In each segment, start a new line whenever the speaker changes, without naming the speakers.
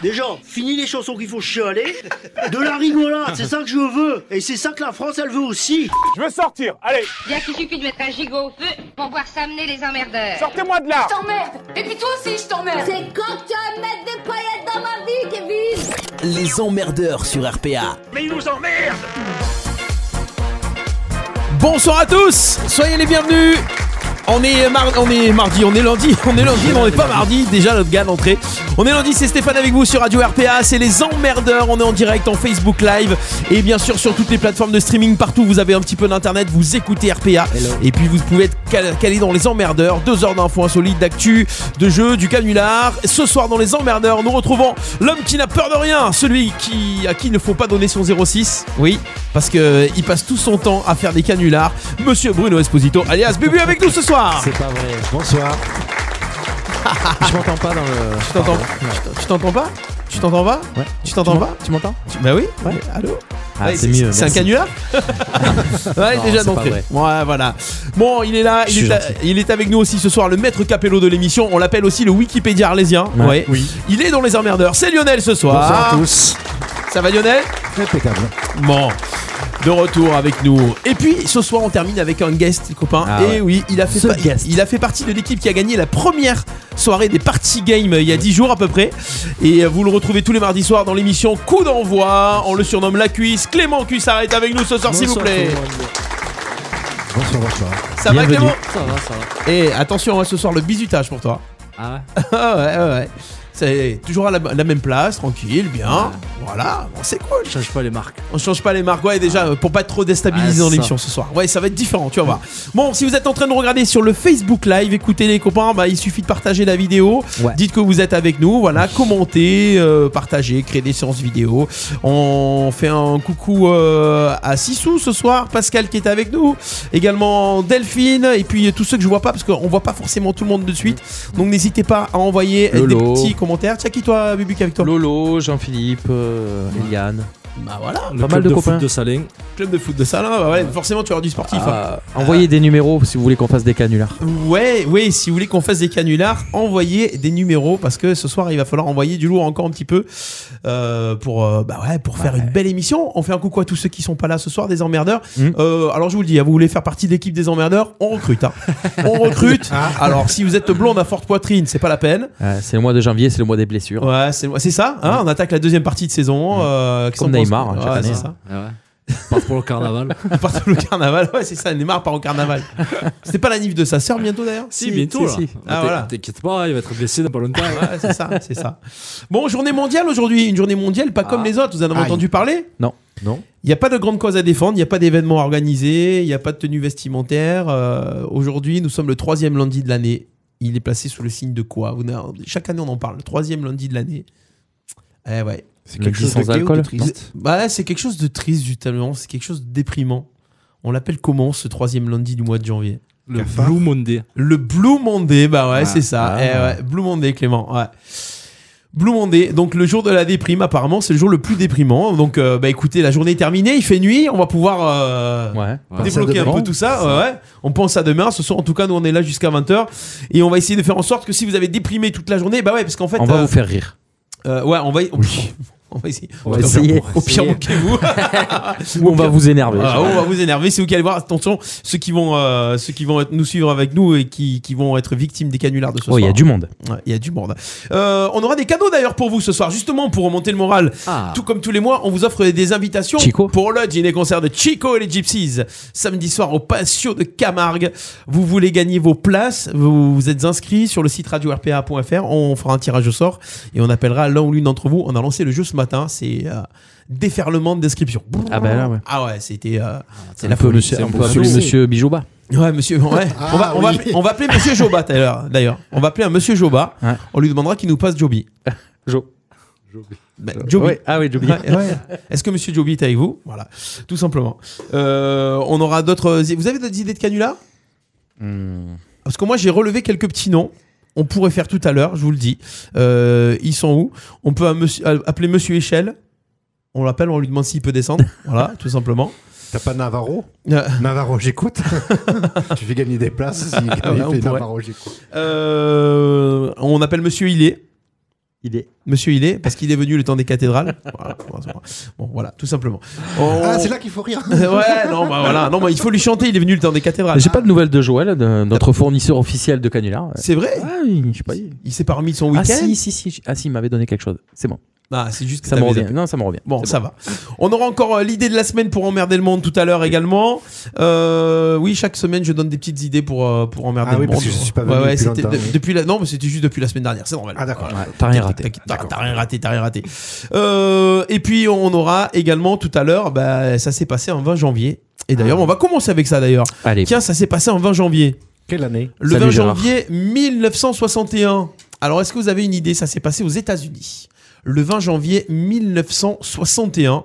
Déjà, fini les chansons qu'il faut chialer. De la rigolade, c'est ça que je veux. Et c'est ça que la France, elle veut aussi.
Je veux sortir, allez,
Bien qu'il suffit de mettre un gigot au feu pour voir s'amener les emmerdeurs.
sortez-moi de là
t'emmerde Et puis toi aussi, je t'emmerde
C'est quand tu vas mettre des paillettes dans ma vie, Kevin
Les emmerdeurs sur RPA.
Mais ils nous emmerdent
Bonsoir à tous, soyez les bienvenus. On est, euh, mar- on est mardi, on est lundi, on est lundi, mais on n'est pas mardi, déjà notre gars d'entrée. On est lundi, c'est Stéphane avec vous sur Radio RPA, c'est les emmerdeurs, on est en direct en Facebook Live et bien sûr sur toutes les plateformes de streaming partout, où vous avez un petit peu d'internet, vous écoutez RPA et puis vous pouvez être cal- calé dans les emmerdeurs, deux heures d'infos insolites, d'actu, de jeux, du canular. Ce soir dans les emmerdeurs, nous retrouvons l'homme qui n'a peur de rien, celui qui à qui il ne faut pas donner son 06. Oui, parce que euh, il passe tout son temps à faire des canulars. Monsieur Bruno Esposito, alias Bubu avec nous ce soir.
C'est pas vrai. Bonsoir. je m'entends pas dans le.
Tu t'entends Tu t'entends pas Tu t'entends pas
Ouais.
Tu t'entends pas
Tu m'entends
Tu- Bah oui.
Ouais.
Allô.
Ah,
Ouais,
c'est mieux,
C'est un
merci.
canular Ouais,
Non,
déjà
c'est pas
d'entrée.
vrai.
Ouais, voilà. Bon, il est là,
Je
il
suis
est, à-
gentil.
il est avec nous aussi ce soir, le maître capello de l'émission. On l'appelle aussi le Wikipédia arlésien. Ouais.
Oui.
Il est dans les emmerdeurs. C'est Lionel ce soir.
Bonsoir à tous.
Ça va Lionel
Impeccable.
Bon, de retour avec nous. Et puis ce soir, on termine avec un guest, les copains.
Ah
Et
ouais.
oui, il a fait,
The
pa-
guest.
il a fait partie de l'équipe qui a gagné la première soirée des Party Games il y a 10 jours à peu près. Et vous le retrouvez tous les mardis soirs dans l'émission Coup d'envoi. On le surnomme La Cuisse. Clément Cuissard est avec nous ce soir, s'il vous
Bonsoir
plaît.
tout le monde. Bonsoir, bonsoir.
Ça
Bienvenue.
va, Clément
Ça va, ça va.
Et attention, hein, ce soir, le bisutage pour toi.
Ah ouais
Ah ouais, ouais, ouais. C'est toujours à la, la même place, tranquille, bien. Voilà, bon, c'est cool.
Je change pas les marques.
On change pas les marques, ouais, déjà, euh, pour pas être trop déstabiliser
Ah,
dans
ça.
l'émission ce soir. Ouais, ça va être différent, tu vas voir. Bon, si vous êtes en train de regarder sur le Facebook Live, écoutez les copains, bah, il suffit de partager la vidéo.
Ouais.
Dites que vous êtes avec nous, voilà, commentez, euh, partagez, créez des séances vidéo. On fait un coucou euh, à Sissou ce soir, Pascal qui est avec nous, également Delphine, et puis euh, tous ceux que je vois pas, parce qu'on voit pas forcément tout le monde de suite. Donc n'hésitez pas à envoyer euh, des
Lolo.
petits commentaires. Tiens, qui toi, Bubu, qui est avec toi
Lolo, Jean-Philippe, euh, Eliane.
Bah voilà,
Pas mal de, copains.
club de foot de Salin, bah ouais, forcément tu auras du sportif. hein.
Ah, envoyez des numéros si vous voulez qu'on fasse des canulars.
Ouais, oui, si vous voulez qu'on fasse des canulars, envoyez des numéros parce que ce soir il va falloir envoyer du lourd encore un petit peu euh, pour euh, bah ouais, pour faire une belle émission. On fait un coucou à tous ceux qui sont pas là ce soir des emmerdeurs.
Mhm.
Euh, alors je vous le dis, hein, vous voulez faire partie de l'équipe des emmerdeurs, on recrute hein. On recrute.
Ah.
Alors si vous êtes blonde à forte poitrine, c'est pas la peine.
Euh, c'est le mois de janvier, c'est le mois des blessures.
Ouais, c'est c'est ça hein, on attaque la deuxième partie de saison euh, qu'est-ce
Mmh. Comme Neymar,
qu'on pense-
hein, chaque
Ouais,
année,
c'est
hein.
ça.
Ah
Pas pour le carnaval.
On part au carnaval. Ouais, c'est ça, Neymar part au carnaval. C'était pas la nif de sa sœur bientôt d'ailleurs
si, bientôt
si,
là.
si.
Ah,
Ah,
t'in-
voilà.
T'inquiète pas, il va être blessé dans pas longtemps.
Ouais, c'est ça, c'est ça. Bon, journée mondiale aujourd'hui, une journée mondiale pas
Ah.
comme les autres, vous en avez
Aïe.
entendu parler
Non. Non.
Il n'y a pas de grande cause à défendre, il n'y a pas d'événement à organiser, il n'y a pas de tenue vestimentaire. Euh, aujourd'hui, nous sommes le troisième lundi de l'année. Il est placé sous le signe de quoi Vous n'avez- Chaque année, on en parle. Le troisième lundi de l'année. Eh ouais.
C'est
Le quelque chose de sans gay ou de alcool.
triste
Bah, c'est quelque chose de triste, justement. C'est quelque chose de déprimant. On l'appelle comment ce troisième lundi du mois de janvier
Le
Cafard.
Blue Monday.
le Blue Monday, bah ouais,
Ah,
c'est ça.
ah.
Eh ouais, Blue Monday, Clément, ouais. Blue Monday, donc le jour de la déprime, apparemment, c'est le jour le plus déprimant. Donc, euh, bah écoutez, la journée est terminée, il fait nuit, on va pouvoir euh,
Ouais.
Ouais.
débloquer un peu tout ça. ouais, ouais. On pense à demain, ce soir, en tout cas, nous on est là jusqu'à 20h et on va essayer de faire en sorte que si vous avez déprimé toute la journée, bah ouais, parce qu'en fait,
On va
euh,
vous faire rire.
euh, ouais, on va, on va essayer.
On va
va
t'en faire
essayer.
pour
Au pire,
essayer.
moquez-vous.
Ou on va vous énerver.
Ah, on va vous énerver, c'est vous qui allez voir. Attention, ceux qui vont, euh, ceux qui vont être- nous suivre avec nous et qui, qui vont être victimes des canulars de ce
oh,
soir.
il y a du monde.
Ouais, Il y a du monde. Euh, on aura des cadeaux d'ailleurs pour vous ce soir, justement pour remonter le moral.
Ah.
Tout comme tous les mois, on vous offre des invitations
Chico.
pour le dîner-concert de Chico et les Gypsies. Samedi soir au Patio de Camargue. Vous voulez gagner vos places, vous, vous êtes inscrits sur le site radio-rpa.fr. On fera un tirage au sort et on appellera l'un ou l'une d'entre vous. On a lancé le jeu ce matin, c'est euh, déferlement de description.
Ah ben là, ouais.
Ah ouais, c'était... euh, c'est
On
la
peut,
folie.
monsieur,
c'est
on
un
peut
peu
appeler
sous.
monsieur Bijouba.
Ouais, monsieur, ouais.
Ah,
on, va, on, va,
oui.
appeler- on va appeler monsieur Joba d'ailleurs. d'ailleurs. On va appeler un monsieur Joba.
Ouais.
On lui demandera qu'il nous passe Joby.
Jo.
Ben, Joby.
Ouais, Ah oui, Joby.
Ouais, ouais. Est-ce que monsieur Joby est avec vous Voilà, tout simplement. Euh, on aura d'autres. Vous avez d'autres idées de canulars
Hmm.
Parce que moi, j'ai relevé quelques petits noms. On pourrait faire tout à l'heure, je vous le dis. Euh, ils sont où On peut amus- appeler monsieur Échelle. On l'appelle, on lui demande s'il peut descendre. voilà, tout simplement.
T'as pas Navarro
Euh,
Navarro, j'écoute. tu fais gagner des places si
Ah
ouais, on
il fait
pourrait.
Navarro, j'écoute.
euh, on appelle monsieur Ilé.
Il est.
Monsieur il est, parce qu'il est venu le temps des cathédrales. Voilà, voilà. bon, voilà, tout simplement. On-
Ah, c'est là qu'il faut rire.
ouais, non, bah voilà, non, bah, il faut lui chanter. Il est venu le temps des cathédrales.
Ah, J'ai pas de nouvelles de Joël, de notre fournisseur officiel de canular.
C'est vrai.
Ah, il- je sais pas. il-
Il s'est pas remis de son
Ah
week-end.
si, si, si, je- ah si, il m'avait donné quelque chose. C'est bon.
Ah, c'est juste que
Ça me
t'avais
revient.
zappé.
Non, ça me revient.
Bon,
C'est
ça va. On aura encore euh, l'idée de la semaine pour emmerder le monde tout à l'heure également. Euh, oui, chaque semaine, je donne des petites idées pour, euh, pour emmerder
Ah
le
oui,
monde.
parce que je suis pas venu
Ouais, ouais,
depuis
c'était
longtemps,
de-
oui.
depuis la... Non, mais c'était juste depuis la semaine dernière, c'est normal.
Ah, d'accord.
Voilà.
Ouais, t'as rien raté.
T'inquiète, T'as t'as rien raté, t'as rien raté. Euh, et puis, on aura également tout à l'heure, bah, ça s'est passé en 20 janvier. Et d'ailleurs, on va commencer avec ça d'ailleurs.
Ah. Allez.
Tiens, ça s'est passé en 20 janvier.
Quelle année
Le
Salut,
20
Gérard.
janvier 1961. Alors, est-ce que vous avez une idée Ça s'est passé aux États-Unis. Le 20 janvier 1961.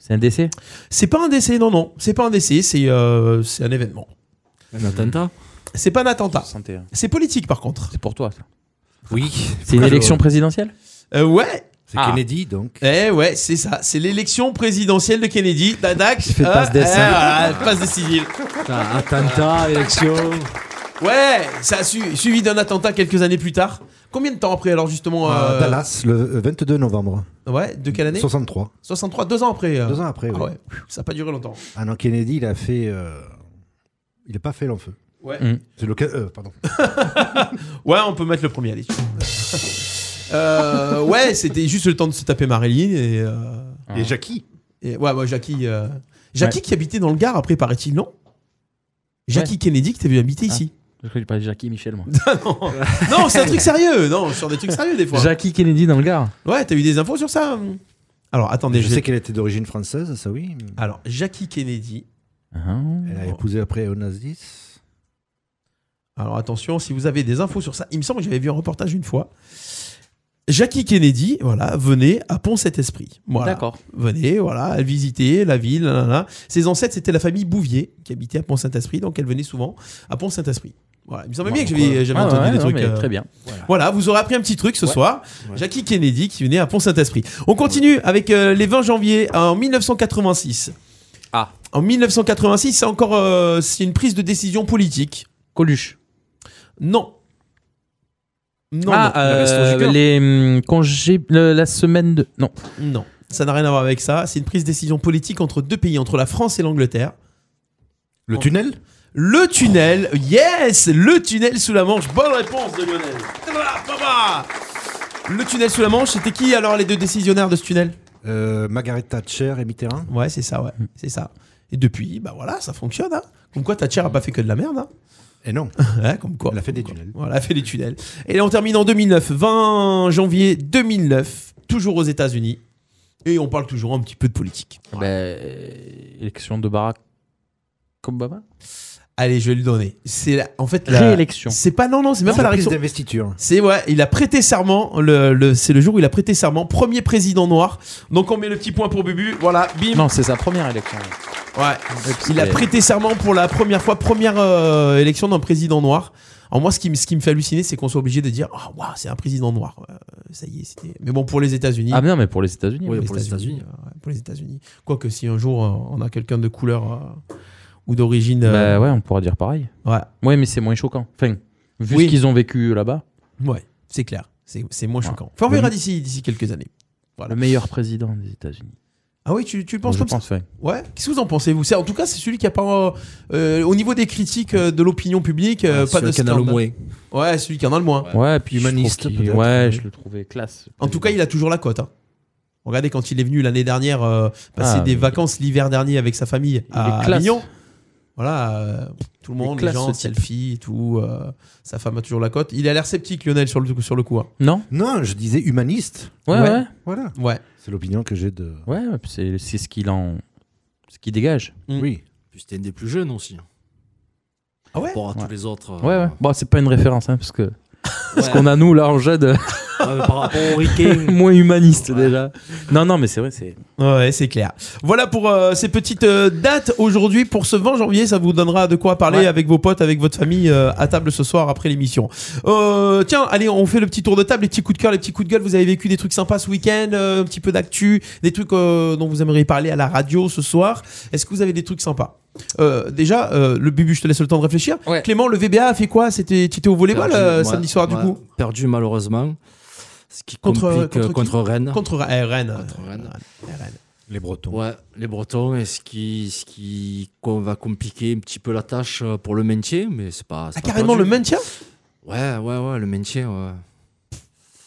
C'est un décès
C'est pas un décès, non, non. C'est pas un décès, c'est euh, c'est un événement.
Un attentat
C'est pas un attentat.
61.
C'est politique, par contre.
C'est pour toi. ça.
Oui.
C'est une élection présidentielle
Euh, ouais.
C'est
Ah.
Kennedy, donc.
Eh ouais, c'est ça. C'est l'élection présidentielle de Kennedy. Dadak.
J'ai fait passe décisive.
ah, passe décisive.
Putain, Attentat, élection.
Ouais, ça a su- suivi d'un attentat quelques années plus tard. Combien de temps après, alors, justement euh,
Dallas, le 22 novembre
Ouais, de quelle année
63.
63, deux ans après. euh.
Deux ans après, oui.
Ah ouais, ça a pas duré longtemps.
Ah non, Kennedy, il a fait. euh, Il n'a pas fait l'enfeu.
Ouais.
Mm.
C'est le. ca- euh, pardon.
Ouais, on peut mettre le premier, allez. Euh, ouais, c'était juste le temps de se taper Marilyn et, euh,
Et Jackie
et- ouais, ouais, Jackie. euh, Jackie qui habitait dans le Gard, après, paraît-il, non Jackie Kennedy qui t'es vu habiter
Ah.
ici.
Je crois que pas Jackie Michel, moi.
Non, c'est un truc sérieux. Non, sur des trucs sérieux des fois.
Jackie Kennedy dans le Gard
Ouais, t'as eu des infos sur ça hum Alors, attendez,
Je
je-
sais qu'elle était d'origine française, ça oui.
Mmh. Alors, Jackie Kennedy.
Uh-huh.
Elle a épousé après Onassis.
Alors, attention, si vous avez des infos sur ça, il me semble que j'avais vu un reportage une fois. Jackie Kennedy, voilà, venait à Pont-Saint-Esprit. Voilà.
D'accord.
venait voilà, visiter la ville. nanana. Ses ancêtres, c'était la famille Bouvier qui habitait à Pont-Saint-Esprit, donc elle venait souvent à Pont-Saint-Esprit. Voilà, il me semblait bien que j'avais j'avais
Ah,
entendu
ouais,
des
non,
trucs.
mais
euh,
Très bien.
Voilà, vous aurez appris un petit truc ce soir. Jackie Kennedy qui venait à Pont-Saint-Esprit. On continue avec euh, les 20 janvier en 1986.
Ah.
En 1986, c'est encore euh, c'est une prise de décision politique.
Coluche.
Non. Non,
ah,
non.
euh, les hum, congés, le- la semaine de. Non.
Non, ça n'a rien à voir avec ça. C'est une prise de décision politique entre deux pays, entre la France et l'Angleterre.
Le
Oh.
tunnel
Le tunnel, yes, le tunnel sous la Manche. Bonne réponse de Lionel. Et Voilà, papa. Le tunnel sous la Manche, c'était qui alors les deux décisionnaires de ce tunnel
Euh, Margaret Thatcher et Mitterrand
Ouais, c'est ça, ouais, c'est ça. Et depuis, bah voilà, ça fonctionne. Hein. Comme quoi, Thatcher a pas fait que de la merde. Hein.
Et Eh non,
Ouais, comme quoi.
elle a fait des
Comme quoi.
tunnels.
Voilà, elle a fait des tunnels. Et là, on termine en 2009, 20 janvier 2009, toujours aux États-Unis. Et on parle toujours un petit peu de politique.
Bah, euh, élection de Barack Obama
Allez, je vais lui donner. C'est la- en fait la
Réélection.
euh, C'est pas non non, c'est même
C'est
pas la
la prise
réaction.
d'investiture.
C'est ouais, il a prêté serment. Le, le- c'est le jour où il a prêté serment, premier président noir. Donc on met le petit point pour Bubu. Voilà, bim.
Non, c'est sa première élection.
Ouais. Il a
Mais-
prêté serment pour la première fois, première euh, élection d'un président noir. En moi, ce qui, me- ce qui me fait halluciner, c'est qu'on soit obligé de dire, ah waouh, c'est un président noir. Euh, ça y est, c'était. Mais bon, pour les États-Unis.
Ah, mais non, mais pour les États-Unis.
Oui,
oui.
pour les
États-Unis, euh, ouais, pour les États-Unis. Quoique, si un jour euh, on a quelqu'un de couleur euh, ou d'origine, euh,
Bah ouais, on pourra dire pareil.
ouais,
Ouais, mais c'est moins choquant. Enfin, vu
Oui.
ce qu'ils ont vécu là-bas,
ouais, c'est clair. C'est c'est moins
Voilà.
choquant. Enfin, on
Le-
verra d'ici d'ici quelques années.
le meilleur président des États-Unis.
Ah oui, tu, tu le penses
je
comme ça
pense, ouais.
Ouais. Qu'est-ce que vous en pensez vous C'est- En tout cas, c'est celui qui a pas euh, euh, au niveau des critiques euh, de l'opinion publique, euh, pas de
Celui qui en a le
scandale.
moins.
Ouais, celui qui en a le moins.
Ouais, puis
Humaniste,
je trouve qu'il-
peut-être.
Ouais, je le trouvais classe.
En tout cas, il a toujours la cote. hein. Regardez quand il est venu l'année dernière euh, passer
Ah,
des
mais-
vacances l'hiver dernier avec sa famille à
classe.
Avignon. Voilà, euh, tout le
Il est
monde, les
classe, ce
gens,
type.
selfie et tout. euh, sa femme a toujours la cote. Il a l'air sceptique, Lionel, sur le, sur le coup. hein.
Non
Non, je disais humaniste.
Ouais,
Ouais.
ouais.
Voilà.
Ouais.
C'est l'opinion que j'ai de.
Ouais, ouais, puis c'est c'est ce qu'il en. ce qu'il dégage.
Mm.
Oui.
Puis c'était une des plus jeunes aussi.
Ah ouais
Par rapport à
Ouais.
tous les autres. euh,
Ouais, ouais. Bon, c'est pas une référence, hein, parce que
ouais.
ce qu'on a, nous, là, en jade,
Ouais, mais par rapport au Riking.
moins humaniste
Ouais.
déjà. Non, non, mais c'est vrai, c'est.
Ouais, c'est clair. Voilà pour euh, ces petites euh, dates aujourd'hui pour ce 20 janvier. Ça vous donnera de quoi parler
Ouais.
avec vos potes, avec votre famille euh, à table ce soir après l'émission. Euh, tiens, allez, on fait le petit tour de table, les petits coups de cœur, les petits coups de gueule. Vous avez vécu des trucs sympas ce week-end, euh, un petit peu d'actu, des trucs euh, dont vous aimeriez parler à la radio ce soir. Est-ce que vous avez des trucs sympas Euh, déjà, euh, le bubu, je te laisse le temps de réfléchir.
Ouais.
Clément, le VBA a fait quoi C'était, tu étais au volleyball
Perdu,
euh,
ouais,
samedi soir du
ouais,
coup
Perdu malheureusement. Ce qui
Contre- euh,
contre, complique
contre
contre,
qui
contre Rennes.
Contre eh, Rennes.
Contre Rennes.
Eh, Rennes.
Les Bretons.
Ouais, les Bretons, et ce qui, ce qui qu'on va compliquer un petit peu la tâche euh, pour le maintien, mais c'est pas. c'est
Ah,
pas
carrément le
perdu.
maintien
Ouais, ouais, ouais, le maintien, ouais.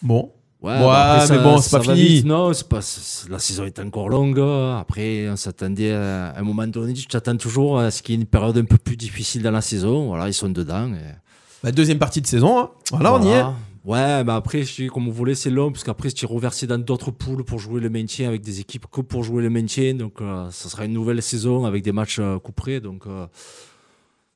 Bon.
Ouais, bah,
Ouais, mais bon, c'est
ça
pas
va
fini.
vite. Non, c'est pas, c'est- la saison est encore longue. hein. Après, on s'attendait à, à un moment donné, tu t'attends toujours à ce qu'il y ait une période un peu plus difficile dans la saison. Voilà, ils sont dedans. et-
Bah, deuxième partie de saison. hein. Voilà, on y est.
Voilà. Ouais, mais après, je dis, comme vous voulez, c'est long, parce qu'après, tu es reversé dans d'autres poules pour jouer le maintien avec des équipes que pour jouer le maintien. Donc, euh, ça sera une nouvelle saison avec des matchs euh, couperés. Donc, euh,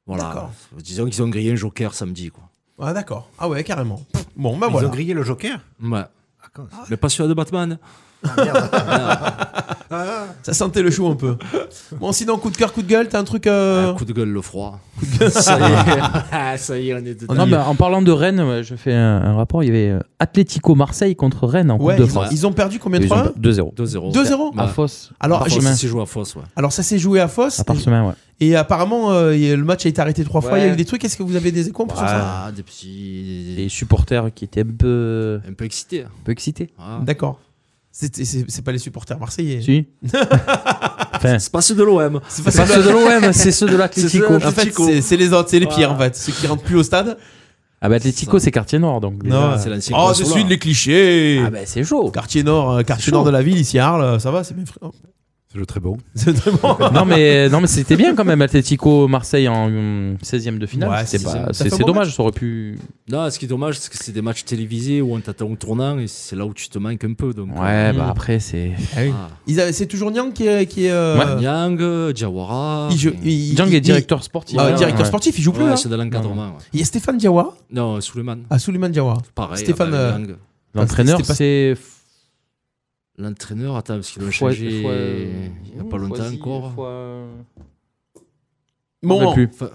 voilà.
D'accord.
Disons qu'ils ont grillé un joker samedi, quoi.
Ah, d'accord. Ah, ouais, carrément. Bon, bah
Ils
voilà.
ont grillé le Joker
Ouais.
Ah, quand-
Mais pas celui de Batman.
ah, merde.
Ça sentait le chou un peu. Bon, sinon, coup de cœur, coup de gueule, t'as un truc. euh,
Ah, coup de gueule, le froid. ça y est. Ah, ça y est, on est dedans.
On
Non,
y est.
bah, en parlant de Rennes, ouais, je fais un, un rapport. Il y avait euh, Atlético Marseille contre Rennes en
Ouais,
Coupe de
ils, ont,
France.
ils ont perdu combien de
Ils ont
fois
2-0.
2-0.
2-0
À
Ouais.
Fos.
Alors,
À
je-
Fosse,
chemin.
c'est joué à Fosse, ouais.
Alors, ça s'est joué à Fos.
À part semaine, ouais.
Et apparemment, euh, il y a- le match a été arrêté trois fois. Il y a eu des trucs. Est-ce que vous avez des échos pour ça
Ah, des petits.
Les supporters qui étaient un peu,
Un peu excité. hein.
un peu excités.
Ah.
D'accord. C'est c'est- c'est pas les supporters marseillais.
Si. enfin,
C'est pas ceux de l'OM.
C'est
c'est pas ceux de l'OM, c'est ceux de l'Atlético.
En fait, c'est c'est les autres, c'est les pires en fait, ceux qui rentrent plus au stade.
Ah bah Atlético, c'est quartier nord donc. déjà.
Non,
c'est l'ancien
oh, c'est
consulat.
celui de les clichés.
Ah bah c'est chaud.
Quartier nord, euh, quartier nord de la ville, ici à Arles, ça va, c'est bien. fri- oh,
C'est le très bon.
C'est vraiment.
non mais non mais c'était bien quand même Atlético Marseille en hum, 16e de finale.
Ouais,
c'est
16e.
pas-
Ça fait
c'est
un
c'est
bon
dommage, ça aurait pu.
Non, ce qui est dommage, c'est que c'est des matchs télévisés où on t'attend au tournant et c'est là où tu te manques un peu. Donc,
Ouais, bah après c'est.
euh,
Ah Ils avaient- C'est toujours Niang qui est. Qui est, euh,
ah. Yang, euh, Diawara.
il joue-
enfin,
il- il-
Jang est
il-
directeur sportif.
Ah,
hein,
directeur
ouais.
sportif, il joue plus.
ouais,
hein.
c'est de l'encadrement. ouais.
Il y a Stéphane Diawara.
Non, euh, Suleiman.
Ah, Souleymane Diawara.
Pareil.
Stéphane,
ah bah,
euh,
Yang.
L'entraîneur
C'était pas-
c'est.
L'entraîneur, attends, parce qu'il a
Fois-
changé
fois-
il n'y a pas longtemps
Foisy,
encore.
fois-
Bon,
Je sais plus.
Enfin,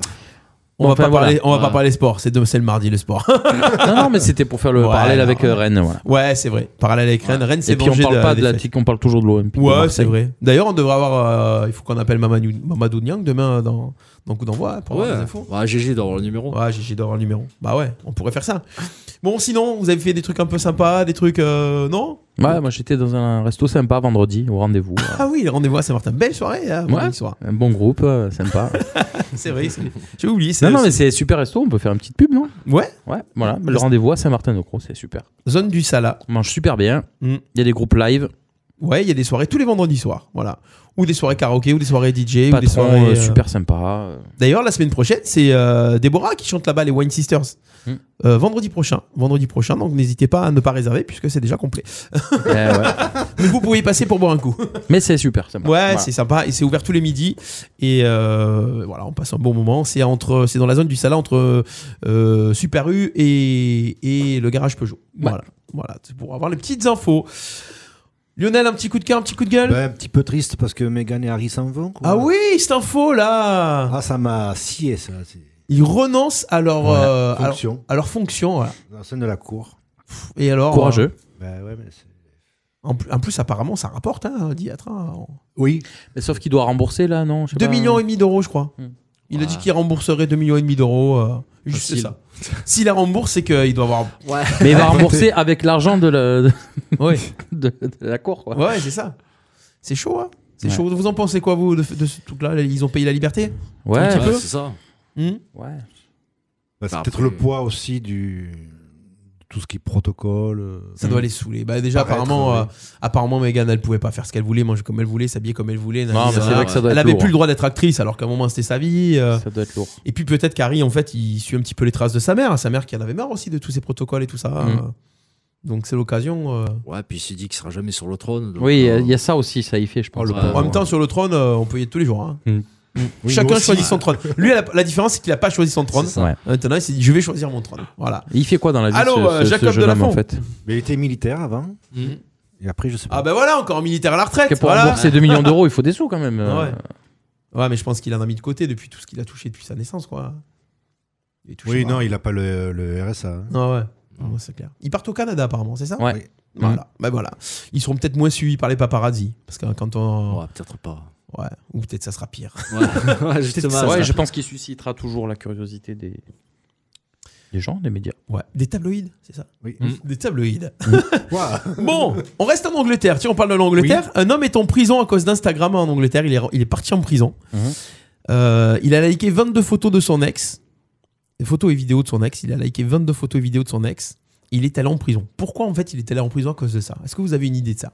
on va
Enfin,
pas
voilà.
parler, on va pas
Voilà.
parler sport. C'est de- c'est le mardi le sport.
Non, non, mais c'était pour faire le
Ouais,
parallèle
non,
avec
ouais.
euh, Rennes. Voilà.
ouais, c'est vrai. Parallèle avec Rennes, Rennes, c'est
Et puis on parle pas de la
défaite.
tique, on parle toujours de l'Olympique. de
Ouais,
Marseille.
c'est vrai. D'ailleurs, on devrait avoir. euh, il faut qu'on appelle Mamadou, Mamadou Niang demain euh, dans, dans Coup d'envoi hein, pour avoir des
ouais.
infos.
ouais, GG dans le numéro.
Ouais, j'ai d'avoir le numéro. Bah ouais, on pourrait faire ça. Bon, sinon, vous avez fait des trucs un peu sympas, des trucs. euh, non
Ouais, moi j'étais dans un resto sympa vendredi au rendez-vous. voilà.
Ah oui, les rendez-vous à Saint-Martin. Belle soirée, hein,
Ouais.
vendredi soir.
un bon groupe, euh, sympa.
C'est vrai, c'est- j'ai oublié. c'est-
non, non, mais c'est super resto, on peut faire une petite pub, non
Ouais, Bah,
Ouais, voilà. Le rendez-vous à Saint-Martin-de-Croix, c'est super.
zone du Sala.
On mange super bien. Il
Mm.
y a des groupes live,
Ouais, il y a des soirées tous les vendredis soirs. Voilà. Ou des soirées karaoké, ou des soirées DJ, ou des
patron
soirées.
euh,
euh,
super sympa. euh.
D'ailleurs, la semaine prochaine, c'est euh, Déborah qui chante là-bas les Wine Sisters.
Hmm.
Euh, vendredi prochain, vendredi prochain, donc n'hésitez pas à ne pas réserver puisque c'est déjà complet.
Eh ouais.
Mais vous pouvez y passer pour boire un coup.
Mais c'est super sympa.
Ouais,
Voilà.
c'est sympa et c'est ouvert tous les midis et euh, voilà, on passe un bon moment. C'est entre, c'est dans la zone du Sala entre euh, Super U et, et le garage Peugeot. Voilà, voilà, c'est pour avoir les petites infos. Lionel, un petit coup de cœur, un petit coup de gueule.
Ben, un petit peu triste parce que Megan et Harry s'en vont. quoi.
ah oui, cette info là.
Ah, ça m'a scié, ça. C'est
Ils renoncent à leur euh, à leur-
fonction.
à leur fonction. voilà.
La scène de la cour.
Et alors euh,
Courageux.
Ben, ouais, mais c'est-
En plus, en plus, apparemment, ça rapporte, hein, Diatra. En-
oui,
Mais sauf qu'il doit rembourser là, non je sais
2
pas.
millions et demi d'euros, je crois.
Hmm.
Il a dit
Ouais.
qu'il rembourserait 2 millions et demi d'euros. euh, juste
Facile.
ça. S'il la rembourse, c'est qu'il doit avoir.
Mais il va rembourser avec l'argent de, la- de- de- de la cour. Quoi.
Ouais, c'est ça. C'est chaud, hein. C'est
Ouais.
chaud. Vous en pensez quoi, vous, de, de ce truc-là Ils ont payé la liberté
Ouais,
Ouais,
peu.
c'est ça.
Hmm
ouais.
Ben, c'est
Bah,
peut-être
après-
le poids aussi du tout ce qui est protocole. euh,
Ça
Hmm.
doit les saouler. Bah, déjà,
Paraître,
apparemment,
ouais.
euh, apparemment, Megan, elle pouvait pas faire ce qu'elle voulait, manger comme elle voulait, s'habiller comme elle voulait.
Non, mais
nanana.
c'est vrai que ça doit
elle
être
avait
lourd. hein.
plus le droit d'être actrice, alors qu'à un moment, c'était sa vie. euh.
Ça doit être lourd.
Et puis peut-être qu'Harry, en fait, il suit un petit peu les traces de sa mère. Sa mère qui en avait marre aussi de tous ces protocoles et tout ça.
Mm.
euh. Donc c'est l'occasion. euh.
Ouais, puis il s'est dit qu'il sera jamais sur le trône. donc,
Oui, il y a-
euh,
il y a ça aussi, ça y fait, je pense.
Oh, le
Ouais.
pauvre.
En même temps, sur le trône, euh, on peut y être tous les jours. hein.
Mm.
Mm.
Oui,
Chacun
nous aussi.
choisit son trône. Lui, la, la différence, c'est qu'il a pas choisi son trône.
c'est ça.
Ouais.
Maintenant, il s'est dit, je vais choisir mon trône. Voilà.
Il fait quoi dans la vie
Allô,
ce,
euh,
ce- ce
Jacob
jeune homme
Delafont.
en fait
Mais il était militaire avant.
Mm.
Et après, je sais pas.
Ah ben voilà, encore militaire à la retraite.
Que Pour
voilà.
rembourser 2 millions d'euros, il faut des sous quand même. euh.
Ouais. Ouais, mais je pense qu'il en a mis de côté depuis tout ce qu'il a touché depuis sa naissance, quoi. Il est touché
oui,
par-
non, il a pas le, le RSA. hein.
Ah ouais. Ouais, c'est clair. Ils partent au Canada apparemment, c'est ça
Ouais. Mm.
Oui.
Voilà. Ben voilà. Ils seront peut-être moins suivis par les paparazzi parce que quand on
Ouais, peut-être pas.
ouais, ou peut-être ça sera pire.
Ouais, Ouais, justement.
Ouais,
ça.
je pense qu'il suscitera toujours la curiosité des, Des gens, des médias.
Ouais. Des tabloïds, c'est ça
Oui. Mm.
Des tabloïds.
Waouh.
Bon, on reste en Angleterre. Tiens, on parle de l'Angleterre. Un homme est en prison à cause d'Instagram en Angleterre. Il est, il est parti en prison.
Mm-hmm.
Mhm.
Euh, il a liké 22 photos de son ex. Des photos et vidéos de son ex. Il a liké 22 photos et vidéos de son ex. Il est allé en prison. Pourquoi en fait il est allé en prison à cause de ça Est-ce que vous avez une idée de ça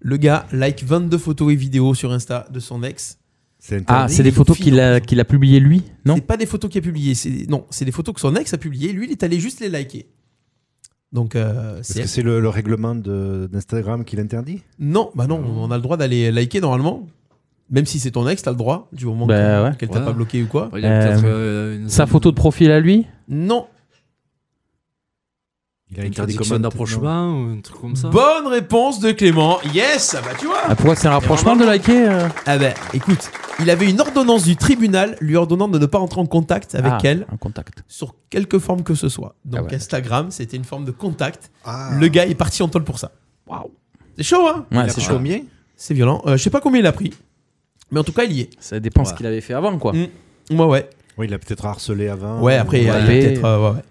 Le gars like 22 photos et vidéos sur Insta de son ex.
C'est
Ah,
interdit.
c'est des
il faut
photos qu'il a,
filer.
qu'il a publiées lui Non
C'est pas des photos qu'il a publiées. c'est- Non, c'est des photos que son ex a publiées. Lui, il est allé juste les liker. Donc, euh,
Est-ce que c'est le, le règlement de- d'Instagram qui l'interdit
Non, bah non, on a le droit d'aller liker normalement. Même si c'est ton ex, t'as le droit, du moment
Bah
que-
ouais.
qu'elle t'a
Ouais.
pas bloqué ou quoi.
Il y a peut-être,
Euh,
euh, une-
Sa photo de profil à lui
Non.
Il
une interdiction d'approchement ou un truc comme ça.
Bonne réponse de Clément. Yes, ah bah tu vois.
Ah, Pourquoi c'est un rapprochement de liker euh
Ah bah écoute, il avait une ordonnance du tribunal lui ordonnant de ne pas entrer en contact avec
Ah,
elle
Un contact.
sur quelque forme que ce soit. Donc
Ah ouais.
Instagram, c'était une forme de contact. Le gars est parti en tôle pour ça.
Waouh.
C'est chaud, hein
Ouais,
Ah. Il a
c'est
pris
chaud.
combien
C'est violent. Euh, je sais pas combien il a pris, mais en tout cas, il y est.
Ça dépend ce
Ouais.
qu'il avait fait avant, quoi.
Mm. Ouais, ouais.
Oui, il a peut-être harcelé avant.
Ouais, après, il y a- il y a
Ouais.
peut-être. euh, ouais, ouais.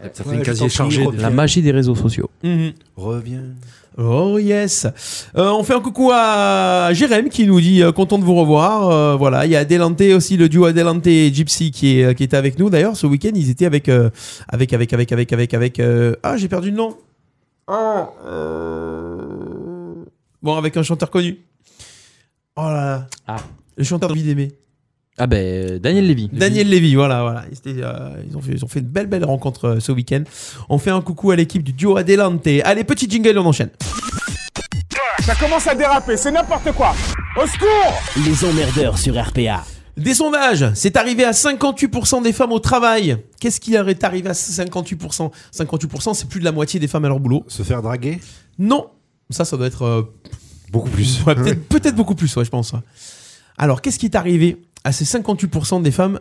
Il y a peut-être
Ah. Ouais,
un
je
casier
t'en prie,
chargé.
Rob.
La magie des réseaux sociaux.
Mm-hmm.
Mhm.
Reviens.
Oh yes. Euh, on fait un coucou à Jérém qui nous dit euh, content de vous revoir. Euh, voilà, il y a Adelante aussi le duo Adelante et Gypsy qui est euh, qui était avec nous d'ailleurs ce week-end. Ils étaient avec euh, avec avec avec avec avec avec euh, ah j'ai perdu le nom. Ah, euh, Bon avec un chanteur connu. Oh là là.
Ah.
Le chanteur d'envie d'aimer.
Ah ben, euh, Daniel Lévy.
Daniel Lévy, voilà, voilà. Ils, étaient, euh, ils ont fait, ils ont fait une belle, belle rencontre euh, ce week-end. On fait un coucou à l'équipe du duo Adelante. Allez, petit jingle, on enchaîne.
Ça commence à déraper, c'est n'importe quoi. Au secours
Les emmerdeurs sur RPA.
Des sondages, c'est arrivé à 58% des femmes au travail. Qu'est-ce qui leur est arrivé à 58% 58%, c'est plus de la moitié des femmes à leur boulot.
Se faire draguer
Non, ça, ça doit être euh,
Beaucoup plus.
ouais, peut-être peut-être beaucoup plus, ouais, je pense. ouais. Alors, qu'est-ce qui est arrivé à ces 58% des femmes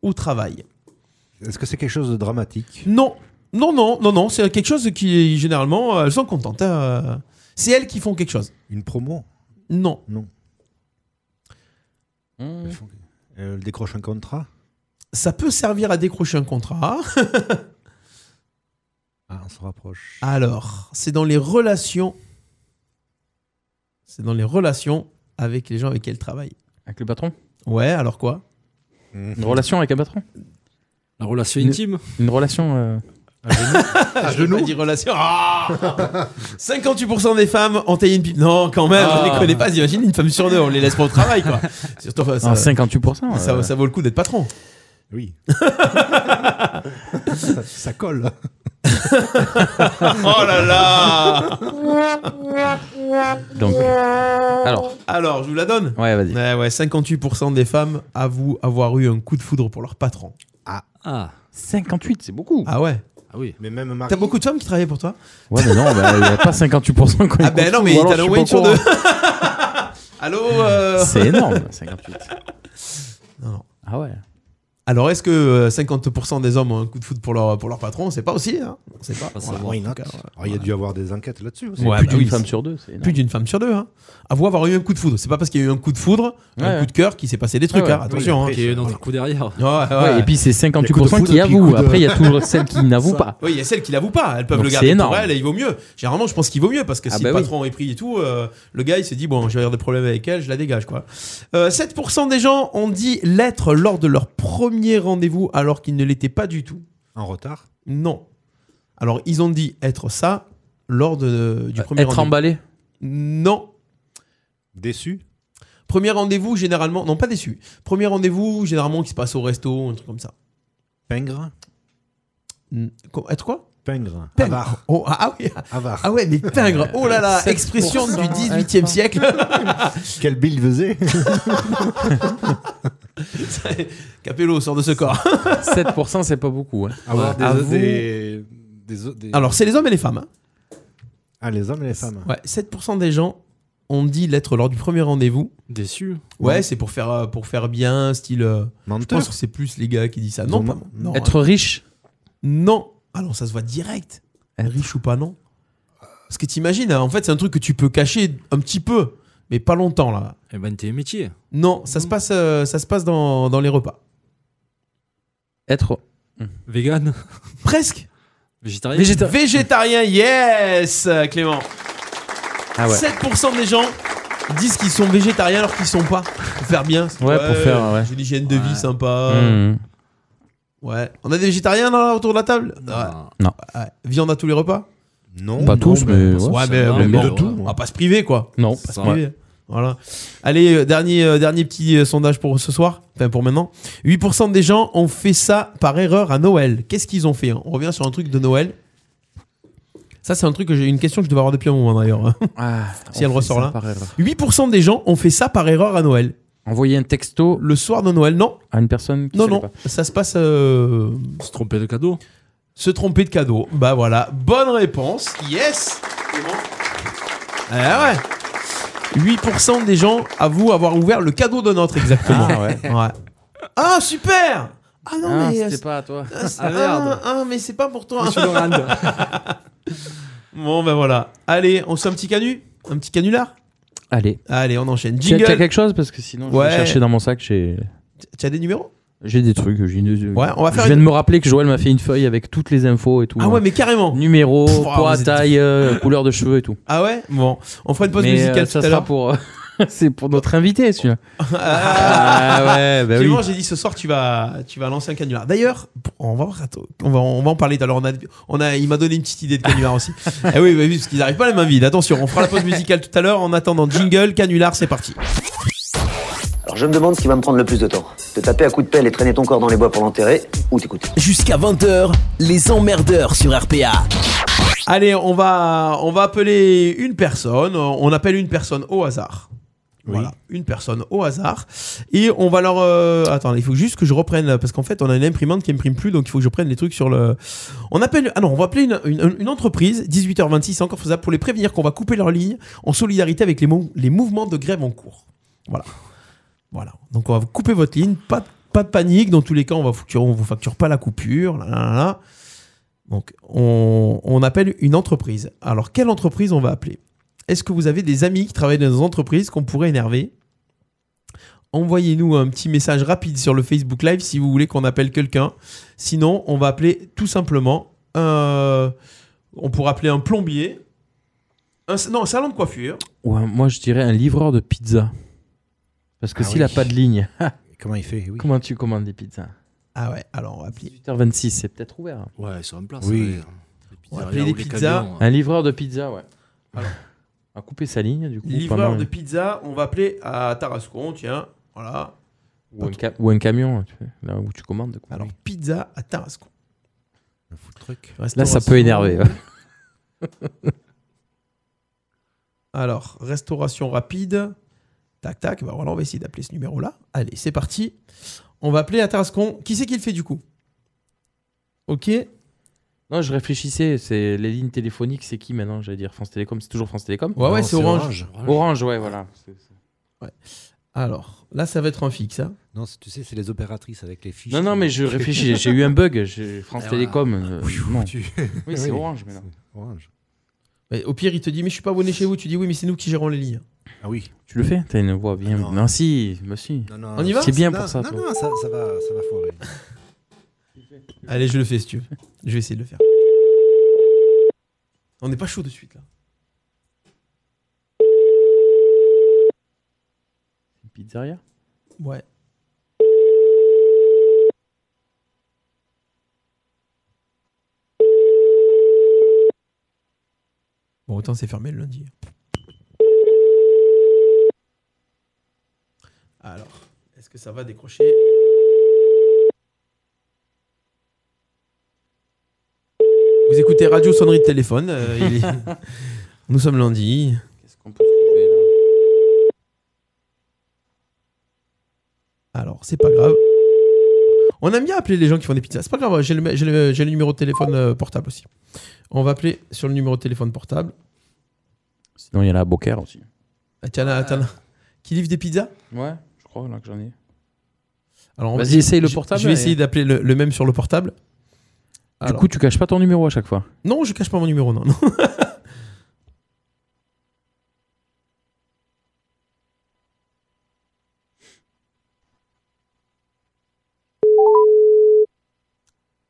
au travail
Est-ce que c'est quelque chose de dramatique
Non, non, non, non, non, c'est quelque chose qui, généralement, euh, elles sont contentes. hein. C'est elles qui font quelque chose.
Une promo
Non,
Non.
Mm.
Elle décroche un contrat
ça peut servir à décrocher un contrat.
Ah, on se rapproche.
Alors, c'est dans les relations. C'est dans les relations avec les gens avec qui elle travaille.
Avec le patron
Ouais, alors quoi
Mm-hmm.
Une relation avec un patron
La relation
Une-
intime.
Une relation. euh,
À genoux dit relation. Ah 58% des femmes ont taillé une pipe. Non, quand même,
Ah.
on les connaît pas. Imagine une femme sur deux, on les laisse pas au travail, quoi. Surtout, enfin, ça,
un 58%.
ça-
euh,
ça vaut le coup d'être patron.
Oui. ça colle.
Oh là là
Donc, euh, alors,
Alors, je vous la donne.
ouais, vas-y.
Ouais, ouais, 58% des femmes avouent avoir eu un coup de foudre pour leur patron.
Ah,
58, c'est beaucoup.
Ah ouais
ah oui.
Mais même Marie.
T'as beaucoup de femmes qui travaillent pour toi
Ouais, mais non, bah, il n'y a pas 58% quand
Ah ben non, mais t'as envoyé une sur deux. Allô euh,
C'est énorme, 58.
Non, non.
Ah ouais.
Alors, est-ce que euh, 50% des hommes ont un coup de foot pour leur, pour leur patron On sait pas aussi. Hein on sait pas.
Pas
Voilà,
savoir.
en tout cas,
Alors,
voilà.
il y a dû avoir des enquêtes là-dessus aussi.
Ouais,
plus
bah
d'une
oui,
femme
c'est-
sur deux, c'est énorme.
Plus d'une femme sur deux. Hein. Avouer avoir eu un coup de foudre. C'est pas parce qu'il y a eu un coup de foudre, un
Ouais. Ah
coup de cœur, qu'il s'est passé des trucs.
Ouais,
hein,
ouais.
Attention.
Oui,
Il y a eu un autre coup derrière.
hein. Ouais, ouais.
Ouais, et puis c'est
Il y a coup de
58%
foudre,
qui
puis coup
avouent.
de-
Après, il y a toujours celles qui n'avouent pas.
Oui, il y a celles qui l'avouent pas. Elles peuvent
Donc
le
c'est
garder pour
énorme.
elles et il vaut mieux. Généralement, je pense qu'il vaut mieux parce que
Ah
si
bah
le
oui.
patron est pris et tout, euh, le gars, il se dit bon, j'ai des problèmes avec elle, je la dégage quoi. Euh, 7% des gens ont dit l'être lors de leur premier rendez-vous alors qu'ils ne l'étaient pas du tout.
En retard.
Non. Alors, ils ont dit être ça lors de, du premier
Euh, Être
rendez-vous.
emballé
Non.
Déçu.
Premier rendez-vous, généralement. Non, pas déçu. Premier rendez-vous, généralement, qui se passe au resto, un truc comme ça.
Pingre.
Mmh.
Mm. Qu- Être quoi
Pingre.
Pingre.
Avare.
Oh, ah, ah oui.
Avare.
Ah ouais, mais pingre. Oh là là,
7%,
expression du 18e
être-
siècle.
Quel bill faisait
Capello sort de ce corps. Ah
7%, c'est pas beaucoup. hein.
Avoir des,
Avoue.
des, des- des-
Alors, c'est les hommes et les femmes. hein.
Ah, les hommes et les femmes.
Ouais, 7% des gens ont dit l'être lors du premier rendez-vous.
Déçu.
Ouais, c'est pour faire, euh, pour faire bien, style. euh, Je
Menteur.
pense que c'est plus les gars qui disent ça. Non,
Non,
pas-
non.
non,
Être riche
Non. Alors ça se voit direct. Riche ou pas, non. Parce que t'imagines, hein, en fait, c'est un truc que tu peux cacher un petit peu, mais pas longtemps là.
euh, Inventer un métier.
Mm.
Non, ça se passe, euh, ça se passe dans, dans les repas.
Être
vegan
Presque.
Végétarien
Végétarien, yes, Clément.
Ah ouais.
7% des gens disent qu'ils sont végétariens alors qu'ils sont pas. Pour faire bien. c'est-
Ouais, pour faire, ouais.
J'ai l'hygiène de vie sympa.
Hmm.
Ouais. On a des végétariens là, autour de la table Ouais.
Non.
Ouais. Viande à tous les repas
Non.
Pas tous, mais hein.
Ouais,
ouais.
mais,
va,
mais
mais
bon,
de tout,
On va pas se priver quoi.
Non.
Pas se
Ouais.
priver. Voilà. Allez, euh, dernier, euh, dernier petit euh, sondage pour ce soir, enfin pour maintenant. 8% des gens ont fait ça par erreur à Noël. Qu'est-ce qu'ils ont fait hein On revient sur un truc de Noël. Ça, c'est un truc que j'ai une question que je devais avoir depuis un moment d'ailleurs.
Ah,
Si elle ressort là. 8% des gens ont fait ça par erreur à Noël.
Envoyer un texto
Le soir de Noël, non,
à une personne qui
non,
savait
non.
pas.
Ça se passe euh,
Se tromper de cadeau
se tromper de cadeau. Bah voilà, bonne réponse. Yes. Ah ouais. 8% des gens avouent avoir ouvert le cadeau d'un autre exactement.
Ah ouais.
Ouais. Ah, super. Ah non
Ah,
mais euh,
c'était pas à toi.
ah, c'est-
Ah, merde.
ah, ah, mais c'est pas pour toi.
Monsieur Laurent.
Bon ben voilà. Allez, on se fait un petit canu, un petit canular.
Allez.
Allez, on enchaîne.
Tu as
Jingle.
quelque chose parce que sinon je
Ouais.
vais chercher dans mon sac. J'ai
Tu as des numéros
j'ai des trucs. J'ai une-
Ouais, on va
je
faire
viens
une-
de me rappeler que Joël m'a fait une feuille avec toutes les infos et tout.
Ah ouais, mais carrément.
Numéro,
Pff, ah,
poids,
vous êtes-
taille, euh, couleur de cheveux et tout.
Ah ouais. Bon, on fera une pause
mais euh,
musicale
ça
tout
sera
à l'heure.
pour c'est pour notre invité celui-là.
Ah.
Ah ouais, bah
Clément, j'ai dit ce soir tu vas tu vas lancer un canular. D'ailleurs, on va voir, attends, on va on va en parler tout à l'heure. On a, on a il m'a donné une petite idée de canular aussi. Eh oui, bah oui, parce qu'ils n'arrivent pas à la main vide. Attention, on fera la pause musicale tout à l'heure. En attendant, jingle, canular, c'est parti.
Alors je me demande ce qui va me prendre le plus de temps. Te taper à coups de pelle et traîner ton corps dans les bois pour l'enterrer, ou t'écouter.
Jusqu'à 20h, les emmerdeurs sur RPA.
Allez, on va on va appeler une personne. On appelle une personne au hasard. Voilà, une personne au hasard. Et on va leur... euh, Attends, il faut juste que je reprenne, parce qu'en fait, on a une imprimante qui imprime plus, donc il faut que je prenne les trucs sur le... On appelle... Ah non, on va appeler une, une- une entreprise, 18h26, c'est encore faisable, pour les prévenir qu'on va couper leur ligne en solidarité avec les, mou- les mouvements de grève en cours. Voilà. Voilà. Donc on va couper votre ligne, pas, de- pas de panique, dans tous les cas, on va facturer- on vous facture pas la coupure. là, là, là, là. Donc on, on appelle une entreprise. Alors quelle entreprise on va appeler Est-ce que vous avez des amis qui travaillent dans des entreprises qu'on pourrait énerver envoyez-nous un petit message rapide sur le Facebook Live si vous voulez qu'on appelle quelqu'un. Sinon, on va appeler tout simplement. euh, on pourra appeler un plombier. Un, sa- non, un salon de coiffure.
Ouais, moi je dirais un livreur de pizza. Parce que
Ah
s'il a
oui.
pas de ligne,
Comment il fait Oui.
comment tu commandes des pizzas
Ah ouais, alors on va appeler.
18h26, c'est peut-être ouvert.
Ouais, ils sont en place.
Oui.
ouais.
On
Les
va
pizzerias
appeler
ou
des
les
pizzas.
camions, ouais.
Un livreur de pizza, ouais.
Alors.
A couper sa ligne, du coup.
Livreur
pendant-
de pizza, on va appeler à Tarascon, tiens. Voilà.
ou, un ca- ou un camion, tu sais, là où tu commandes. quoi.
Alors, pizza à Tarascon.
Un foot truc.
là, ça
Restauration.
peut énerver. ouais.
Alors, restauration rapide. Tac, tac. Bah voilà, on va essayer d'appeler ce numéro-là. Allez, c'est parti. On va appeler à Tarascon. Qui c'est qui le fait du coup Ok. Ouais,
Non, je réfléchissais, c'est les lignes téléphoniques, c'est qui maintenant J'allais dire France Télécom, c'est toujours France Télécom
ouais, c'est orange.
Orange, ouais, voilà.
Alors, là, ça va être un fixe. hein.
Non, c'est- tu sais, c'est les opératrices avec les fiches.
Non, non, mais je réfléchis, j'ai eu un bug, j'ai- France
Ah,
Télécom. euh, non.
Tu-
Oui, c'est Orange maintenant.
c'est Orange.
Ouais, Au pire, il te dit, mais je suis pas abonné chez vous. Tu dis, oui, mais c'est nous qui gérons les lignes.
Ah oui.
Tu le fais T'as une voix bien.
Non.
Non, si, mais si.
Non, non,
On y va
C'est bien
non,
pour ça,
Non,
toi.
non, ça, ça va, ça va foirer.
Allez, je le fais si tu veux. Je vais essayer de le faire. On n'est pas chaud de suite là.
Une pizzeria
Ouais. Bon, autant c'est fermé le lundi. Alors, est-ce que ça va décrocher Vous écoutez Radio Sonnerie de téléphone. euh, il est- Nous sommes lundi.
Qu'est-ce qu'on peut trouver là
Alors, c'est pas grave. On aime bien appeler les gens qui font des pizzas. C'est pas grave, j'ai le, j'ai le- j'ai le numéro de téléphone euh, portable aussi. On va appeler sur le numéro de téléphone portable.
Sinon, il y en a à Beaucaire aussi.
Ah, tiens, là, attends, là. Qui livre des pizzas
Euh. Ouais, je crois là que j'en ai.
Alors, on va-
Vas-y, essaye le
je-
portable,
Je vais
et-
essayer d'appeler le, le même sur le portable.
Du
Alors,
coup, tu caches pas ton numéro à chaque fois.
non, je cache pas mon numéro, non. non.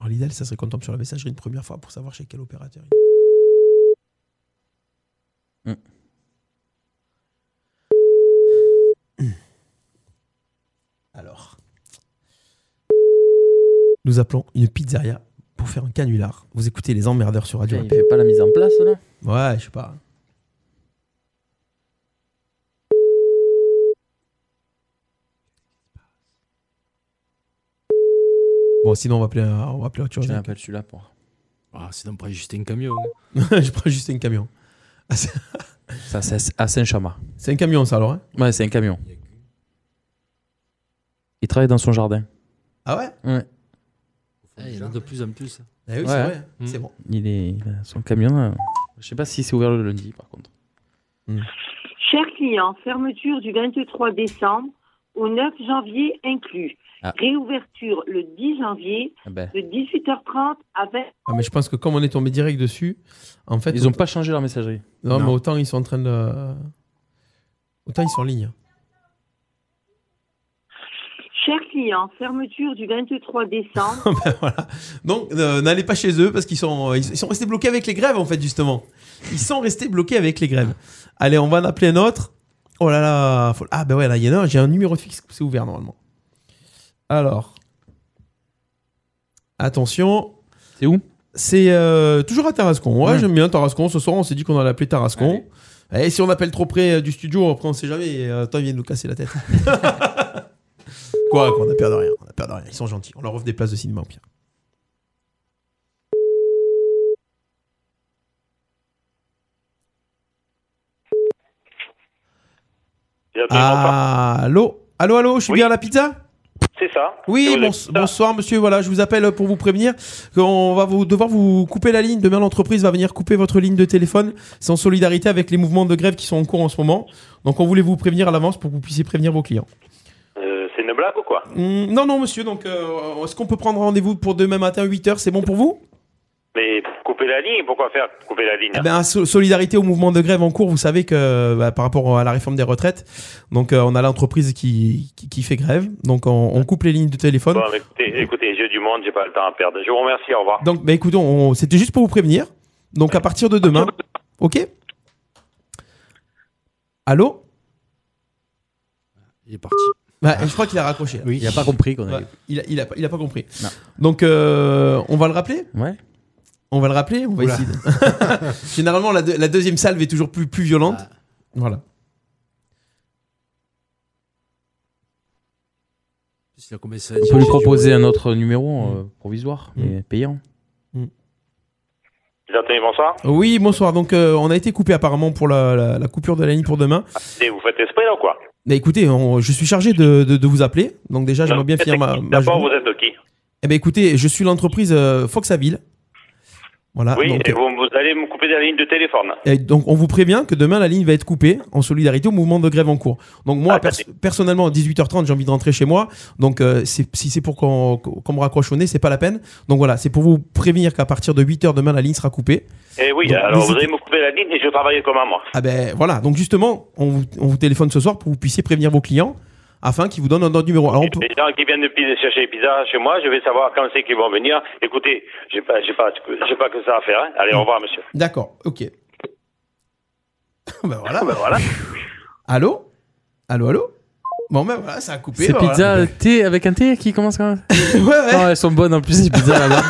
fidèles, ça serait qu'on tombe sur la messagerie une première fois pour savoir chez quel opérateur.
Hmm.
Alors. Nous appelons une pizzeria pour faire un canular. Vous écoutez les emmerdeurs sur Radio.
Il fait pas la mise en place là
Ouais, je sais pas. Bon, sinon, on va appeler, un- on va appeler autre chose.
Je l'appelle celui-là pour.
Ah, sinon, pas juste un camion. hein.
je prends juste un camion. Ah, c'est-
Ça, c'est à Saint-Chamas.
C'est un camion, ça, alors hein
Ouais, c'est un camion. Il travaille dans son jardin.
Ah ouais
Ouais.
Ah, il y en a de plus en plus. hein. Hmm.
Eh oui,
Ouais.
c'est vrai. C'est bon.
Il, est, il a son camion. euh, Je sais pas si c'est ouvert le lundi, par contre.
Chers clients, fermeture du 23 décembre au 9 janvier inclus.
Ah.
Réouverture le 10 janvier
Ah ben.
de 18h30 à 20
Ah, mais je pense que comme on est tombé direct dessus, en fait.
Ils ont
autant-
pas changé leur messagerie.
Non,
Non.
mais autant ils sont en train de. Autant ils sont en ligne.
Chers clients, fermeture du 23 décembre
Ben voilà. Donc, euh, n'allez pas chez eux parce qu'ils sont, euh, ils sont restés bloqués avec les grèves, en fait, justement. Ils sont restés bloqués avec les grèves. Allez, on va en appeler un autre. Oh là là. faut- Ah, ben ouais, là, il y en a un. J'ai un numéro fixe, c'est ouvert normalement. Alors. Attention.
C'est où Hmm.
C'est euh, toujours à Tarascon. Ouais,
Ouais.
j'aime bien Tarascon. Ce soir, on s'est dit qu'on allait appeler Tarascon. Et si on appelle trop près euh, du studio, après, on sait jamais. Et, euh, Attends, ils viennent nous casser la tête. Quoi, qu'on a peur de rien. On a peur de rien. Ils sont gentils. On leur offre des places de cinéma au pire. Allô Allô, allô, je suis bien à la pizza
C'est ça.
Oui, bons- bonsoir monsieur, voilà, je vous appelle pour vous prévenir qu'on va vous, devoir vous couper la ligne. Demain, l'entreprise va venir couper votre ligne de téléphone. C'est en solidarité avec les mouvements de grève qui sont en cours en ce moment. Donc on voulait vous prévenir à l'avance pour que vous puissiez prévenir vos clients.
Euh, c'est une blague ou quoi
Hum, non, non monsieur, donc euh, est-ce qu'on peut prendre rendez-vous pour demain matin 8h C'est bon pour vous
Mais couper la ligne, pourquoi faire couper la ligne
Eh ben, so- solidarité au mouvement de grève en cours, vous savez que bah, par rapport à la réforme des retraites, donc euh, on a l'entreprise qui, qui, qui fait grève, donc on, on coupe les lignes de téléphone.
Bon, mais écoutez, écoutez, j'ai du monde, j'ai pas le temps à perdre. Je vous remercie, au revoir.
Donc, bah écoutez, on- c'était juste pour vous prévenir. Donc, à partir de demain, ok Allô
Il est parti.
Bah, Je crois qu'il a raccroché. là.
Il a pas compris qu'on
Ouais, il, a, il, a, pas- il a pas compris.
Non.
Donc, euh, on va le rappeler
Ouais.
On va le rappeler On va
Oula.
essayer. de- Généralement, la, deux- la deuxième salve est toujours plus, plus violente.
Ah.
Voilà.
Il a commencé à
On
dire
peut lui
j'ai du
proposer un
mal.
autre numéro euh, provisoire,
Hmm.
mais payant.
Les attendez, bonsoir.
Oui, bonsoir. Donc, euh, on a été coupé apparemment pour la, la- la coupure de la ligne pour demain.
Et vous faites esprit là ou quoi
Bah, écoutez, on- je suis chargé de, de- de vous appeler. Donc, déjà, j'aimerais bien finir ma, ma
D'abord,
journée.
vous êtes de qui
Eh ben écoutez, je suis l'entreprise euh, Foxaville.
Ah,
Voilà.
Oui,
euh,
donc,
et vous, vous allez me couper la ligne de téléphone.
et donc, on vous prévient que demain la ligne va être coupée en solidarité au mouvement de grève en cours. Donc moi pers- personnellement à 18h30 j'ai envie de rentrer chez moi. Donc euh, c'est- si c'est pour qu'on qu'on me raccroche au nez c'est pas la peine. Donc voilà c'est pour vous prévenir qu'à partir de 8h demain la ligne sera coupée.
Eh oui,
Donc,
alors vous
n'hésitez-
allez me couper la ligne et je vais travailler comme un mort.
Ah ben voilà donc justement on vous, on vous téléphone ce soir pour que vous puissiez prévenir vos clients afin qu'ils vous donnent un autre numéro. Alors on peut-
Les gens qui viennent de pizza- chercher les pizzas chez moi, je vais savoir quand c'est qu'ils vont venir. Écoutez, j'ai pas, j'ai pas, j'ai pas que ça à faire. hein. Allez, au revoir, monsieur.
D'accord ok. ben voilà.
Ben voilà.
Allô Allô allô. Bon ben voilà ça a coupé.
Ces
ben voilà.
pizzas thé avec un thé qui commence quand même
Ouais, ouais.
elles sont bonnes en plus, ces pizzas là-bas.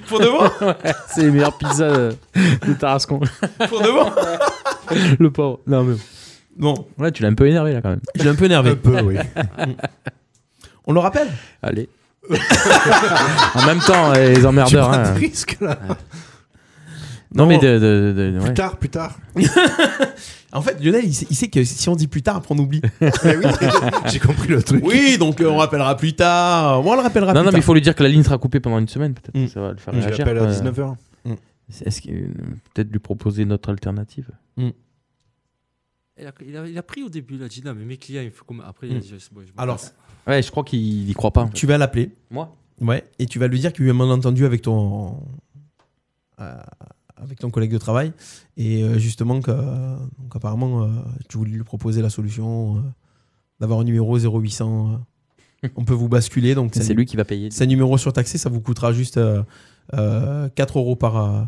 Pour de bon
Ouais, C'est les meilleures pizzas euh, de Tarascon.
Pour de bon
Le pauvre. Non, mais.
Bon.
Ouais, tu l'as un peu énervé là quand même.
Je l'ai un peu énervé. Un peu, oui. On le rappelle
Allez. en même temps, euh, les emmerdeurs.
Tu prends
hein.
des risques, là.
Non, mais de. de- de- de- ouais.
tard, plus tard.
Oh. En fait, Lionel, il sait, il sait que si on dit plus tard, après on oublie.
J'ai compris le truc.
Oui, donc euh, on rappellera plus tard. Moi, on le rappellera
Non,
plus
non, mais il
tard.
faut lui dire que la ligne sera coupée pendant une semaine, peut-être. Ça va le faire
Mm. Je
réagir.
l'appelle à
quoi.
19h.
Mm.
Est-ce que euh, peut-être lui proposer notre alternative
Il a, il a- il a pris au début, il a dit non, mais mes clients, il faut comme. Après, il a
Mm.
dit c'est bon, je me
Alors,
casse.
Ouais, je crois qu'il y croit pas. en fait.
tu vas l'appeler.
Moi
Ouais, et tu vas lui dire qu'il y a eu un malentendu avec ton. euh, avec ton collègue de travail. Et euh, justement, que, euh, donc, apparemment, euh, tu voulais lui proposer la solution euh, d'avoir un numéro 0800. euh, On peut vous basculer. Donc
C'est lui qui va payer.
C'est un numéro surtaxé, ça vous coûtera juste euh, euh, 4 euros par. euh,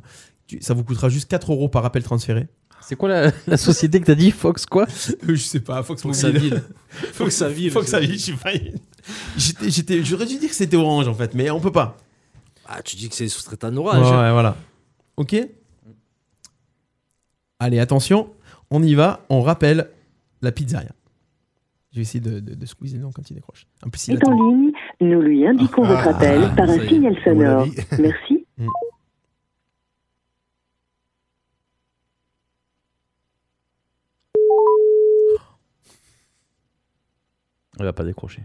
tu- ça vous coûtera juste 4 euros par appel transféré.
C'est quoi la, la société que t'as dit Fox quoi
Je sais pas, Fox
Fox
Mobile.
Saville.
Faut que ça ville. Faut que ça ville, je sais pas. J'étais- j'étais- J'aurais dû dire que c'était orange en fait, mais on peut pas.
Ah, tu dis que c'est sous-traitant d'orange.
Ouais, ouais, voilà. Ok Allez, attention, on y va, on rappelle la pizzeria. Je vais essayer de, de, de squeezer le nom quand il décroche. En plus, il
est en
attend.
ligne. Nous lui indiquons
Ah,
votre appel
ah,
par
ça
un
y est,
signal
on l'a
sonore.
dit.
Merci.
Mm.
Elle va pas décrocher.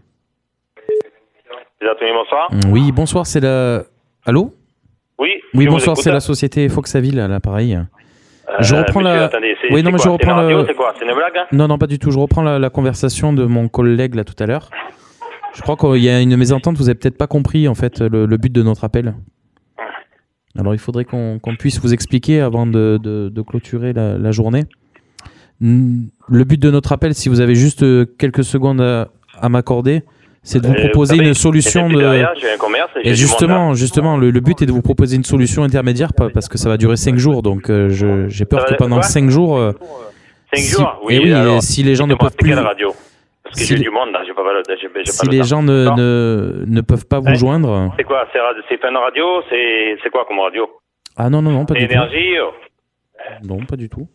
Bisous à tous, bonsoir.
Mm, Oui, bonsoir, c'est la. Allô
Oui,
Oui,
je vous
bonsoir,
écoute.
c'est la société Foxaville à l'appareil.
Euh,
Je reprends
monsieur,
la.
attendez, c'est-
oui, non, mais je
c'est quoi C'est une
reprends la-
radio, c'est quoi C'est une blague hein
Non, non, pas du tout. Je reprends la, la conversation de mon collègue là tout à l'heure. Je crois qu'il y a une mésentente. Vous avez peut-être pas compris en fait le, le but de notre appel. Alors, il faudrait qu'on qu'on puisse vous expliquer avant de, de- de clôturer la, la journée. Mm, Le but de notre appel, si vous avez juste euh, quelques secondes à, à m'accorder, c'est de vous
Euh,
proposer
vous savez,
une solution
j'ai
de.
des derrière, j'ai un commerce, j'ai
Et
du
justement, justement, le, le but est de vous proposer une solution intermédiaire pa- parce que ça va durer 5 jours. Donc, euh, je- j'ai peur
Ça va
que pendant
quoi
5 jours. euh,
5
si-
jours
eh oui,
alors,
et si les gens ne
dites-moi,
peuvent
c'est
plus.
quelle radio Parce que
si
j'ai
les-
du monde, là, j'ai pas, le- j'ai- j'ai pas
Si
le
les
temps. Hein
gens ne, ne, ne peuvent pas vous joindre.
C'est quoi C'est rad- c'est Fun Radio C'est c'est quoi comme radio
Ah non, non, non, pas du tout.
Énergie euh,
Non, pas du tout.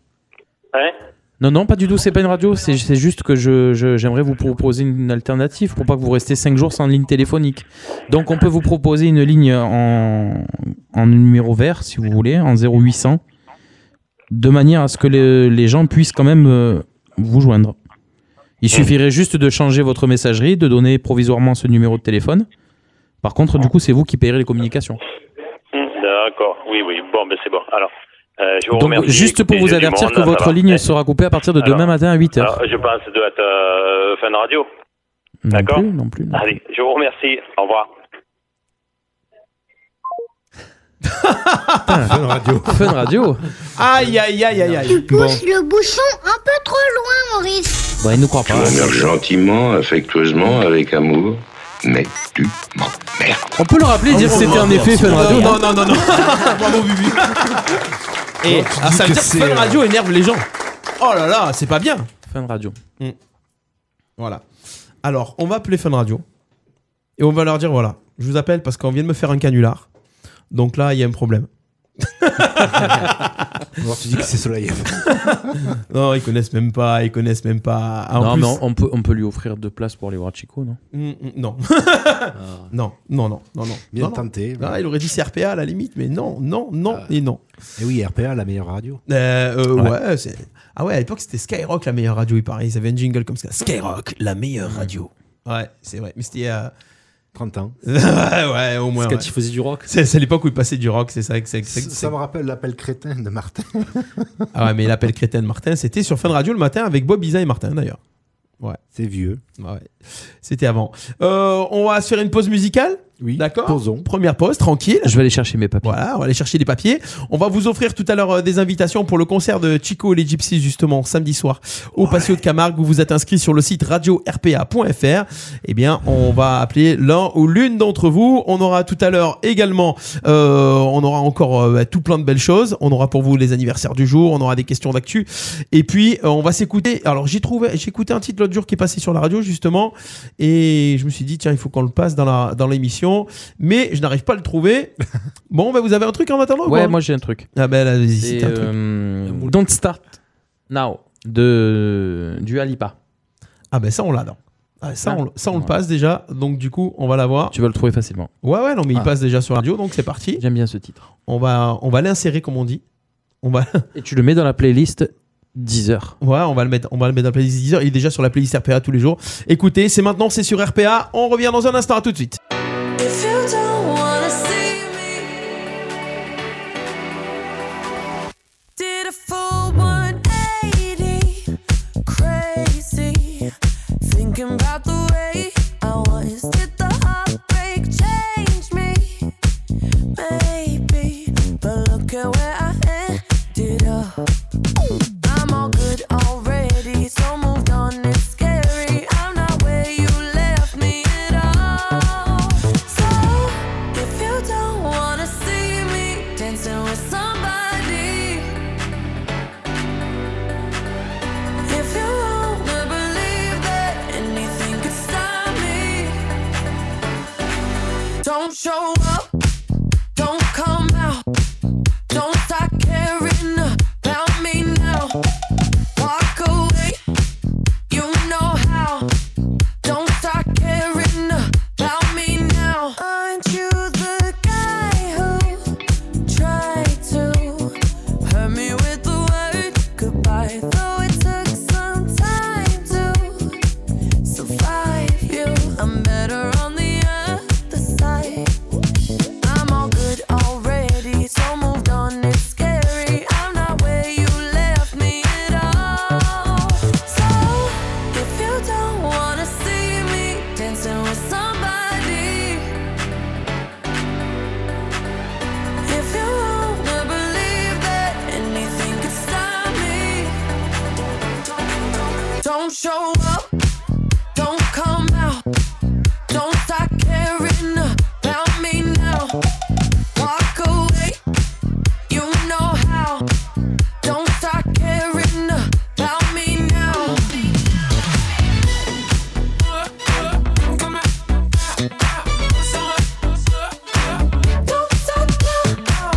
hein
Non, non, pas du tout. C'est pas une radio. C'est c'est juste que je- je- j'aimerais vous proposer une alternative pour pas que vous restez 5 jours sans ligne téléphonique. Donc, on peut vous proposer une ligne en, en numéro vert, si vous voulez, en 0800, de manière à ce que les, les gens puissent quand même euh, vous joindre. Il suffirait juste de changer votre messagerie, de donner provisoirement ce numéro de téléphone. Par contre, du coup, c'est vous qui payerez les communications.
Hmm, D'accord, oui, oui, bon, ben c'est bon. Alors, euh, je vous
Donc,
remercie.
juste pour
Écoutez,
vous
j'ai du
avertir
monde,
que
là, ça
votre
va.
ligne sera coupée à partir de demain
Alors,
matin à 8h.
Alors, je pense que ça doit être euh, Fun Radio.
D'accord Non plus.
Allez, je vous remercie. Au revoir.
Ah, Fun Radio.
Fun Radio.
Aïe, aïe, aïe, aïe, aïe.
Pousse le bouchon un peu trop loin, Maurice.
Bah, il nous croit pas.
gentiment, affectueusement, avec amour, mais tu
On peut le rappeler
Ah
et dire que c'était un effet Fun Radio.
Non, non, non, non. Bravo, Bubu. Et
Non, tu
ah,
dis
ça veut
que
dire que
c'est,
Fun
euh,
Radio énerve les gens. Oh là là, c'est pas bien. Mm.
Fun Radio.
Voilà. Alors, on va appeler Fun Radio. Et on va leur dire voilà, je vous appelle parce qu'on vient de me faire un canular. Donc là, il y a un problème.
Alors, tu dis que c'est Soleil.
non, ils connaissent même pas, ils connaissent même pas. Ah, en
non,
plus-
mais on- on peut, on peut lui offrir deux places pour aller voir Chico, non
Mm, mm, non. non, non, non, non, non.
Bien
Non, non.
tenté.
Ah, il aurait dit CRPA à la limite, mais non, non, non et non.
Et Ah. Eh oui, RPA, la meilleure radio.
Euh, euh, ouais,
Ouais.
c'est- ah ouais, à l'époque c'était Skyrock la meilleure radio, il paraît. Ils avaient un jingle comme ça. Skyrock, la meilleure radio. Ouais, c'est vrai. Mais c'était il y a
30 ans.
ouais, ouais, au moins.
C'est quand
ouais.
il faisait du rock.
C'est c'est à l'époque où il passait du rock, c'est ça. c'est-
Ça,
c'est-
ça me rappelle l'appel crétin de Martin.
Ah ouais, mais l'appel crétin de Martin, c'était sur Fun Radio le matin avec Bob Isa et Martin d'ailleurs. Ouais.
C'est vieux.
Ouais. C'était avant. Euh, on va se faire une pause musicale.
Oui.
D'accord. Première pause, tranquille.
Je vais aller chercher mes papiers.
Voilà, on va aller chercher les papiers. On va vous offrir tout à l'heure euh, des invitations pour le concert de Chico et les Gypsies justement samedi soir au Patio de Camargue. Vous vous êtes inscrit sur le site radio-rpa.fr. Eh bien, on va appeler l'un ou l'une d'entre vous. On aura tout à l'heure également, euh, on aura encore euh, bah, tout plein de belles choses. On aura pour vous les anniversaires du jour. On aura des questions d'actu. Et puis, euh, on va s'écouter. Alors, j'ai trouvé, j'ai écouté un titre l'autre jour qui est passé sur la radio justement, et je me suis dit tiens, il faut qu'on le passe dans la dans l'émission, mais je n'arrive pas à le trouver. Bon, bah, vous avez un truc en attendant ou
Ouais,
pas
moi j'ai un truc.
Ah ben là, vas-y, si
C'est,
t'as un truc.
euh, Don't Start Now de, du Alipa.
Ah ben ça on l'a non. Ah, ça,
Ah.
on, le- ça on le
Ouais.
passe déjà, donc du coup on va l'avoir.
Tu vas le trouver facilement.
Ouais ouais non mais
Ah.
il passe déjà sur la radio donc c'est parti.
J'aime bien ce titre.
On va on va l'insérer comme on dit. On va
Et tu le mets dans la playlist 10 heures.
ouais on va le mettre on va le mettre dans la playlist 10 heures. Il est déjà sur la playlist RPA tous les jours. Écoutez c'est maintenant c'est sur RPA. On revient dans un instant à tout de suite.
If you don't wanna see me, did a full 180, crazy, thinking about the way I was. Did the heartbreak change me? Maybe, but look at where I ended up. I'm all good already, so moved on. It's scary. I'm not where you left me at all. show up, don't come out. Don't start caring about me now. Walk away, you know how. Don't start caring about me now. Don't stop now.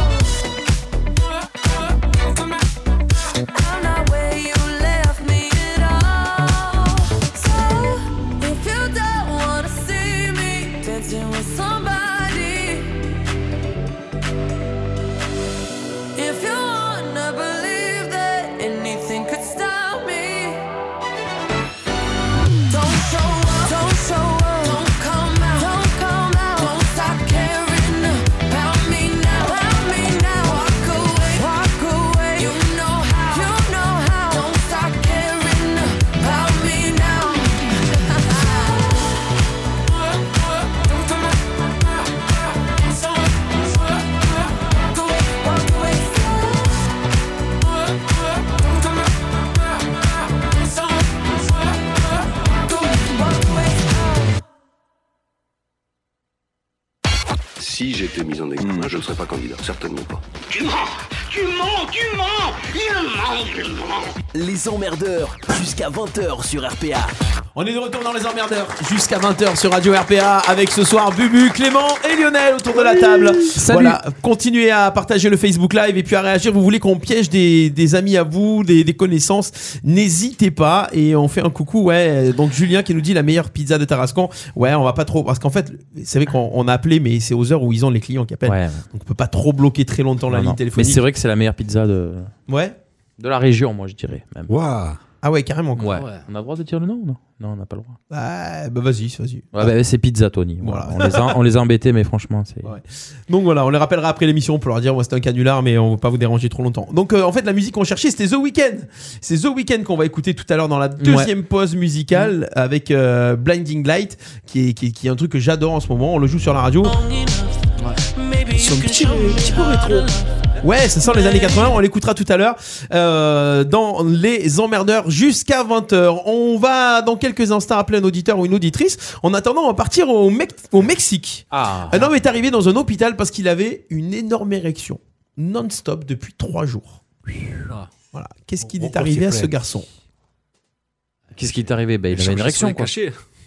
I'm not where you left me at all. So if you don't wanna see me dancing with somebody, if you wanna believe that anything could stop me, don't show up, don't show up, don't come out, don't come out, don't stop caring about me now, about me now. Walk away, walk away. You know how, you know how. Don't stop caring about me now.
Si j'étais mis en examen, je ne serais pas candidat. Certainement pas.
Tu mens Tu mens Tu mens Il ment, il ment Les emmerdeurs, jusqu'à 20h sur RPA.
On est de retour dans les emmerdeurs. Jusqu'à 20h sur Radio RPA avec ce soir Bubu, Clément et Lionel autour de la table.
Salut.
Voilà, continuez à partager le Facebook Live et puis à réagir. Vous voulez qu'on piège des, des amis à vous, des, des connaissances N'hésitez pas et on fait un coucou. Ouais, donc Julien qui nous dit la meilleure pizza de Tarascon. Ouais, on va pas trop parce qu'en fait, c'est vrai qu'on on a appelé, mais c'est aux heures où ils ont les clients qui appellent.
Ouais, ouais.
Donc on peut pas trop bloquer très longtemps la
Non,
ligne
non. Mais
téléphonique.
c'est vrai que c'est la meilleure pizza de,
Ouais.
de la région, moi je dirais. Même.
Ah ouais, carrément. quoi.
Ouais. On a le droit de dire le nom ou non Non, on n'a pas le droit.
Ah, bah vas-y, vas-y.
Ouais, bah, c'est pizza, Tony.
Voilà.
On, les a, on les a embêtés, mais franchement, c'est.
Donc voilà, on les rappellera après l'émission pour leur dire ouais, c'était un canular, mais on ne va pas vous déranger trop longtemps. Donc euh, en fait, la musique qu'on cherchait, c'était The Weeknd. C'est The Weeknd qu'on va écouter tout à l'heure dans la deuxième pause musicale avec euh, Blinding Light, qui est, qui, est- qui est un truc que j'adore en ce moment. On le joue sur la radio.
Ils sont un petit, petit peu rétro.
Ouais, ça sent les années 80, on l'écoutera tout à l'heure euh, dans Les Emmerdeurs jusqu'à 20h. On va dans quelques instants appeler un auditeur ou une auditrice. En attendant, on va partir au, Mec- au Mexique.
Ah,
Un homme est arrivé dans un hôpital parce qu'il avait une énorme érection, non-stop, depuis trois jours. Voilà. Qu'est-ce qu'il est arrivé à ce garçon
Qu'est-ce qui t'est arrivé bah, Il avait une érection, quoi.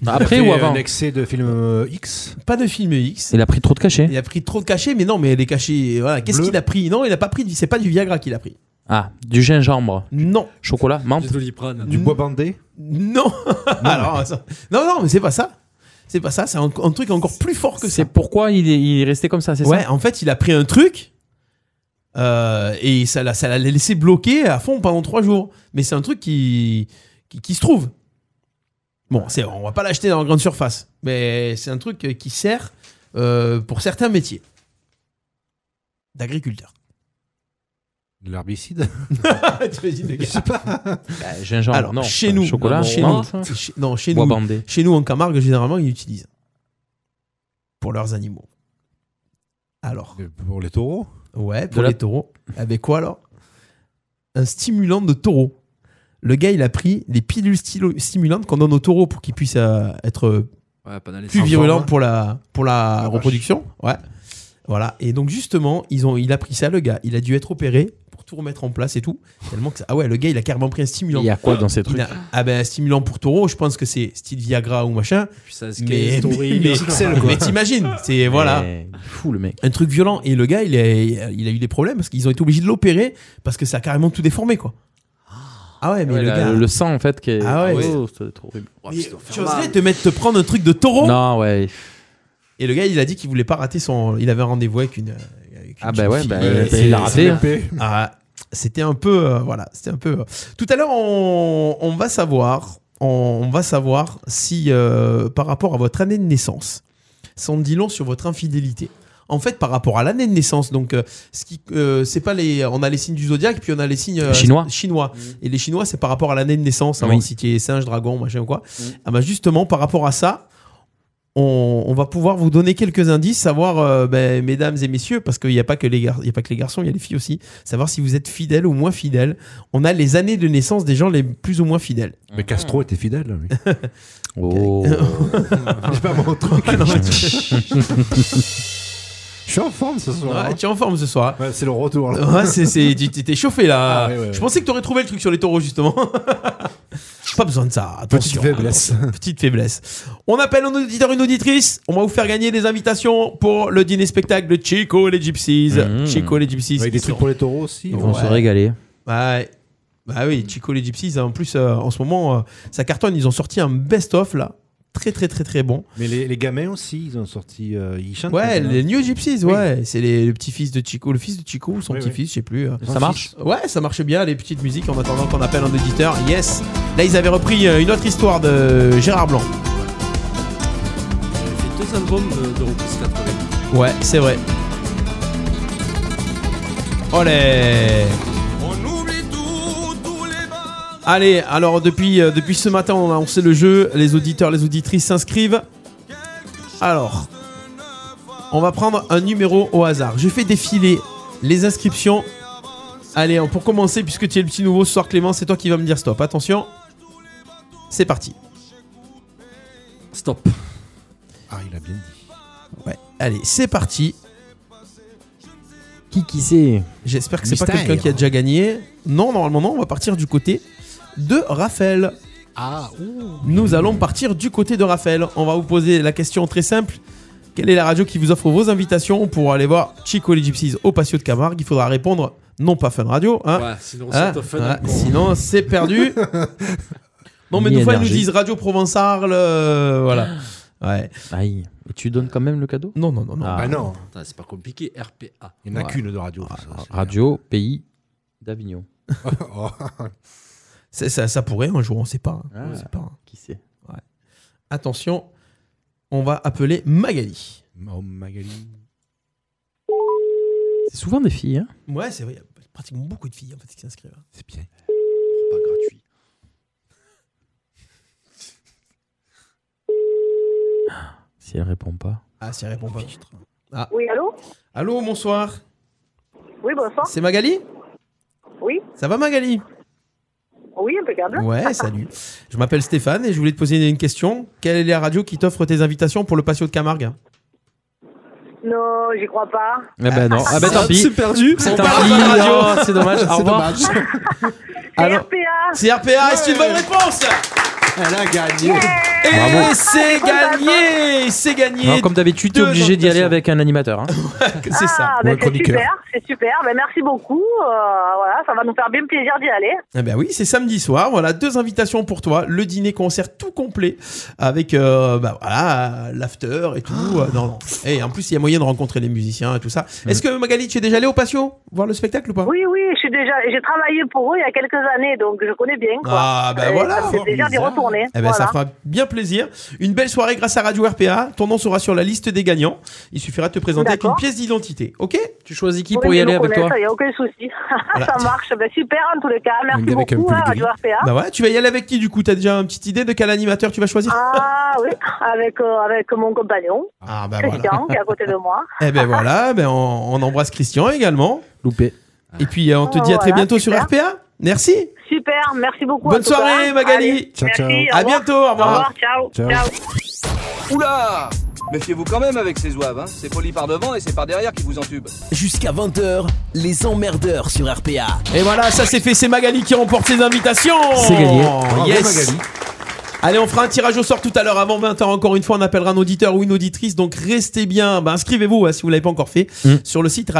Après ou avant
Un excès de film euh, X
Pas de film X.
Il a pris trop de cachets.
Il a pris trop de cachets, mais non, mais les cachets. Voilà. Qu'est-ce qu'il a pris Non, il a pas pris. du- C'est pas du Viagra qu'il a pris.
Ah, du gingembre.
Non.
Chocolat, menthe.
Du bois bandé
Non. Alors, ça- non, non, mais c'est pas ça. C'est pas ça. C'est un, un truc encore plus fort que ça.
C'est pourquoi il est, il est resté comme ça, c'est
Ouais,
ça
en fait, il a pris un truc euh, et ça l'a ça l'a laissé bloqué à fond pendant trois jours. Mais c'est un truc qui, qui, qui se trouve. Bon, c'est- on va pas l'acheter dans la grande surface, mais c'est un truc qui sert euh, pour certains métiers d'agriculteurs.
De l'herbicide
Je sais pas.
Bah,
Bah,
gingembre,
Alors,
non.
Chez nous,
Chocolat,
chez
non,
nous,
ça
chez- non, chez
Bois
nous,
bandé.
chez nous en Camargue, généralement, ils l'utilisent pour leurs animaux. Alors,
Pour les taureaux
Ouais, pour
la-
les taureaux. Avec quoi alors Un stimulant de taureau. Le gars, il a pris des pilules stylo- stimulantes qu'on donne aux taureaux pour qu'ils puissent euh, être euh,
Ouais, pas dans les
plus
sens.
virulents
Hein.
pour la, pour la reproduction. Ouais. Voilà. Et donc, justement, ils ont, il a pris ça, le gars. Il a dû être opéré pour tout remettre en place et tout. Tellement que ça... Ah ouais, le gars, il a carrément pris un stimulant.
Il y a quoi dans ces
Il
trucs
a- Ah ben, un stimulant pour taureau, je pense que c'est style Viagra ou machin.
ça se
Mais,
casse, taurine,
mais-
pixel, quoi.
mais t'imagines, c'est voilà.
Mais Fou le mec.
Un truc violent. Et le gars, il a, il a eu des problèmes parce qu'ils ont été obligés de l'opérer parce que ça a carrément tout déformé, quoi. Ah ouais, mais
Ouais,
le
la-
gars.
le sang, en fait, qui est.
Ah ouais.
Oh, c'est trop horrible.
Mais tu
bah.
oserais te mettre te prendre un truc de taureau
Non, ouais.
Et le gars, il a dit qu'il voulait pas rater son. Il avait un rendez-vous avec une. euh, avec
Ah
une
bah
jeune
ouais,
fille.
bah, il l'a raté, hein.
Ah, c'était un peu. euh, voilà, c'était un peu. euh. Tout à l'heure, on, on va savoir. On, on va savoir si, euh, par rapport à votre année de naissance, ça en dit long sur votre infidélité. En fait, par rapport à l'année de naissance, donc euh, ce qui, euh, c'est pas les, on a les signes du zodiaque, puis on a les signes euh,
Chinois.
chinois. Et les chinois, c'est par rapport à l'année de naissance, hein,
Oui.
si tu es singe, dragon, machin ou quoi. Ah bah justement, par rapport à ça, on, on va pouvoir vous donner quelques indices, savoir, euh, ben, mesdames et messieurs, parce qu'il n'y a, pas que les gar- il y a pas que les garçons, il y a les filles aussi, savoir si vous êtes fidèles ou moins fidèles. On a les années de naissance des gens les plus ou moins fidèles.
Mais Castro était fidèle. lui.
Oh.
C'est pas mon truc.
Ah, non, mais tu-
Je suis en forme ce soir. hein.
Ouais, tu es en forme ce soir.
c'est le retour. là.
Ouais, c'est- c'est- tu tu t'es chauffé là.
Ah, ouais, ouais, ouais.
Je pensais que t'aurais trouvé le truc sur les taureaux justement. Pas besoin de ça. Attention, hein,
Petite faiblesse.
attention. Petite faiblesse. On appelle un auditeur, une auditrice. On va vous faire gagner des invitations pour le dîner spectacle de Chico et les Gypsies.
Mmh.
Chico et les Gypsies.
Avec des
qui
trucs
sont-
pour les taureaux aussi. Ils vont se
Ouais.
régaler.
Ouais. Bah oui, Chico et les Gypsies. En plus, euh, en ce moment, euh, ça cartonne. Ils ont sorti un best-of là. Très très très très bon.
Mais les, les gamins aussi, ils ont sorti. euh, ils chantent.
Ouais,
les gamins.
les New Gypsies, ouais. C'est les, le petit-fils de Chico, le fils de Chico, ou son
Oui, oui.
petit-fils, je sais plus. euh.
Ça marche
Ouais, ça marche bien, les petites musiques en attendant qu'on appelle un auditeur. Yes Là, ils avaient repris euh, une autre histoire de Gérard Blanc.
J'ai fait deux albums de, de reprises 80.
Ouais, c'est vrai. Olé Allez, alors depuis, euh, depuis ce matin, on a lancé le jeu. Les auditeurs, les auditrices s'inscrivent. Alors, on va prendre un numéro au hasard. Je fais défiler les inscriptions. Allez, hein, pour commencer, puisque tu es le petit nouveau ce soir, Clément, c'est toi qui vas me dire stop. Attention, c'est parti. Stop.
Ah, il a bien dit.
Ouais, allez, c'est parti.
Qui qui c'est
J'espère que c'est pas
Mystère.
quelqu'un qui a déjà gagné. Non, normalement non, on va partir du côté de Raphaël.
Ah,
Nous allons partir du côté de Raphaël. On va vous poser la question très simple. Quelle est la radio qui vous offre vos invitations pour aller voir Chico et les Gypsies au Patio de Camargue Il faudra répondre non pas Fun Radio. hein.
Ouais, sinon
Hein
c'est Fun
Ouais,
Radio.
sinon, c'est perdu. non mais
Ni
nous, fois, ils nous
NRJ.
disent Radio Provençal. euh, voilà. Ouais.
Aïe. Et tu donnes quand même le cadeau
Non, non, non, non.
Bah
Ah.
Putain, c'est pas compliqué, RPA.
Il n'y en a
Ouais.
qu'une de radio.
Ah,
ça, c'est-
Radio, pays d'Avignon.
Oh.
C'est- ça, ça pourrait un jour, on sait pas. hein.
Ah,
On sait pas. hein.
Qui c'est
Ouais. Attention, on va appeler Magali.
Oh, Magali.
C'est souvent des filles. Hein
Ouais, c'est vrai, il y a pratiquement beaucoup de filles en fait, qui s'inscrivent. hein.
C'est bien.
si elle répond pas.
Ah, si elle répond pas.
Oui, allô
Allô, bonsoir.
Oui, bonsoir.
C'est Magali
Oui,
Ça va, Magali
oui, impeccable.
Hein
Ouais, salut. Je m'appelle Stéphane et je voulais te poser une question. Quelle est la radio qui t'offre tes invitations pour le patio de Camargue
Non, j'y crois pas.
Ah bah non. Ah bah tant pis.
C'est Ah, perdu.
C'est
On
tant
parle
pis.
pas de radio.
Oh, c'est dommage. Au revoir.
Alors, c'est RPA, c'est une bonne réponse
Elle a gagné.
Et
Bravo.
c'est gagné C'est gagné
Non, comme d'habitude, tu es
Deux
obligé d'y aller avec un animateur. hein.
C'est ça.
Ah, ben, c'est super, c'est super. Ben, merci beaucoup. Euh, voilà, ça va nous faire bien plaisir d'y aller.
Eh ben oui, c'est samedi soir. Voilà, deux invitations pour toi. Le dîner concert tout complet avec euh, bah voilà, l'after et tout. Euh, non, non. Et en plus, il y a moyen de rencontrer les musiciens et tout ça. Est-ce que Magali, tu es déjà allé au patio voir le spectacle ou pas
Oui, oui, je suis déjà, j'ai travaillé pour eux il y a quelques années, donc je connais bien. Quoi.
Ah, ben
Et
voilà.
ça me fait plaisir d'y retourner.
Eh ben,
Voilà.
ça fera bien plaisir. Une belle soirée grâce à Radio RPA. Ton nom sera sur la liste des gagnants. Il suffira de te présenter avec une
D'accord.
pièce d'identité. Ok Tu choisis
Oui, ils nous connaissent, Il n'y a aucun souci. ça marche. Ben, super, en tous les cas. Merci
avec un
beaucoup,
pull
hein,
de
Radio RPA.
Bah ouais, tu vas y aller avec qui du coup T'as déjà une petite idée de quel animateur tu vas choisir
Ah oui, avec, euh, avec mon compagnon,
Ah bah
Christian, qui est à côté de moi.
Eh ben voilà, ben on, on embrasse Christian également.
Loupé.
Et puis euh, on te
Ah,
dit à très
voilà,
bientôt sur
super.
RPA. Merci.
Super, merci beaucoup. en
Bonne
tout cas.
soirée Magali.
Allez, merci, au
À
revoir.
bientôt. Au revoir.
Au revoir, ciao.
Ciao.
ciao.
Oula Méfiez-vous quand même avec ces zouaves, hein. c'est poli par devant et c'est par derrière qui vous entube.
Jusqu'à 20h, les emmerdeurs sur RPA. Et voilà, ça c'est fait, c'est Magali qui remporte ses invitations.
C'est gagné.
Oh, yes. Allez, on fera un tirage au sort tout à l'heure avant 20h. Encore une fois, on appellera un auditeur ou une auditrice. Donc restez bien. Ben, inscrivez-vous hein, si vous l'avez pas encore fait
Mm.
sur le site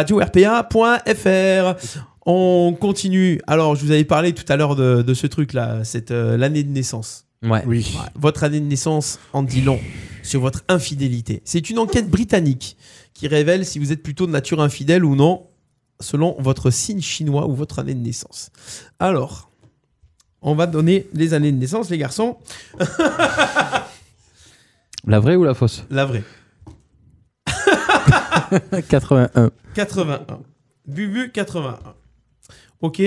radio-rpa.fr. On continue. Alors, je vous avais parlé tout à l'heure de, de ce truc-là, cette euh, l'année de naissance.
Ouais.
Oui. Votre année de naissance en dit long sur votre infidélité. C'est une enquête britannique qui révèle si vous êtes plutôt de nature infidèle ou non selon votre signe chinois ou votre année de naissance. Alors, on va donner les années de naissance, les garçons.
La vraie ou la fausse
La vraie.
81.
81. Bubu, 81. Ok.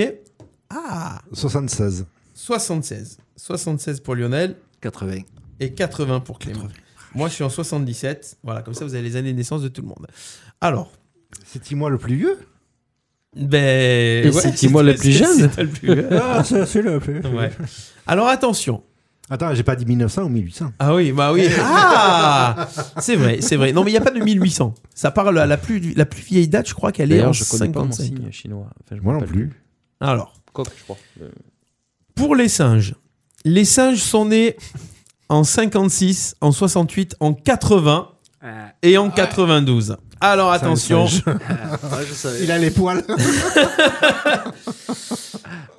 Ah
76.
76. 76 pour Lionel.
80.
Et 80 pour Clément. Moi, je suis en 77. Voilà, comme ça, vous avez les années de naissance de tout le monde. Alors.
C'est Timois le plus vieux
Ben.
Et
ouais,
c'est Timois le plus
c'est-
jeune
Ben, c'est toi le plus vieux.
Ah, c'est- c'est le plus-
Ouais. Alors, attention.
Attends, j'ai pas dit 1900 ou 1800.
Ah oui, bah oui. Ah C'est vrai, c'est vrai. Non, mais il n'y a pas de 1800. Ça parle à la plus, la plus vieille date, je crois qu'elle est en
D'ailleurs, je connais pas mon
55.
signe chinois. Enfin, je
Moi non
m'appelle-
plus. Ah, Alors.
Coq, je crois. Euh,
Pour les singes, les singes sont nés en 56, en 68, en 80
Euh,
et en 92. Alors
Ça, le
attention,
singe. Il a les poils.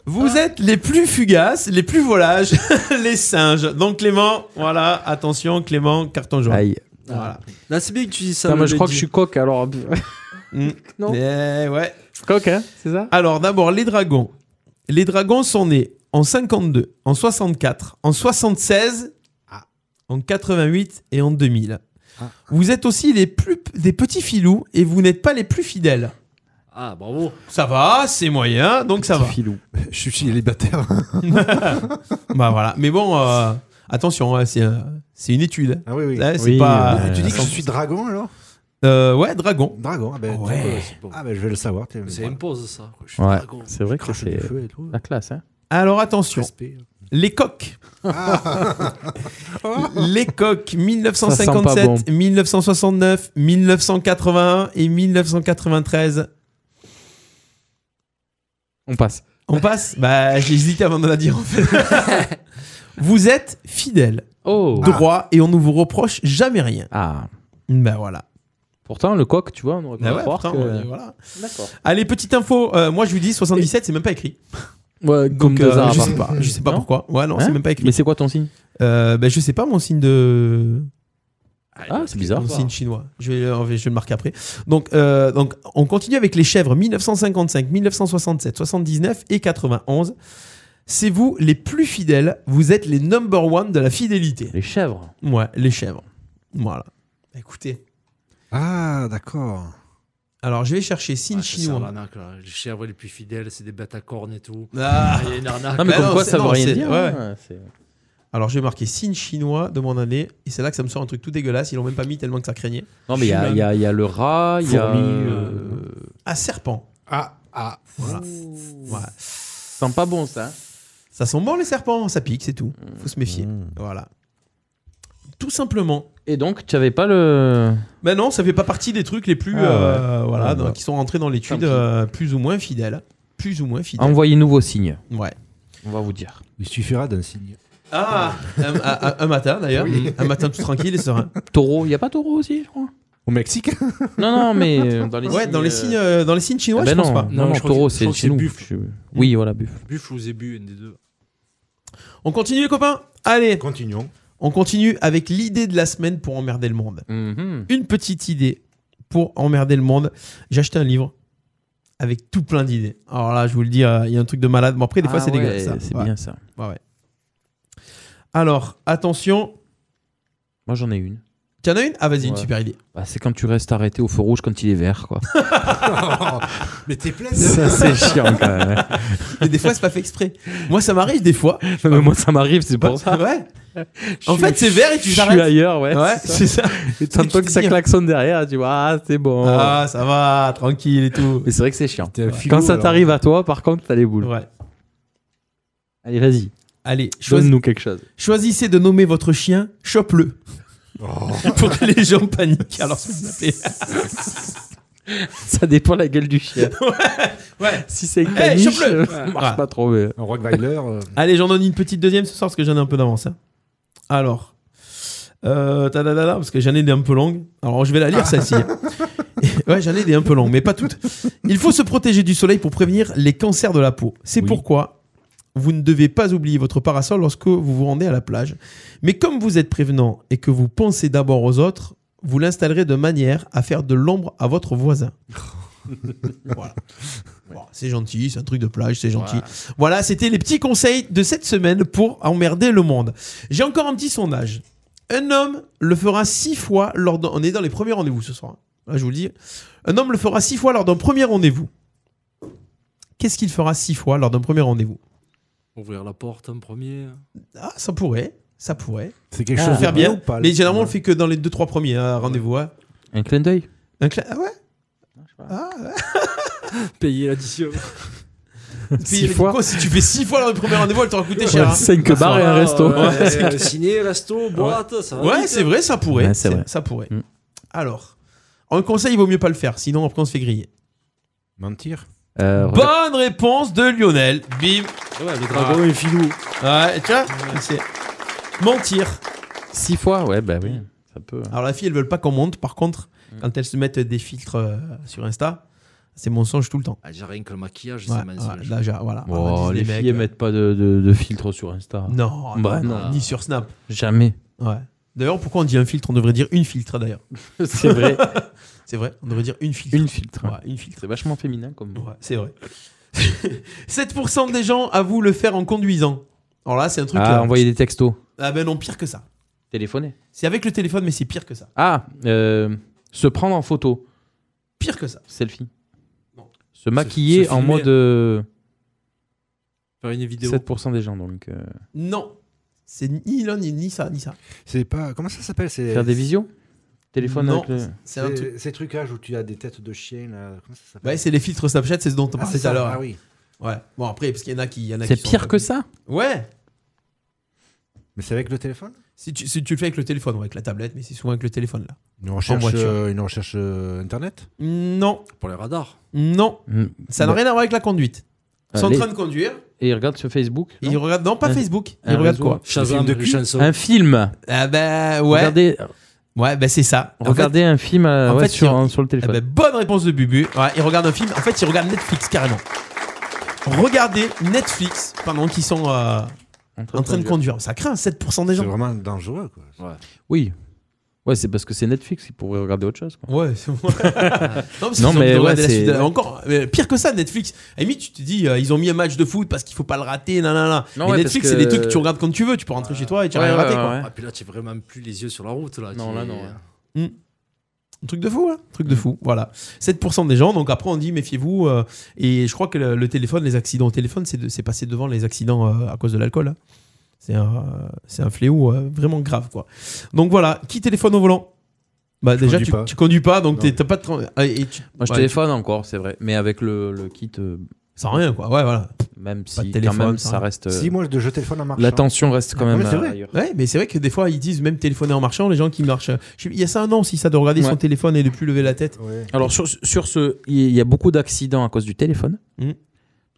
vous êtes les plus fugaces, les plus volages, les singes. Donc Clément, voilà, attention Clément, carton jaune.
Aïe.
Voilà.
Là, c'est bien que tu dis ça.
Putain,
le
moi, je crois que
Benji.
je suis coq, alors.
Mm.
Non.
Eh ouais.
Coq, hein, c'est ça
Alors d'abord, les dragons. Les dragons sont nés en 52, en 64, en 76, en 88 et en 2000.
Ah.
Vous êtes aussi les plus des petits filous et vous n'êtes pas les plus fidèles.
Ah, bravo.
Ça va, c'est moyen, donc ça va.
Je suis célibataire.
bah voilà, mais bon, euh, attention, hein, c'est euh, c'est une étude. Hein,
Ah oui, oui.
c'est pas.
Tu dis que je suis dragon alors
Euh, ouais, dragon.
Dragon, ah ben,
Ouais.
donc, euh, c'est bon. Ah ben, je vais le savoir. t'es-
Ça impose ça. quoi. Je suis
Ouais,
dragon.
c'est vrai que
Crache
c'est
du feu et tout.
la classe. Hein.
Alors attention,
Respect.
les coqs. les coqs
Ah. Ça sent pas
1957,
bon.
1969, 1981 et 1993.
On passe.
On passe Bah, j'ai hésité avant de la dire en fait. vous êtes fidèle, droit et on ne vous reproche jamais rien.
Oh. Ah.
Ben voilà.
Pourtant, le coq, tu vois, on aurait pu
Ben ouais,
croire
pourtant,
que-
euh, voilà. Allez, petite info. euh, moi, je vous dis 77, c'est même pas écrit.
Ouais, comme
Donc,
deux
euh,
arbres.
je sais pas, je sais pas
Non
pourquoi. Ouais, non,
Hein
c'est même pas écrit.
Mais c'est quoi ton signe
Euh, ben, je sais pas mon signe de.
Ah, c'est bizarre.
Mon signe chinois. Je vais, le- je vais le marquer après. Donc, euh, donc, on continue avec les chèvres 1955, 1967, 79 et 91. C'est vous les plus fidèles. Vous êtes les number one de la fidélité.
Les chèvres.
Ouais, les chèvres. Voilà. Écoutez.
Ah, d'accord.
Alors, je vais chercher signe
Ah, ça, c'est un
chinois.
arnaque, là. Les chèvres les plus fidèles, c'est des bêtes à cornes et tout.
Ah.
il y a une arnaque.
Ah, non, c'est- non, c'est- ouais, ouais.
hein, c'est-
Alors, j'ai marqué signe chinois de mon année. Et c'est là que ça me sort un truc tout dégueulasse. Ils l'ont même pas mis tellement que ça craignait.
Non, mais il y a, il y a- il y a le rat, il y a.
Fourmi,
euh,
Ah, serpent.
Ah, ah.
Voilà. Ouais.
Ça sent pas bon, ça. Mmh.
Ça sent bon les serpents, ça pique, c'est tout. Faut se méfier. Voilà. Tout simplement.
Et donc, tu avais pas le.
Mais non, ça fait pas partie des trucs les plus
Ah ouais.
euh, voilà,
Ah
dans-
bah.
qui sont rentrés dans
Tant
l'étude
pis.
euh, plus ou moins fidèles, plus ou moins fidèles.
Envoyez-nous vos signes.
Ouais.
On va vous dire.
Il suffira d'un signe.
Ah, un, un- un matin d'ailleurs,
Oui.
un matin tout tranquille et serein.
Taureau, il y a pas taureau aussi, je crois.
Au Mexique
Non, non, mais euh, dans les
ouais,
signes,
dans les
euh,
signes, euh, dans les signes chinois,
ben
je pense
non,
pas.
Non, non,
je crois
taureau,
que- je
c'est
crois que c'est
chez nous.
buffle.
Je- Oui, voilà, buffle.
Buffle ou zébu, une des deux.
On continue les copains Allez
Continuons.
On continue avec l'idée de la semaine pour emmerder le monde.
Mhm.
Une petite idée pour emmerder le monde. J'ai acheté un livre avec tout plein d'idées. Alors là, je vous le dis, euh, il y a un truc de malade. Bon, après, des fois,
Ah
c'est
ouais,
dégueulasse. ça.
C'est
Ouais.
bien ça.
Ouais, ouais. Alors, attention.
Moi, j'en ai une.
T'en as une Ah, vas-y, une
Ouais.
super idée.
Bah, c'est quand tu restes arrêté au feu rouge quand il est vert, quoi.
Oh, Mais t'es plein
ça, c'est chiant, quand même. hein.
Mais des fois, c'est pas fait exprès. Moi, ça m'arrive des fois.
Non, mais moi, ça m'arrive, c'est pour ça.
Ouais.
Je
En
suis-
fait, c'est vert et tu
Je
t'arrêtes.
suis ailleurs, ouais.
Ouais, c'est ça.
Et t'entends que ça klaxonne derrière, tu vois, ah, c'est bon.
Ah, ça va, tranquille et tout.
Mais c'est vrai que c'est chiant.
un
Ouais.
filou,
Quand ça
alors.
t'arrive à toi, par contre, t'as les boules.
Ouais.
Allez, vas-y.
Allez,
Donne-nous
choisis-
quelque chose.
choisissez de nommer votre chien, chope-le. pour que les gens paniquent. Alors, s'il vous plaît.
Ça dépend la gueule du chien.
ouais.
Si c'est une
Eh,
caniche,
chope-le.
euh, ça marche pas trop. mais-
Un Rockveiler. euh,
Allez, j'en donne une petite deuxième ce soir parce que j'en ai un peu d'avance. hein. Alors, euh, tadadada, parce que j'en ai des un peu longues. Alors, je vais la lire celle-ci. hein. ouais, j'en ai des un peu longues, mais pas toutes. Il faut se protéger du soleil pour prévenir les cancers de la peau. C'est pourquoi vous ne devez pas oublier votre parasol lorsque vous vous rendez à la plage. Mais comme vous êtes prévenant et que vous pensez d'abord aux autres, vous l'installerez de manière à faire de l'ombre à votre voisin. voilà. Bon, c'est gentil, c'est un truc de plage, c'est gentil.
Voilà.
Voilà, c'était les petits conseils de cette semaine pour emmerder le monde. J'ai encore un petit sondage. Un homme le fera six fois lors d'un... On est dans les premiers rendez-vous ce soir. hein. Là, je vous le dis. Un homme le fera six fois lors d'un premier rendez-vous. Qu'est-ce qu'il fera six fois lors d'un premier rendez-vous
Ouvrir la porte en premier.
Ah, ça pourrait. Ça pourrait.
C'est quelque
On va
chose de
Ah. faire
vrai
bien.
ou pas, le
mais généralement, on
film
le fait que dans les deux trois premiers. hein, Rendez-vous.
Un clin d'œil.
Un clin. Ah ouais. Ah ouais.
Payer l'addition.
Puis, mais du coup, si tu fais six fois le premier rendez-vous, elle t'aura coûté
Ouais,
cher. hein.
cinq bars et un resto.
Ouais,
Ouais,
c'est-
euh,
ciné, resto, boîte, ça va
Ouais,
vite. hein.
c'est vrai, ça pourrait.
Ouais, c'est
C'est-
vrai. Mm.
Ça pourrait. Alors, en conseil, il vaut mieux pas le faire, sinon après on se fait griller.
Mentir.
Euh,
Bonne réponse de Lionel. Bim.
Ah
Ah.
Ouais, le dragon est filou.
Ouais, tu vois, c'est mentir.
Six fois, ouais, bah oui. Ça peut. Mm.
Alors la fille, elles veulent pas qu'on monte. Par contre, quand elles se mettent des filtres euh, sur Insta, c'est mensonge tout le temps.
Ah, déjà rien que le maquillage,
Ouais,
c'est mensonge.
ouais, là, j'ai- voilà.
Oh,
On dit
les
les mecs,
filles
euh,
mettent pas de, de- de filtre sur Insta.
Non,
Bah
non,
non.
ni sur Snap.
Jamais.
Ouais. D'ailleurs, pourquoi on dit un filtre On devrait dire une filtre d'ailleurs.
C'est vrai.
c'est vrai, on devrait dire une filtre.
Une filtre.
Ouais, une filtre.
C'est vachement féminin comme.
Ouais, c'est vrai. 7% des gens avouent le faire en conduisant. Alors là, c'est un truc.
Ah,
euh,
envoyer des textos.
Ah ben non, pire que ça.
Téléphoner.
C'est avec le téléphone, mais c'est pire que ça.
Ah, euh, se prendre en photo.
Pire que ça.
Selfie. Se maquiller
se
en
filmer.
mode. euh,
Faire une vidéo.
7% des gens donc. euh,
Non. C'est ni l'un ni, ni ça, ni ça.
C'est pas. Comment ça s'appelle c'est-
Faire des visios Téléphone
Non,
avec le.
c'est un truc-
Ces trucages où tu as des têtes de chien, là. Comment ça s'appelle
Ouais, c'est les filtres Snapchat, c'est ce dont Bah, on
Ah,
parlait
c'est
tout à
ça,
l'heure.
ah oui.
Ouais. Bon, après, parce qu'il y en a qui. il y en a
C'est
qui sont
pire
pas-
que ça
Ouais.
Mais c'est avec le téléphone
Si tu, si tu le fais avec le téléphone, ou avec la tablette, mais c'est souvent avec le téléphone là.
Une
En
recherche,
voiture.
euh, une recherche euh, internet
Non.
Pour les radars.
Non.
Mm.
Ça n'a rien à voir avec la conduite. Ils sont en
Allez.
train de conduire.
Et ils regardent sur Facebook
Et ils regardent. Non, pas Facebook. Ils
un
regardent
réseau.
quoi
Shazam,
Des films de
les
cul
chansons.
Un film.
Ah ben ouais.
Regardez-
Ouais, ben c'est ça. En
Regardez
fait-
un film euh,
en
ouais,
fait,
sur,
ils-
sur le
Eh
téléphone.
ben, bonne réponse de Bubu. Ouais, ils regardent un film. En fait, ils regardent Netflix carrément. Regardez Netflix pendant qu'ils sont euh, en train, de conduire. Ça craint 7% des gens.
C'est vraiment dangereux, quoi.
Oui. Ouais, c'est parce que c'est Netflix, ils pourraient regarder autre chose. Quoi.
Ouais, c'est Non, parce qu'ils ont envie de
mais ouais,
regarder la
c'est-
suite de la- Encore mais pire que ça, Netflix. À la limite, tu te dis, euh, ils ont mis un match de foot parce qu'il faut pas le rater, nanana.
Non,
mais
ouais,
Netflix,
parce
c'est
que-
des trucs que tu regardes quand tu veux. Tu peux rentrer chez toi et tu vas rien rater. quoi.
Ah, puis là, tu vraiment plus les yeux sur la route. Là,
Non,
Tu-
là, non, ouais.
Un truc de fou, hein truc de fou. Voilà. 7% des gens. Donc après, on dit méfiez-vous. euh, et je crois que le, le téléphone, les accidents au téléphone, c'est de- c'est passé devant les accidents euh, à cause de l'alcool. hein. C'est un, euh, c'est un fléau euh, vraiment grave. quoi. Donc voilà. Qui téléphone au volant bah, Déjà,
conduis
tu,
pas.
tu conduis pas, donc
Non.
t'es- t'as pas de. tran- ah, et tu-
Moi, je
ouais,
téléphone encore, c'est vrai. Mais avec le, le kit. euh,
Sans rien, quoi. Ouais, voilà.
Même
Pas de
si,
téléphone,
quand même,
sans
ça
rien.
reste. euh,
Si, moi, je téléphone en marchant.
L'attention reste quand
Ah,
même.
mais c'est
euh,
vrai.
ailleurs.
Ouais, mais c'est vrai que des fois ils disent même téléphoner en marchant, les gens qui marchent. Je- Il y a ça un an aussi, ça de regarder
Ouais.
son téléphone et de plus lever la tête.
Alors sur, sur ce, il y a beaucoup d'accidents à cause du téléphone.
Mm.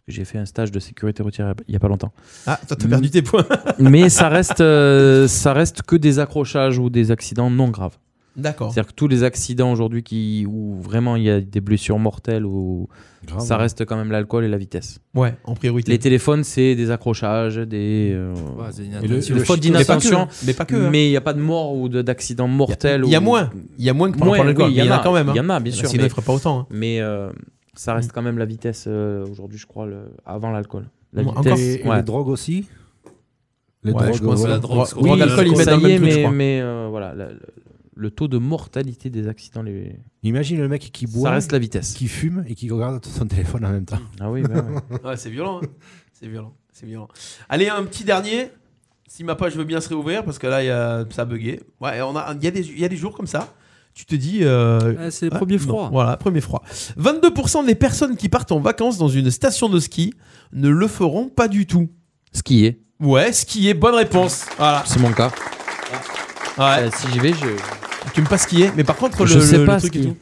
J'ai fait un stage de sécurité routière il y a pas longtemps. Mmh.
Ah, toi, t'as perdu tes points.
Mais ça reste, euh, ça reste que des accrochages ou des accidents non graves.
D'accord.
C'est-à-dire que tous les accidents aujourd'hui qui où vraiment il y a des blessures mortelles ou
Grave,
ça
ouais.
reste quand même l'alcool et la vitesse.
Ouais, en priorité.
Les téléphones c'est des accrochages, des euh,
c'est
des
inattention.
Le- le
fautes
shit- mais pas que,
d'inattention.
hein. Mais pas que, hein.
il n'y a pas de mort ou de- d'accident mortel.
Il y a
ou-
moins. Il y a moins que par rapport
oui,
à l'alcool,
il
mais
y en a
quand même. hein.
Il y en a bien sûr.
Sinon,
mais-
il ferait pas autant. hein.
Mais euh, ça reste quand même la vitesse euh, aujourd'hui, je crois, le- avant l'alcool. La
Encore.
vitesse,
Et- et
ouais.
les drogues aussi Les
Ouais,
drogues,
je pense
voilà.
que-
Drogue,
oui,
drogue, alcool,
ça
ils mettent dans le
y
même
est,
truc, je
mais-
crois.
Mais euh, voilà, la- le, le taux de mortalité des accidents, les.
Imagine le mec qui
Ça
boit,
reste la vitesse.
qui fume et qui regarde son téléphone en même temps.
Ah oui, bah ouais.
Ouais, c'est violent. hein. C'est violent. C'est violent. Allez, un petit dernier. Si ma page veut bien se réouvrir, parce que là, il y a- ça a bugué. Ouais, on a, il, y a des, il y a des jours comme ça. Tu te dis. euh,
Ah, c'est les
ouais,
premiers
non.
froids.
Voilà, premier froid. 22% des personnes qui partent en vacances dans une station de ski ne le feront pas du tout.
Skier,
Ouais, skier, bonne réponse. Voilà.
c'est mon cas.
Ouais.
Euh, si j'y vais, je.
Tu me pas skier, mais par contre,
Je
le,
sais
le- le
pas
truc et
skier.
tout.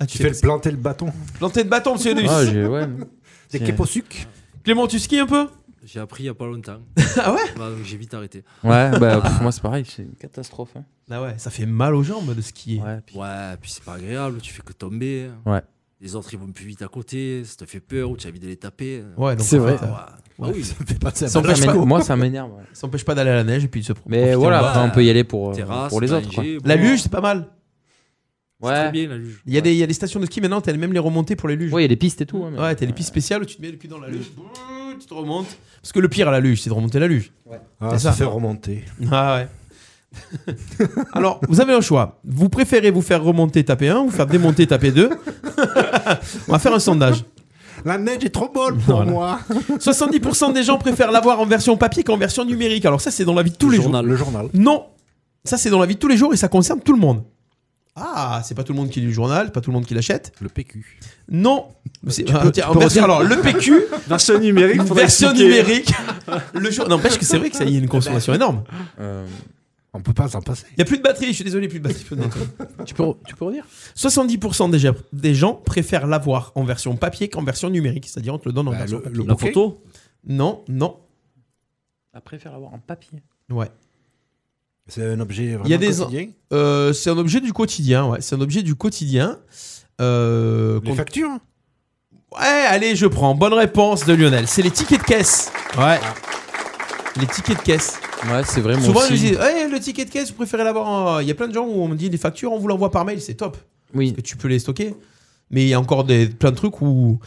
Ah,
Tu fais le planter le bâton.
Planter de bâton, monsieur Denis.
Ah, j'ai- ouais.
C'est
C'est-
Keposuc.
Clément, tu skies un peu
J'ai appris il y a pas longtemps.
Ah ouais
Bah, J'ai vite arrêté.
Ouais, bah, pff, moi, c'est pareil, c'est une catastrophe. hein.
Ah ouais, ça fait mal aux jambes de skier.
Ouais, puis-
Ouais, puis c'est pas agréable, tu fais que tomber.
Ouais.
Les autres, ils vont plus vite à côté, ça te fait peur ou tu as envie de les taper.
Ouais, donc,
C'est
en
vrai.
fait, euh,
Ah oui.
Ça me fait penser à
Ça
Bernard
m'emmène-
Pivot.
Moi, ça m'énerve. ouais.
Ça empêche pas d'aller à la neige et puis de se
Mais
profiter en
voilà,
bas.
après, on peut y aller pour, euh,
Terrasse,
pour les autres. quoi.
Tanger,
La
bon.
luge, c'est pas mal.
C'est
Ouais.
très bien la luge.
Il y, a des, il y a des stations de ski maintenant, t'as même les remontées pour les luges.
Ouais, il y a des pistes et tout. hein, mais-
Ouais, t'as les pistes spéciales où tu te mets le pied dans la luge, brrr, tu te remontes. Parce que le pire à la luge, c'est de remonter la luge.
Ah,
C'est
ça
ça.
fait remonter.
Ah ouais. Alors, vous avez un choix. Vous préférez vous faire remonter taper 1 ou faire démonter taper 2 On va faire un sondage. La neige est trop bonne pour moi. 70% des gens préfèrent l'avoir en version papier qu'en version numérique. Alors ça, c'est dans la vie de tous les jours. Le journal. Non, ça c'est dans la vie de tous les jours et ça concerne tout le monde. Ah, c'est pas tout le monde qui lit le journal, c'est pas tout le monde qui l'achète. Le PQ. Non. C'est-
Tu peux-
ah, tiens,
tu peux
en version-
redire-
alors, le PQ.
Version numérique. faudrait
Version
expliquer.
numérique. Le jour. Non, parce que c'est vrai que ça y est une consommation énorme.
Euh,
On peut pas s'en passer. Il y a plus de batterie, je suis désolé, plus de batterie. tu peux tu peux redire 70% des, gens- des gens préfèrent l'avoir en version papier qu'en version numérique, c'est-à-dire on te Bah, le donne en version papier.
le La bouquet photo
Non, non.
Après faire avoir en papier.
Ouais.
C'est un objet vraiment
Il y a des
quotidien.
euh, c'est un objet du quotidien, ouais. C'est un objet du quotidien. Euh,
Les
qu'on-
factures hein.
Ouais, allez, je prends. Bonne réponse de Lionel. C'est les tickets de caisse. Ouais. Les tickets de caisse.
Ah. Ouais, c'est vraiment.
Souvent, ils me disent, Ouais, le ticket de caisse, vous préférez l'avoir en- Il y a plein de gens où on me dit les factures, on vous l'envoie par mail, c'est top.
Oui.
Parce que tu peux les stocker. Mais il y a encore des, plein de trucs où.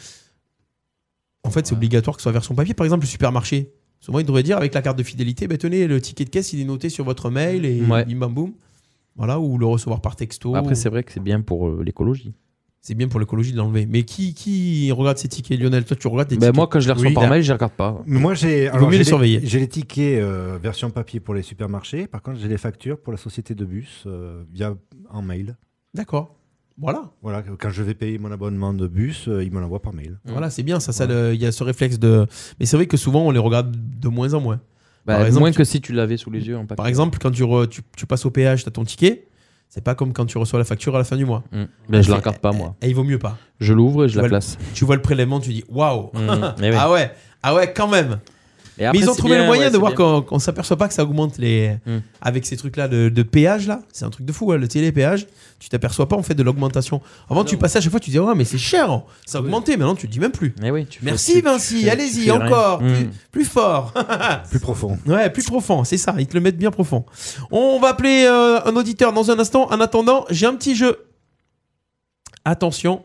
En fait, c'est obligatoire que ce soit version papier. Par exemple, le supermarché. Souvent, ils devraient dire avec la carte de fidélité ben, tenez, le ticket de caisse, il est noté sur votre mail et
Ouais.
bim bam boum. Voilà, ou le recevoir par texto.
Après, c'est vrai que c'est bien pour euh, l'écologie.
C'est bien pour l'écologie de l'enlever. Mais qui, qui regarde ces tickets, Lionel Toi, tu regardes tes
Ben,
tickets
moi, quand je les reçois par mail, je les regarde pas.
Mais Moi, j'ai.
Il vaut
alors,
mieux
j'ai
les
les-
surveiller.
J'ai les tickets euh, version papier pour les supermarchés. Par contre, j'ai les factures pour la société de bus euh, via en mail.
D'accord. Voilà.
Voilà. Quand je vais payer mon abonnement de bus, euh, ils me l'envoient par mail.
Voilà, c'est bien, ça, ça, le- il y a ce réflexe de. Mais c'est vrai que souvent, on les regarde de moins en moins.
Bah, moins que si tu l'avais sous les yeux en papier.
Par exemple, quand tu, re- tu, tu passes au péage, tu as ton ticket, c'est pas comme quand tu reçois la facture à la fin du mois.
Mm. Ben, je la regarde pas, moi.
Et il vaut mieux pas.
Je l'ouvre et je
Tu
la
vois le-
place.
Tu vois le prélèvement, tu dis waouh
Mm. Eh oui.
Ah ouais, ah ouais, quand même
Et après,
Mais ils ont
c'est
trouvé le
bien,
moyen
ouais,
de
c'est
voir
bien. Hmm.
qu'on qu'on s'aperçoit pas que ça augmente les. Avec ces trucs-là de, de péage, là, c'est un truc de fou, hein, le télépéage, tu t'aperçois pas en fait de l'augmentation. Avant, tu passais à chaque fois, tu disais, ouais, mais c'est cher, hein,
Ah
ça a augmenté, maintenant tu le dis même plus. Merci
Eh tu- tu
Vinci,
fais- tu
allez-y,
fais rien.
encore,
Mm.
plus, plus fort.
plus profond.
Ouais, plus profond, c'est ça, ils te le mettent bien profond. On va appeler euh, un auditeur dans un instant. En attendant, j'ai un petit jeu. Attention,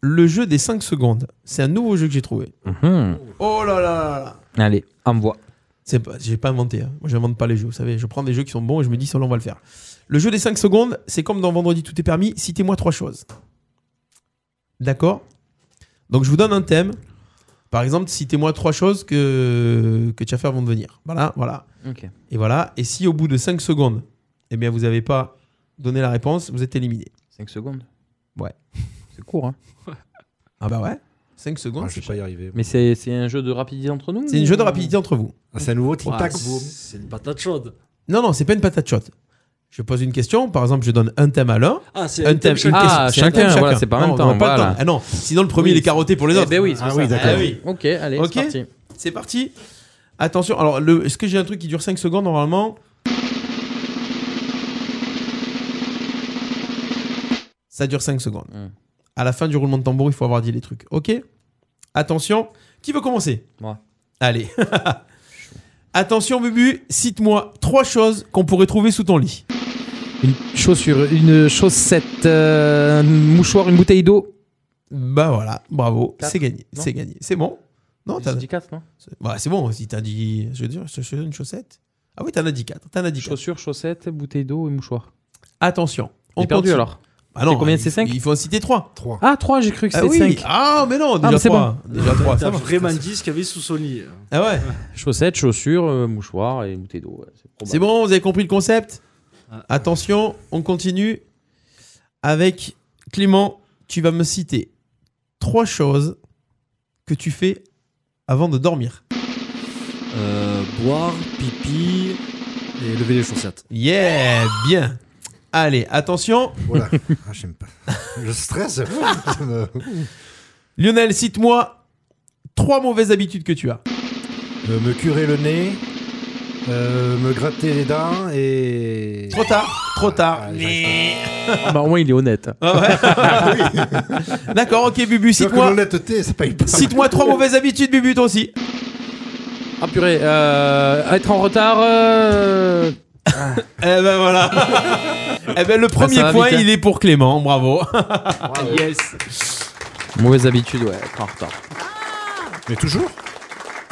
le jeu des 5 secondes. C'est un nouveau jeu que j'ai trouvé.
Mhm.
Oh là là là là.
Allez, envoie.
C'est pas, j'ai pas inventé. hein. Moi, j'invente pas les jeux. Vous savez, je prends des jeux qui sont bons et je me dis, là on va le faire. Le jeu des 5 secondes, c'est comme dans Vendredi tout est permis. Citez-moi trois choses. D'accord Donc, je vous donne un thème. Par exemple, citez-moi trois choses que, que tu as fait avant de venir. Voilà, voilà.
Ok.
Et voilà. Et si au bout de 5 secondes, eh bien, vous n'avez pas donné la réponse, vous êtes éliminé.
5 secondes
Ouais.
C'est court, hein.
Ah bah ouais. 5 secondes.
Ah, je vais pas y arriver.
Mais c'est c'est un jeu de rapidité entre nous
C'est un jeu de rapidité entre vous.
Ah, c'est un nouveau
Ouais,
tic-tac.
c'est-
C'est une patate chaude.
Non, non, c'est pas une patate chaude. Je pose une question, par exemple, je donne un thème à l'un.
Ah, c'est
un
un thème
une
chacun.
question,
Ah,
c'est un
chacun,
thème
voilà, c'est pas en
Non,
même
on
temps,
n'a pas le
voilà.
Ah non, sinon le premier
Oui,
il est carotté pour les
eh
autres.
ben oui, c'est
ah
pour
oui,
ça.
d'accord.
Ah oui. Ok, allez, c'est
Ok,
parti.
C'est parti. Attention, alors, le- est-ce que j'ai un truc qui dure 5 secondes normalement Ça dure 5 secondes.
Hmm.
À la fin du roulement de tambour, il faut avoir dit les trucs. Ok Attention, qui veut commencer
Moi.
Allez. Attention, Bubu, cite-moi trois choses qu'on pourrait trouver sous ton lit.
Une chaussure, une chaussette, euh, un mouchoir, une bouteille d'eau.
Bah voilà, bravo,
Quatre.
c'est gagné,
Non
c'est gagné, c'est bon. Non, t'as
dit 4, non
C'est- bah, c'est bon, si t'as dit, je veux dire, je te donne une chaussette. Ah oui, t'en as dit 4, t'en as dit quatre.
Chaussures, chaussettes, bouteille d'eau et mouchoir.
Attention, on
J'ai perdu
continue.
alors.
Ah non,
C'est combien,
il-
c'est cinq
Il faut en citer 3.
Ah, 3, j'ai cru que
Ah
c'était
oui.
5.
Ah, mais non, déjà
c'est
trois.
bon.
Déjà trois, ça
T'as
va.
vraiment dit ce qu'il y avait sous son lit.
Ah ouais
Chaussettes, chaussures, euh, mouchoirs et bouteille d'eau. ouais, probable.
C'est bon, vous avez compris le concept Attention, on continue avec Clément. Tu vas me citer trois choses que tu fais avant de dormir.
Euh, boire, pipi et lever les chaussettes.
Yeah, bien. Allez, attention.
Voilà. Ah, j'aime pas. Je stresse. Ça me-
Lionel, cite-moi trois mauvaises habitudes que tu as.
Euh, me curer le nez, euh, me gratter les dents et.
Trop tard, trop tard.
Ah bah, au moins, il est honnête.
Ah ouais. D'accord, ok, Bubu, cite-moi.
L'honnêteté, ça paye pas.
Cite-moi trois mauvaises habitudes, Bubu, toi aussi.
Ah purée, euh, être en retard. euh,
Eh ben voilà. eh ben le premier
ça va
point,
vite, hein.
il est pour Clément, bravo.
Ah,
Ah,
yes. Mauvaise habitude, ouais, être en retard.
Mais toujours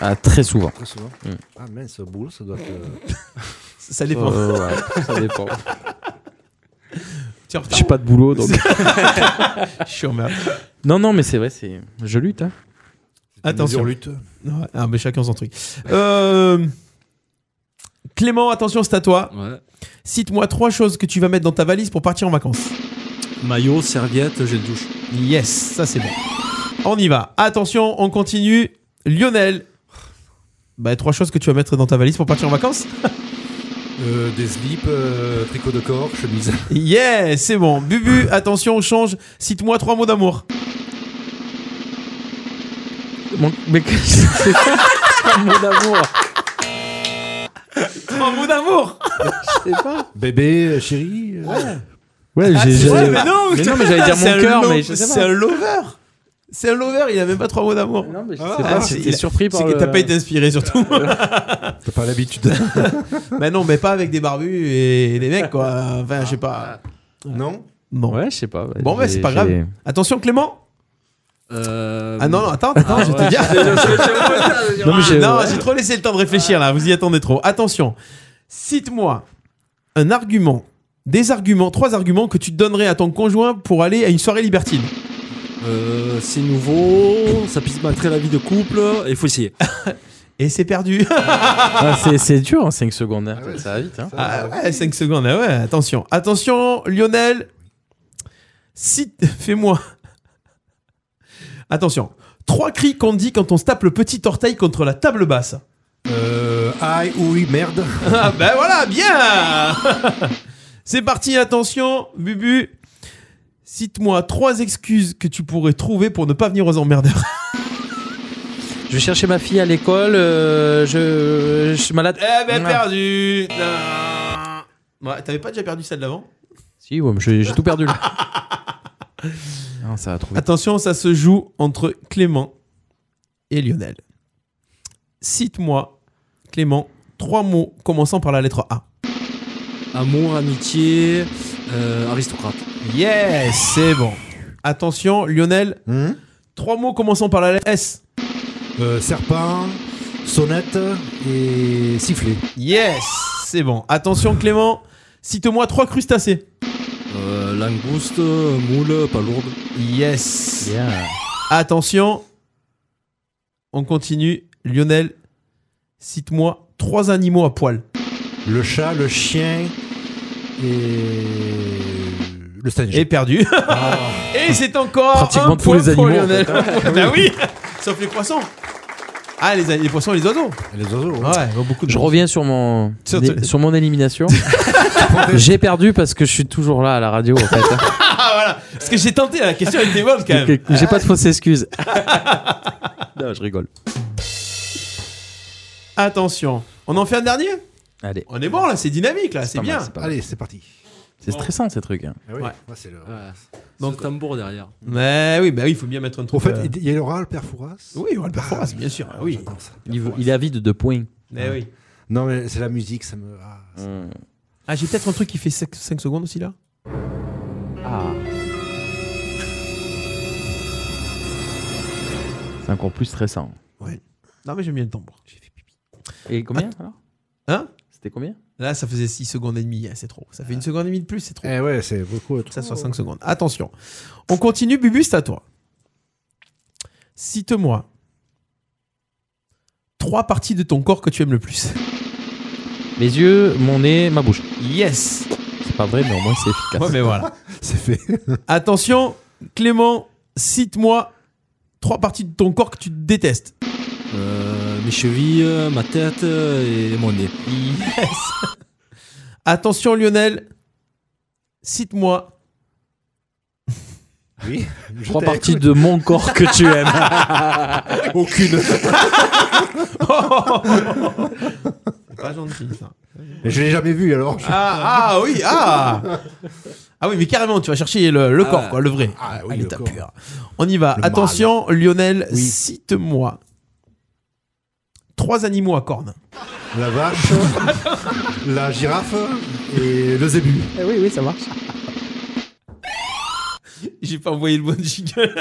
Ah, très souvent.
Très souvent.
Mm.
Ah mince, boule, ça doit être.
ça dépend.
Euh, ouais, ça dépend.
Tu es en retard
J'ai pas de boulot donc.
Je suis en merde.
non, non, mais c'est vrai, c'est. Je lutte. hein.
Attention.
Mesure lutte.
Ouais, ah, mais chacun son truc. Euh, Clément, attention, c'est à toi. Cite-moi trois choses que tu vas mettre dans ta valise pour partir en vacances.
Maillot, serviette, gel douche.
Yes, ça c'est bon. On y va. Attention, on continue. Lionel. Bah, trois choses que tu vas mettre dans ta valise pour partir en vacances.
Euh, des slips, euh, tricot de corps, chemise.
Yeah, c'est bon. Bubu, attention, on change. Cite-moi trois mots d'amour. Mais c'est Trois mots d'amour. Trois mots d'amour.
Je sais pas. Bébé, euh, chérie. euh,
Ouais,
Ah,
j'ai-
c'est
j'ai-
vrai, mais non,
mais non, mais j'allais dire
c'est
mon
un
cœur,
lo-
mais je sais pas.
C'est un lover. C'est un lover, il a même pas trois mots d'amour. Non, mais je
sais pas, j'étais surpris par
C'est que
le- Euh,
t'as pas été inspiré surtout.
T'as pas l'habitude.
mais non, mais pas avec des barbus et des mecs, quoi. Enfin, je sais pas.
Non
Bon.
Ouais, je sais pas.
Bon, bah,
mais
c'est pas grave. Attention, Clément. Ah non, non, attends,
Ah,
attends, je vais
ouais.
te dire.
Non, mais j'ai-
Non,
ouais.
j'ai trop laissé le temps de réfléchir là, vous y attendez trop. Attention, cite-moi un argument, des arguments, trois arguments que tu donnerais à ton conjoint pour aller à une soirée libertine.
Euh, c'est nouveau, ça très la vie de couple, il faut essayer.
Et c'est perdu.
Ah, c'est- c'est dur en 5 secondes. hein. ça va vite. hein.
Ah ouais, 5 secondes, ah ouais, attention. Attention, Lionel. Cite, fais-moi. Attention. Trois cris qu'on dit quand on se tape le petit orteil contre la table basse.
Euh, aïe, oui, merde.
Ah ben voilà, bien C'est parti, attention, Bubu. Cite-moi trois excuses que tu pourrais trouver pour ne pas venir aux emmerdeurs.
Je vais chercher ma fille à l'école. euh, je, je suis malade.
Eh ben
Ah.
perdu Ah. Ouais, T'avais pas déjà perdu celle d'avant
Si, ouais, mais j'ai j'ai tout perdu là. non, ça va trop vite.
Attention, ça se joue entre Clément et Lionel. Cite-moi, Clément, trois mots commençant par la lettre A.
Amour, amitié, euh, aristocrate.
Yes, c'est bon. Attention, Lionel, trois mots commençant par la lettre S.
Euh, serpent, sonnette et sifflet.
Yes, c'est bon. Attention Clément, cite-moi trois crustacés.
Euh, langouste, moule, pas lourde.
Yes. Attention, on continue. Lionel, cite-moi trois animaux à poil.
Le chat, le chien et le stagiaire.
Et perdu. Et c'est encore
Pratiquement
un
tous
point
les
pour
animaux, en
Lionel.
fait.
bah oui, sauf les poissons. Ah, les, les poissons et les oiseaux.
Les oiseaux,
ouais. beaucoup de
Je
monde.
reviens sur mon,
Sur-
dé- sur mon élimination. J'ai perdu parce que je suis toujours là à la radio en fait. hein.
Ah, voilà. Parce que j'ai tenté, la question était bonne quand même.
J'ai pas de fausses excuses. non, je rigole.
Attention, on en fait un dernier
Allez.
On est bon là, c'est dynamique là, c'est
pas
bien.
mal, c'est pas mal. Allez, c'est
parti.
C'est stressant ces trucs. hein.
Ah oui,
Ouais.
moi, c'est le.
Donc tambour derrière.
Mais oui, bah oui, il faut bien mettre un
Au
truc.
fait,
euh,
il y aura le perforas.
Oui, il y aura le perforas, bien sûr. ah Oui.
Il, veut- il est avide de points.
Eh oui.
Non, mais c'est la musique, ça me. ah, ça-
Ah, j'ai peut-être un truc qui fait 5, secondes aussi là.
Ah. C'est encore plus stressant.
Non, mais j'aime bien le tambour.
Et combien alors
Hein
C'était combien
Là, ça faisait 6 secondes et demie, hein, c'est trop. Ça fait une seconde et demie de plus, c'est trop.
Eh ouais, c'est beaucoup.
Ça sera 5 secondes. Attention. On continue, Bubu, c'est à toi. Cite-moi trois parties de ton corps que tu aimes le plus.
Mes yeux, mon nez, ma bouche.
Yes
C'est pas vrai, mais au moins c'est efficace.
Ouais, mais voilà.
C'est fait.
Attention, Clément, cite-moi trois parties de ton corps que tu détestes.
Euh, mes chevilles, ma tête euh, et mon nez.
Yes Attention, Lionel, cite-moi
Oui. je
Trois
t'écoute.
parties de mon corps que tu aimes.
Mm.
Aucune.
C'est pas gentil, ça.
Mais je l'ai jamais vu alors. je-
Ah, ah, oui, ah Ah oui, mais carrément, tu vas chercher le, le
Ah.
corps, quoi, le vrai.
Ah oui,
Allez,
le
t'as
corps.
peur. hein. On y va.
Le
Attention, Lionel,
Oui.
cite-moi trois animaux à cornes.
La vache, la girafe et le zébu.
Eh
oui, oui, ça marche.
J'ai pas envoyé le bon jingle.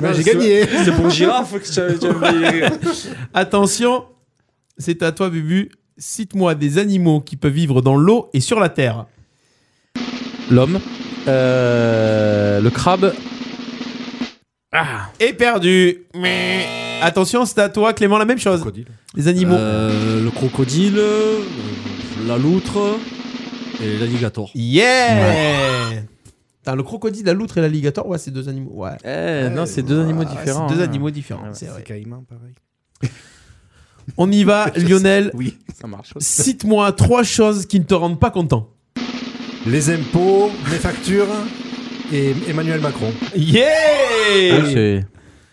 Mais j'ai gagné.
C'est pour girafe que tu
Attention, c'est à toi, Bubu. Cite-moi des animaux qui peuvent vivre dans l'eau et sur la terre.
L'homme, euh, le crabe,
Et Ah. perdu. Mais attention, c'est à toi, Clément, la même chose. Les animaux.
Euh, le crocodile, euh, la loutre et l'alligator.
Yeah Putain, Le crocodile, la loutre et l'alligator, ouais, c'est deux animaux. Ouais.
Eh, non, c'est deux animaux différents,
C'est deux
hein.
animaux
Ah,
différents.
Ouais,
c'est
ouais.
vrai.
Caïman, pareil.
On y va, Lionel.
Oui,
ça marche.
Cite-moi trois choses qui ne te rendent pas content.
Les impôts, les factures et Emmanuel Macron.
Yeah
Ah, c'est-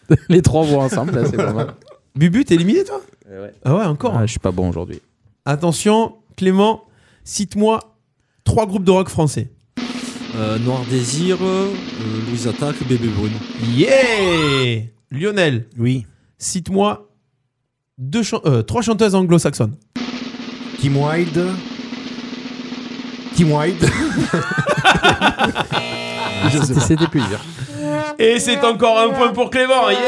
Les trois voix ensemble, là, c'est pas mal. Eh
Bubu, t'es éliminé, toi Ah ouais, encore
Je suis pas bon aujourd'hui.
Attention, Clément, cite-moi trois groupes de rock français.
Euh, Noir Désir, euh, Louise Attaque, Bébé Brune.
Yeah Lionel.
Oui.
Cite-moi deux chan- euh, trois chanteuses anglo-saxonnes.
Kim Wilde. Kim Wilde.
C'était c'était plusieurs.
Et c'est encore un point pour Clément. Yeah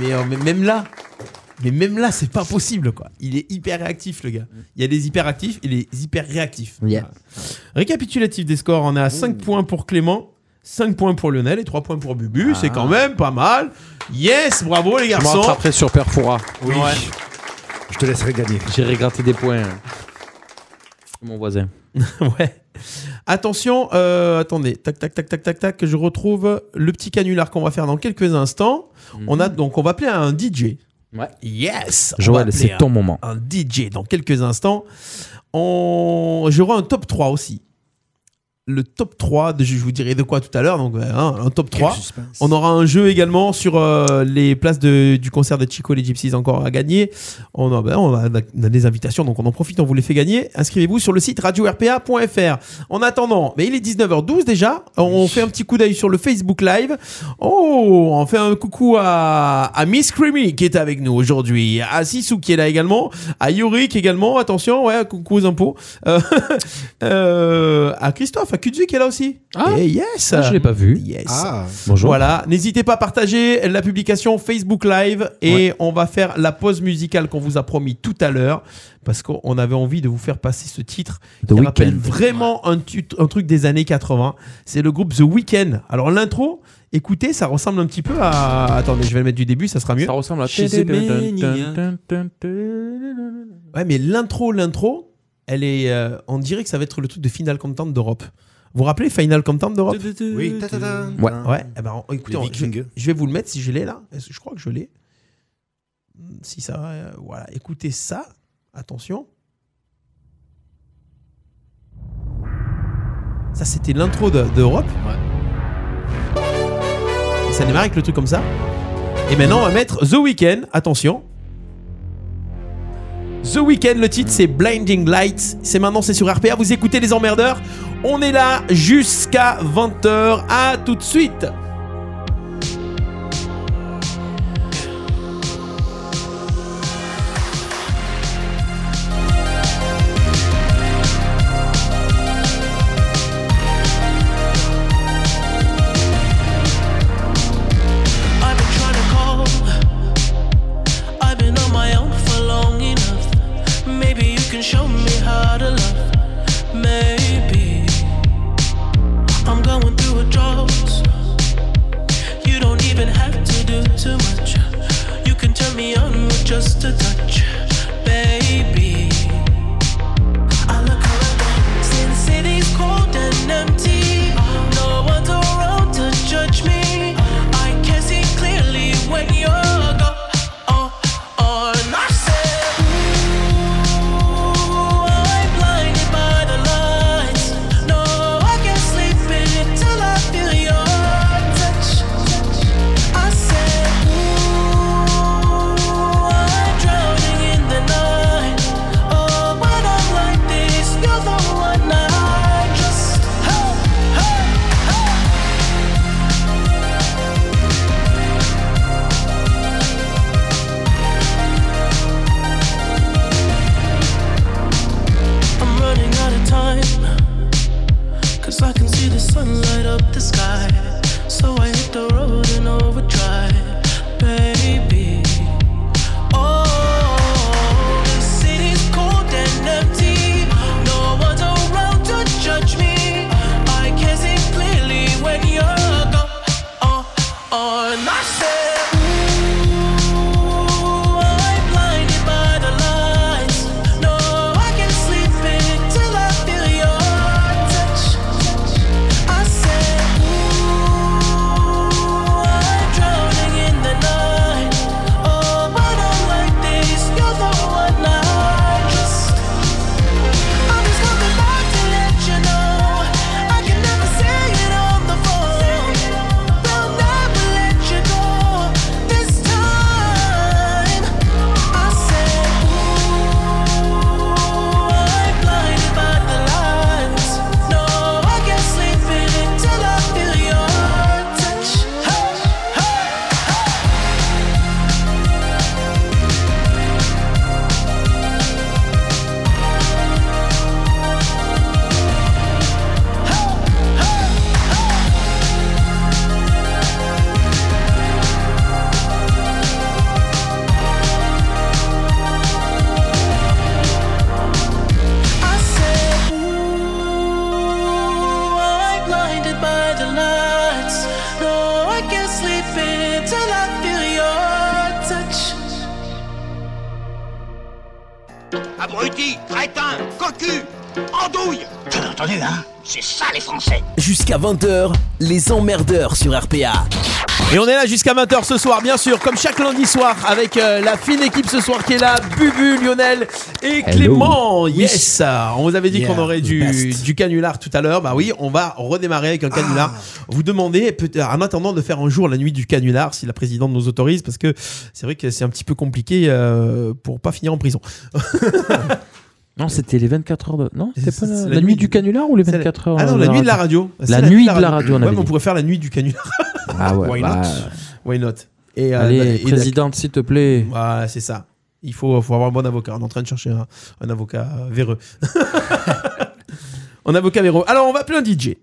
Mais euh, mais même là, mais même là, c'est pas possible quoi. Il est hyper réactif le gars. Il y a des hyper actifs et les hyper réactifs.
Yeah.
Récapitulatif des scores, on est à 5 points pour Clément, 5 points pour Lionel et 3 points pour Bubu, c'est
Ah.
quand même pas mal. Yes, bravo
Je
les
me
garçons.
rattraperai sur Perfora.
Oui.
Je te laisserai gagner.
J'ai regretté des points. euh, Mon voisin.
ouais. Attention, euh, attendez, tac, tac, tac, tac, tac, tac, que je retrouve le petit canular qu'on va faire dans quelques instants. On a donc on va appeler un DJ.
Mhm. Ouais.
Yes. on
Joël,
va appeler
c'est
un-
ton moment.
Un DJ dans quelques instants. On, j'aurai un top 3 aussi. Le top 3, de- je vous dirai de quoi tout à l'heure, donc euh, hein, un top 3.
suspense.
On aura un jeu également sur euh, les places de- du concert de Chico et les Gypsies encore à gagner. On a, ben, on a- on a des invitations, donc on en profite, on vous les fait gagner. Inscrivez-vous sur le site radio-rpa.fr. En attendant, mais il est 19h12 déjà. On fait un petit coup d'œil sur le Facebook Live. Oh, on fait un coucou à, à Miss Creamy qui est avec nous aujourd'hui. À Sissou qui est là également. À Yorick également. Attention, ouais, coucou aux impôts. Euh, euh, à Christophe, à Kudzu qui est là aussi. Eh yes.
Ah, je l'ai pas vu.
Yes.
Ah. Bonjour.
Voilà, n'hésitez pas à partager la publication Facebook Live et on va faire la pause musicale qu'on vous a promis tout à l'heure parce qu'on avait envie de vous faire passer ce titre
The
qui rappelle
Weeknd.
vraiment un, tut- un truc des années 80. C'est le groupe The Weeknd. Alors l'intro, écoutez, ça ressemble un petit peu à... Attendez, je vais le mettre du début, ça sera mieux.
Ça ressemble à.
Chez Ouais, mais l'intro, l'intro, elle est. euh, on dirait que ça va être le truc de Final Content d'Europe. Vous vous rappelez Final Content d'Europe
Oui. Ta-ta-ta.
Ouais. Ouais. eh ben, on- écoutez,
Les
on- je,
Vikings.
je vais vous le mettre si je l'ai là. Est-ce que Je crois que je l'ai. Si ça. euh, voilà. Écoutez ça. Attention. Ça, c'était l'intro de- d'Europe. Et Ça démarre avec le truc comme ça. Et maintenant, on va mettre The Weeknd. Attention. The Weeknd, le titre c'est Blinding Lights. C'est maintenant, c'est sur RPA. Vous écoutez les emmerdeurs. On est là jusqu'à 20h. À tout de suite.
I've been trying to call. I've been on my own for long enough. Maybe you can show me how to love. Maybe I'm going through a drought. You don't even have to do too much. You can turn me on with just a touch, baby. I look around, since city's cold and empty. No one's around to judge me. I can see clearly when you're gone. And I said, Ooh, I'm blinded by the lights. No, I can't sleep until I feel your touch. I said, Ooh, I'm drowning in Oh, on. Oh, I said, Ooh, I'm blinded by the lights. No, I can sleep it till I feel your touch. I said, Ooh, I'm drowning in the night. Oh, but I'm like this. You're the one I trust. I'm just coming back to let you know. I can never say it on the phone. They'll never let you go this time. I said, Ooh, I'm blinded by the lights. No, I can't sleep until I feel your touch. Hey, hey. I said, ooh, I'm blinded by the lights. No, I can't sleep until I feel your touch.
Abruti, crétin, cocu, andouille T'as entendu, hein C'est ça les Français
Jusqu'à 20h, les emmerdeurs sur RPA. Et on est là jusqu'à 20h ce soir, bien sûr, comme chaque lundi soir, avec euh, la fine équipe ce soir qui est là, Bubu, Lionel et Clément. Yes, on vous avait dit
Yeah,
qu'on aurait du, du canular tout à l'heure. Bah oui, on va redémarrer
Ah.
avec un canular. Vous demandez, peut-être, en attendant de faire un jour la nuit du canular, si la présidente nous autorise, parce que c'est vrai que c'est un petit peu compliqué euh, pour pas finir en prison.
Non, c'était les 24 heures de. Non, c'était pas la,
c'est
la nuit du canular ou les 24 heures
Ah non,
de
la nuit de la radio. C'est
La nuit de la radio, on
Ouais,
avait
mais on
dit.
pourrait faire la nuit du canular.
Ah ouais,
Why
bah,
not Why not et, euh,
Allez,
et- et-
présidente, s'il te plaît.
Voilà, c'est ça. Il faut, faut avoir un bon avocat. On est en train de chercher un, un avocat euh, véreux. un avocat véreux. Alors, on va appeler un DJ.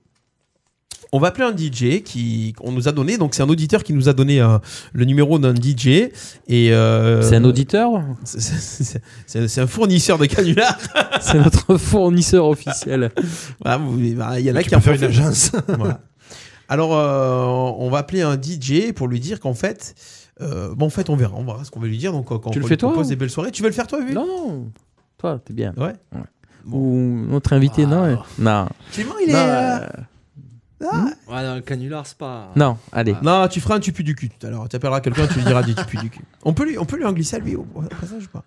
On va appeler un DJ qui on nous a donné. Donc, c'est un auditeur qui nous a donné euh, le numéro d'un DJ. Et euh,
C'est un auditeur
C'est- C'est c'est- c'est un fournisseur de canulars.
C'est notre fournisseur officiel.
Voilà, vous- voilà, il y en a
Donc,
qui
il
en
peut faire
profitent.
une agence.
Voilà. Alors, euh, on va appeler un DJ pour lui dire qu'en fait, euh, bon, en fait, on verra, on verra ce qu'on va lui dire. Donc, euh, quand
Tu le
on lui
fais toi
propose des belles soirées, tu veux le faire toi, oui
Non, non, toi, t'es bien.
Ouais.
Ou notre invité, non euh, Non.
Ah. Clément,
il est, euh,
hmm?
Ouais, non, le canular, c'est pas.
Non, allez.
Ah. Non, tu feras un tu pues du cul tout à l'heure. Tu appelleras quelqu'un, tu lui diras des tu pues du cul. On peut lui, on peut lui en glisser à lui au, au passage ou pas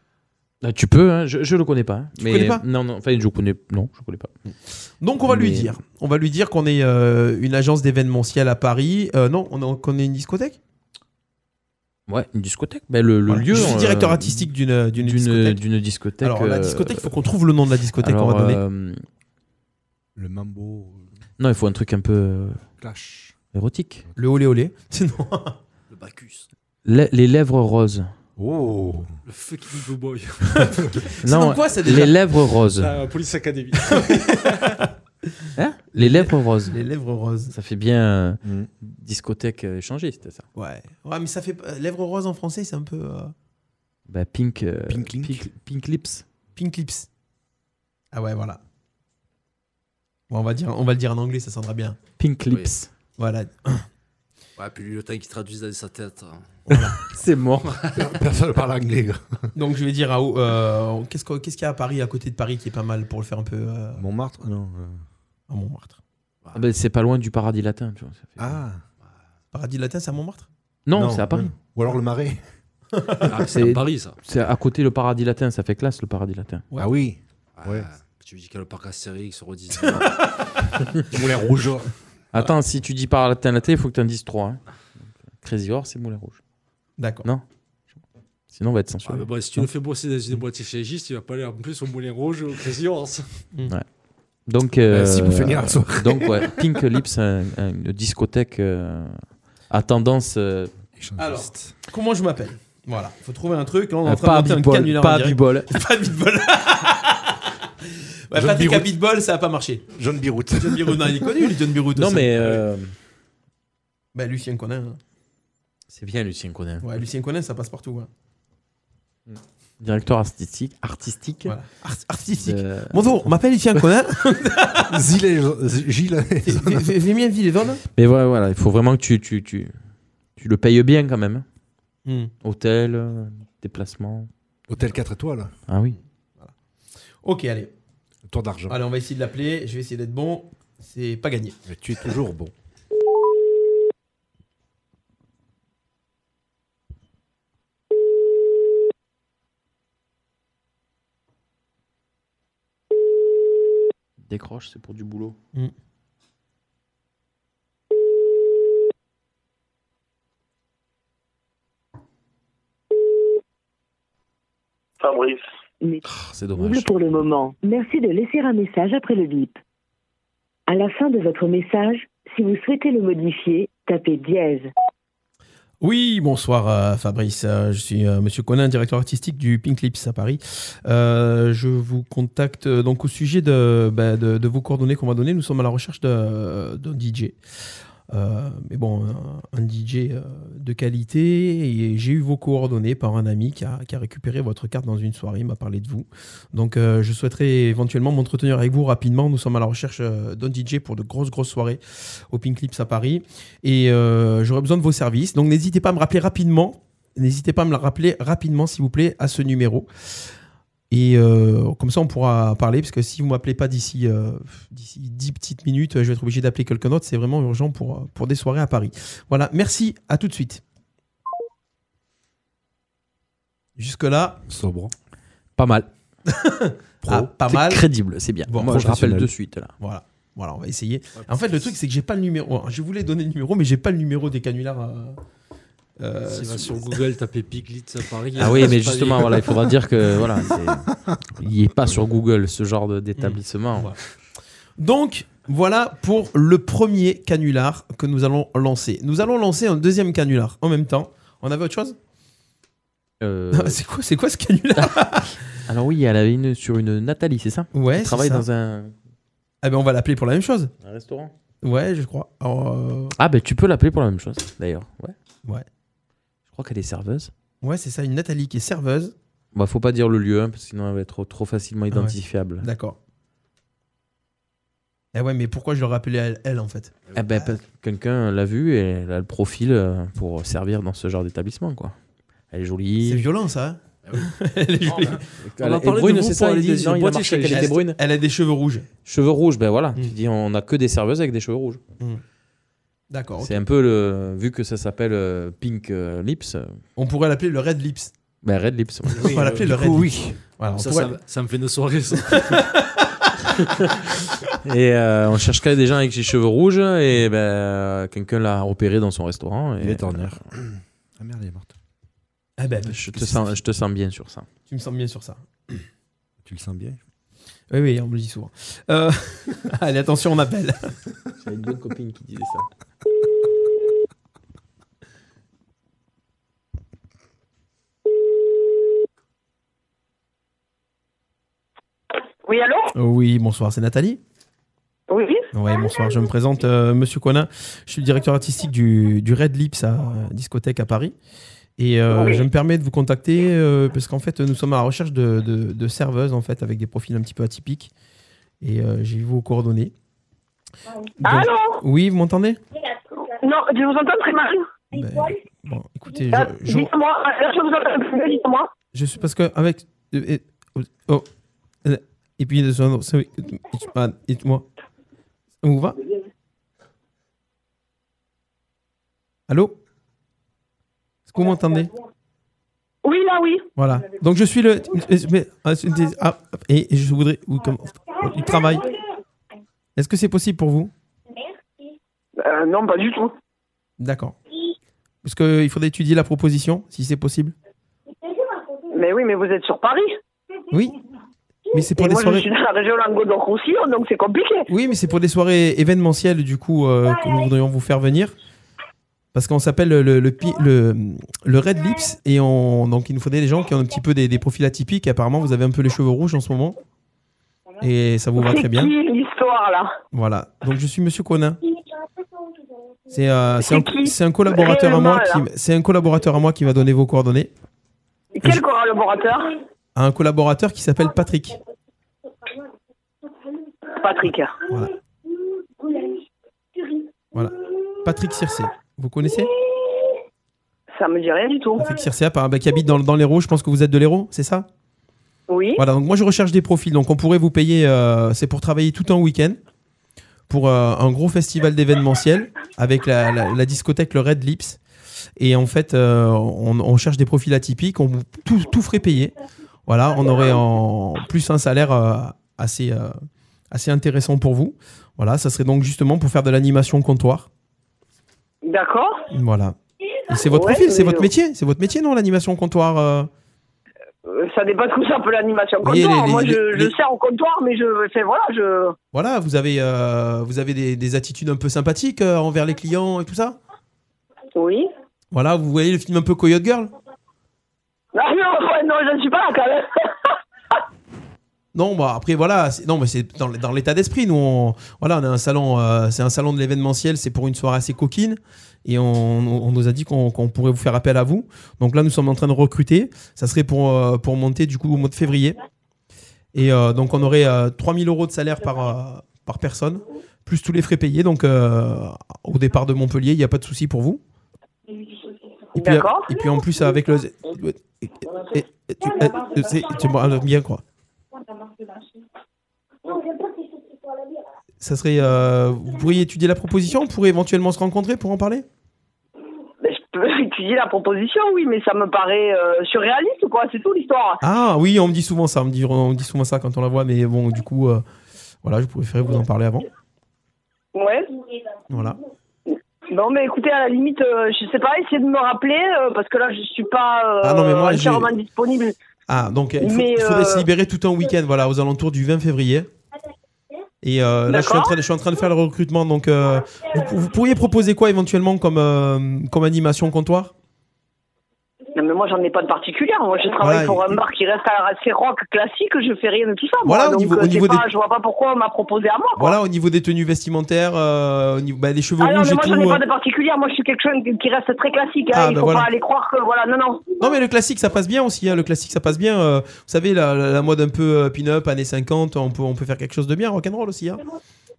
Ah, tu peux, hein, je, je le connais pas. hein,
Tu connais pas
Non, non, enfin, je connais. Non, je connais pas.
Donc on va lui
Mais-
dire, on va lui dire qu'on est euh, une agence d'événementiel à Paris. Euh, non, on est- qu'on est une discothèque.
Ouais, une discothèque. Ben, le, le
Voilà.
lieu.
Je suis
euh,
directeur artistique d'une d'une discothèque.
D'une discothèque.
Alors la
euh,
discothèque, il faut qu'on trouve le nom de la discothèque qu'on va
alors,
donner.
euh,
Le mambo.
non, il faut un truc un peu. euh,
Clash.
Érotique.
Le olé olé. Sinon.
Le Bacchus.
Les, les lèvres roses.
Oh.
Le fucking blue boy.
Non, Les lèvres roses.
Ah,
La Police Academy.
Hein les lèvres roses.
Les lèvres roses.
Ça fait bien euh,
Mm.
discothèque euh, échangée, c'était ça.
Ouais. Ouais, mais ça fait euh, lèvres roses en français, c'est un peu euh,
Bah, pink. euh,
Pink Link.
pink, Pink lips.
pink lips. Ah ouais, voilà. Bon, on va dire, on va le dire en anglais, ça sonnera bien.
Pink
Oui.
lips.
Voilà.
Ouais, puis lui, le temps qu'il traduise dans sa tête. hein.
C'est mort.
Personne ne parle anglais. gars.
Donc je vais dire à où, euh, qu'est-ce qu'on- qu'est-ce qu'il y a à Paris, à côté de Paris, qui est pas mal pour le faire un peu. euh,
Ah
Montmartre Non. euh,
à Montmartre.
Bah.
Ah ben, c'est pas loin du paradis latin. tu vois, ça fait-
Ah.
Paradis latin, c'est à Montmartre
Non, c'est à Paris. Ah,
non. Ou alors le marais.
Ah, c'est à Paris, ça.
C'est à côté le paradis latin, ça fait classe le paradis latin.
Ah oui.
Ouais. Tu me dis qu'il y a le parc Astérix, Rodis.
Moulin Rouge.
Attends, si tu dis paradis latin, latin, il faut que tu en dises 3. Crazy Horse, c'est Moulin Rouge.
D'accord. bah,
Non Sinon, on va être censuré.
Ah, mais bon, si tu le fais bosser dans une boîte chirurgiste, il va pas aller en plus au Moulin Rouge hein. ou au Crazy Horse.
Ouais.
Bah,
Donc, euh,
si vous finissez la soirée.
donc ouais, Pink Lips, un- un- une discothèque euh, à tendance euh,
Alors, comment je m'appelle Voilà, faut trouver un truc. Là, on est
Euh,
en train
pas
de monter un
Big Ball,
canular
pas
en direct.
Big Ball.
Pas Big Ball. Ouais,
John
Patrick à
Birout.
Big Ball, ça a pas marché.
John Birout.
John Birout, non, il est connu, lui, John Birout.
Non,
aussi.
mais euh,
Bah, Lucien Conin. hein.
c'est bien Lucien Conin.
Ouais, Lucien Conin, ça passe partout. hein.
Directeur artistique. artistique
Voilà. Art- artistique.
de-
Bonjour, on m'appelle Lucien Conin.
Gilles. Gilles.
Fais- fais- Fais bien Villevonne.
Mais voilà, voilà, il faut vraiment que tu, tu, tu, Tu le payes bien quand même. hein.
Hmm.
Hôtel, euh, déplacement.
Hôtel 4 étoiles.
Ah oui.
Ok, allez.
Tour d'argent.
Allez, on va essayer de l'appeler. Je vais essayer d'être bon. C'est pas gagné.
Mais tu es toujours bon.
Décroche, c'est pour du boulot.
Mm.
Hmm.
Fabrice.
Ah,
C'est
Double pour le moment. Merci de laisser un message après le bip. À la fin de votre message, si vous souhaitez le modifier, tapez dièse.
Oui, bonsoir euh, Fabrice. Euh, je suis euh, Monsieur Conin, directeur artistique du Pink Lips à Paris. Euh, je vous contacte euh, donc au sujet de, bah, de, de vos coordonnées qu'on m'a données. Nous sommes à la recherche de- d'un DJ. Euh, mais bon, un, un DJ euh, de qualité. Et j'ai eu vos coordonnées par un ami qui a, qui a récupéré votre carte dans une soirée. Il m'a parlé de vous. Donc, euh, je souhaiterais éventuellement m'entretenir avec vous rapidement. Nous sommes à la recherche euh, d'un DJ pour de grosses, grosses soirées au Pink Lips à Paris. Et euh, j'aurais besoin de vos services. Donc, n'hésitez pas à me rappeler rapidement. N'hésitez pas à me le rappeler rapidement, s'il vous plaît, à ce numéro. Et euh, comme ça, on pourra parler, parce que si vous m'appelez pas d'ici euh, d'ici 10 petites minutes, euh, je vais être obligé d'appeler quelqu'un d'autre. C'est vraiment urgent pour, euh, pour des soirées à Paris. Voilà, merci, à tout de suite. Jusque-là.
Sobre.
Pas mal.
Ah, pas
C'est
mal.
crédible, c'est bien. Moi, je rappelle de suite, là.
Voilà. Voilà, on va essayer. en fait, le truc, c'est que j'ai pas le numéro. Je voulais donner le numéro, mais j'ai pas le numéro des canulars. euh, euh,
Si
sous-
va sur Google, taper Piglitz à Paris. hein,
Ah oui, mais justement, voilà, il faudra dire que voilà, c'est- il n'est pas sur Google ce genre de- d'établissement.
Donc, voilà pour le premier canular que nous allons lancer. Nous allons lancer un deuxième canular en même temps. On avait autre chose
Euh,
C'est quoi, c'est quoi ce canular
Alors oui, elle avait une sur une Nathalie, c'est ça
Ouais,
Elle
c'est
travaille
ça.
dans un,
Eh ben, on va l'appeler pour la même chose.
un restaurant.
Ouais, je crois. Alors, euh, Ah
Ah ben tu peux l'appeler pour la même chose, d'ailleurs. Ouais.
Ouais.
Je crois qu'elle est serveuse.
Ouais, c'est ça, une Nathalie qui est serveuse. Ah
Bah faut pas dire le lieu, hein, parce que sinon elle va être trop, trop facilement identifiable.
D'accord. Eh ouais, mais pourquoi je l'aurais appelée elle, elle, en fait
Eh ben, parce que quelqu'un l'a vu et elle a le profil euh, pour servir dans ce genre d'établissement, quoi. Elle est jolie.
C'est violent, ça. hein elle est jolie.
Elle est brune, c'est ça, il dit, non, il a marqué qu'elle était brune.
Elle a des cheveux rouges.
Cheveux rouges, ben voilà. Tu dis, on a que des serveuses avec des cheveux rouges.
D'accord. Bah, ok.
C'est un peu le. Vu que ça s'appelle euh, Pink euh, Lips, euh,
On pourrait l'appeler le Red Lips.
ben Red Lips. ouais.
on va l'appeler
du
le
coup,
Red
oui.
Lips. Voilà, on
ça,
pourrait-
ça, me- ça me fait nos soirées, ça.
Et euh, on cherche quand même des gens avec des cheveux rouges et ben, euh, quelqu'un l'a repéré dans son restaurant. Et, euh,
Il est en heure. Ah merde, il est morte.
Ah ben,
Je te, sens, je te sens bien sur ça.
Tu me sens bien sur ça.
Tu le sens bien
Oui, oui, on me le dit souvent. Euh, Allez, attention, on appelle.
J'avais une bonne copine qui disait ça.
Oui, allô
Oui, bonsoir, c'est Nathalie.
Oui
Oui, bonsoir, je me présente, euh, Monsieur Conin. Je suis le directeur artistique du, du Red Lips à euh, Discothèque à Paris. Et euh,
Oui.
je me permets de vous contacter euh, parce qu'en fait, nous sommes à la recherche de, de- de serveuses en fait, avec des profils un petit peu atypiques. Et euh, j'ai eu vos coordonnées. Donc-
Allô
Oui, vous m'entendez
Non, je vous entends très mal.
Bon, écoutez,
Euh,
je, je-
Dites-moi, là, je vous entends plus, dites-moi.
Je suis parce que avec euh, et- oh euh, et puis de son c'est moi. On vous va Allô Est-ce que vous m'entendez
Oui, là, oui.
Voilà. Donc je suis le mais- ah, c'est- ah, et et je voudrais ou comme il travaille. Est-ce que c'est possible pour vous
Euh, non, pas du tout.
D'accord. Parce que il faudrait étudier la proposition si c'est possible.
Mais oui, mais vous êtes sur Paris.
Oui. Mais c'est pour
Et
les
moi,
soirées.
je suis dans la région Languedoc-Roussillon, donc c'est compliqué.
Oui, mais c'est pour des soirées événementielles, du coup, euh, que nous voudrions vous faire venir. Parce qu'on s'appelle le, le, pi- le, le Red Lips, et on, donc il nous faudrait des gens qui ont un petit peu des, des profils atypiques. Apparemment, vous avez un peu les cheveux rouges en ce moment. Et ça vous va très
C'est
bien.
qui l'histoire, là
Voilà. Donc je suis Monsieur Conin. C'est euh, c'est un,
C'est qui
c'est un collaborateur à moi qui
Réellement, là.
c'est un collaborateur à moi qui va donner vos coordonnées
Quel collaborateur
à un collaborateur qui s'appelle Patrick.
Patrick.
Voilà. Voilà. Patrick Circé. Vous connaissez
Ça me dit rien du tout.
Avec Circea, par- bah, qui habite dans, dans l'Hérault, je pense que vous êtes de l'Hérault, c'est ça
Oui.
Voilà, donc moi je recherche des profils, donc on pourrait vous payer, euh, c'est pour travailler tout un week-end, pour euh, un gros festival d'événementiel, avec la, la- la discothèque le Red Lips. Et en fait, euh, on, on cherche des profils atypiques, on vous- tout, tout ferait payer. Voilà, on aurait en plus un salaire euh, assez, euh, assez intéressant pour vous. Voilà, ça serait donc justement pour faire de l'animation comptoir.
D'accord.
Voilà. Et c'est votre
Ouais,
profil, c'est
mais-
votre métier, c'est votre métier, non, l'animation comptoir euh,
Euh, Ça dépend de tout ça un peu l'animation
Oui,
comptoir.
les-
Moi,
les-
je, je
les-
sers au comptoir, mais je fais, voilà, je.
Voilà, vous avez, euh, vous avez des, des attitudes un peu sympathiques euh, envers les clients et tout ça
Oui.
Voilà, vous voyez le film un peu Coyote Girl
Ah non, ouais, non, je ne suis pas là quand même.
Non, bah après voilà, c'est- non mais c'est dans, l- dans l'état d'esprit. Nous, on, voilà, on a un salon, euh, c'est un salon de l'événementiel, c'est pour une soirée assez coquine, et on, on nous a dit qu'on qu'on pourrait vous faire appel à vous. Donc là, nous sommes en train de recruter. Ça serait pour euh, pour monter du coup au mois de février. Et euh, donc on aurait 3000 euros de salaire par euh, par personne, plus tous les frais payés. Donc euh, au départ de Montpellier, il n'y a pas de souci pour vous. Et puis,
D'accord.
et puis en plus avec le, et- et- et- tu, et- c'est- tu me- bien quoi. ça serait. euh, vous pourriez étudier la proposition On pourrait éventuellement se rencontrer pour en parler
Mais je peux étudier la proposition, oui, mais ça me paraît euh, surréaliste ou quoi C'est tout l'histoire.
Ah oui, on me dit souvent ça. On me dit, on me dit souvent ça quand on la voit, mais bon, du coup, euh, voilà, je préférais vous en parler avant.
Ouais.
Voilà.
Non, mais écoutez, à la limite, euh, je sais pas, essayez de me rappeler, euh, parce que là, je suis pas euh,
Ah non, mais moi, j'ai-
entièrement disponible.
Ah, donc il, faut-
Mais,
il faudrait
euh,
se libérer tout un week-end, voilà, aux alentours du 20 février. Et euh, là, je suis, en
D'accord.
train de, je suis en train de faire le recrutement. Donc, euh, vous, vous pourriez proposer quoi éventuellement comme, euh, comme animation comptoir
Non, mais moi, j'en ai pas de particulière. Moi, je travaille
Voilà,
pour un bar qui reste assez rock classique, je fais rien de tout ça. moi.
Voilà, au
donc,
niveau- au
euh, c'est
niveau
pas-
des-
je vois pas pourquoi on m'a proposé à moi. quoi.
Voilà, au niveau des tenues vestimentaires, euh, au niveau, bah, les cheveux
Ah non,
rouges
mais
et
moi,
tout.
j'en ai
euh.
pas de particulière. Moi, je suis quelqu'un qui reste très classique.
Ah,
hein. Il
bah
faut
voilà.
pas aller croire que. Voilà, non, non.
Non mais le classique ça passe bien aussi, hein. le classique ça passe bien. euh, vous savez la, la- la mode un peu euh, pin-up, années 50, on peut, on peut faire quelque chose de bien, rock'n'roll aussi. hein.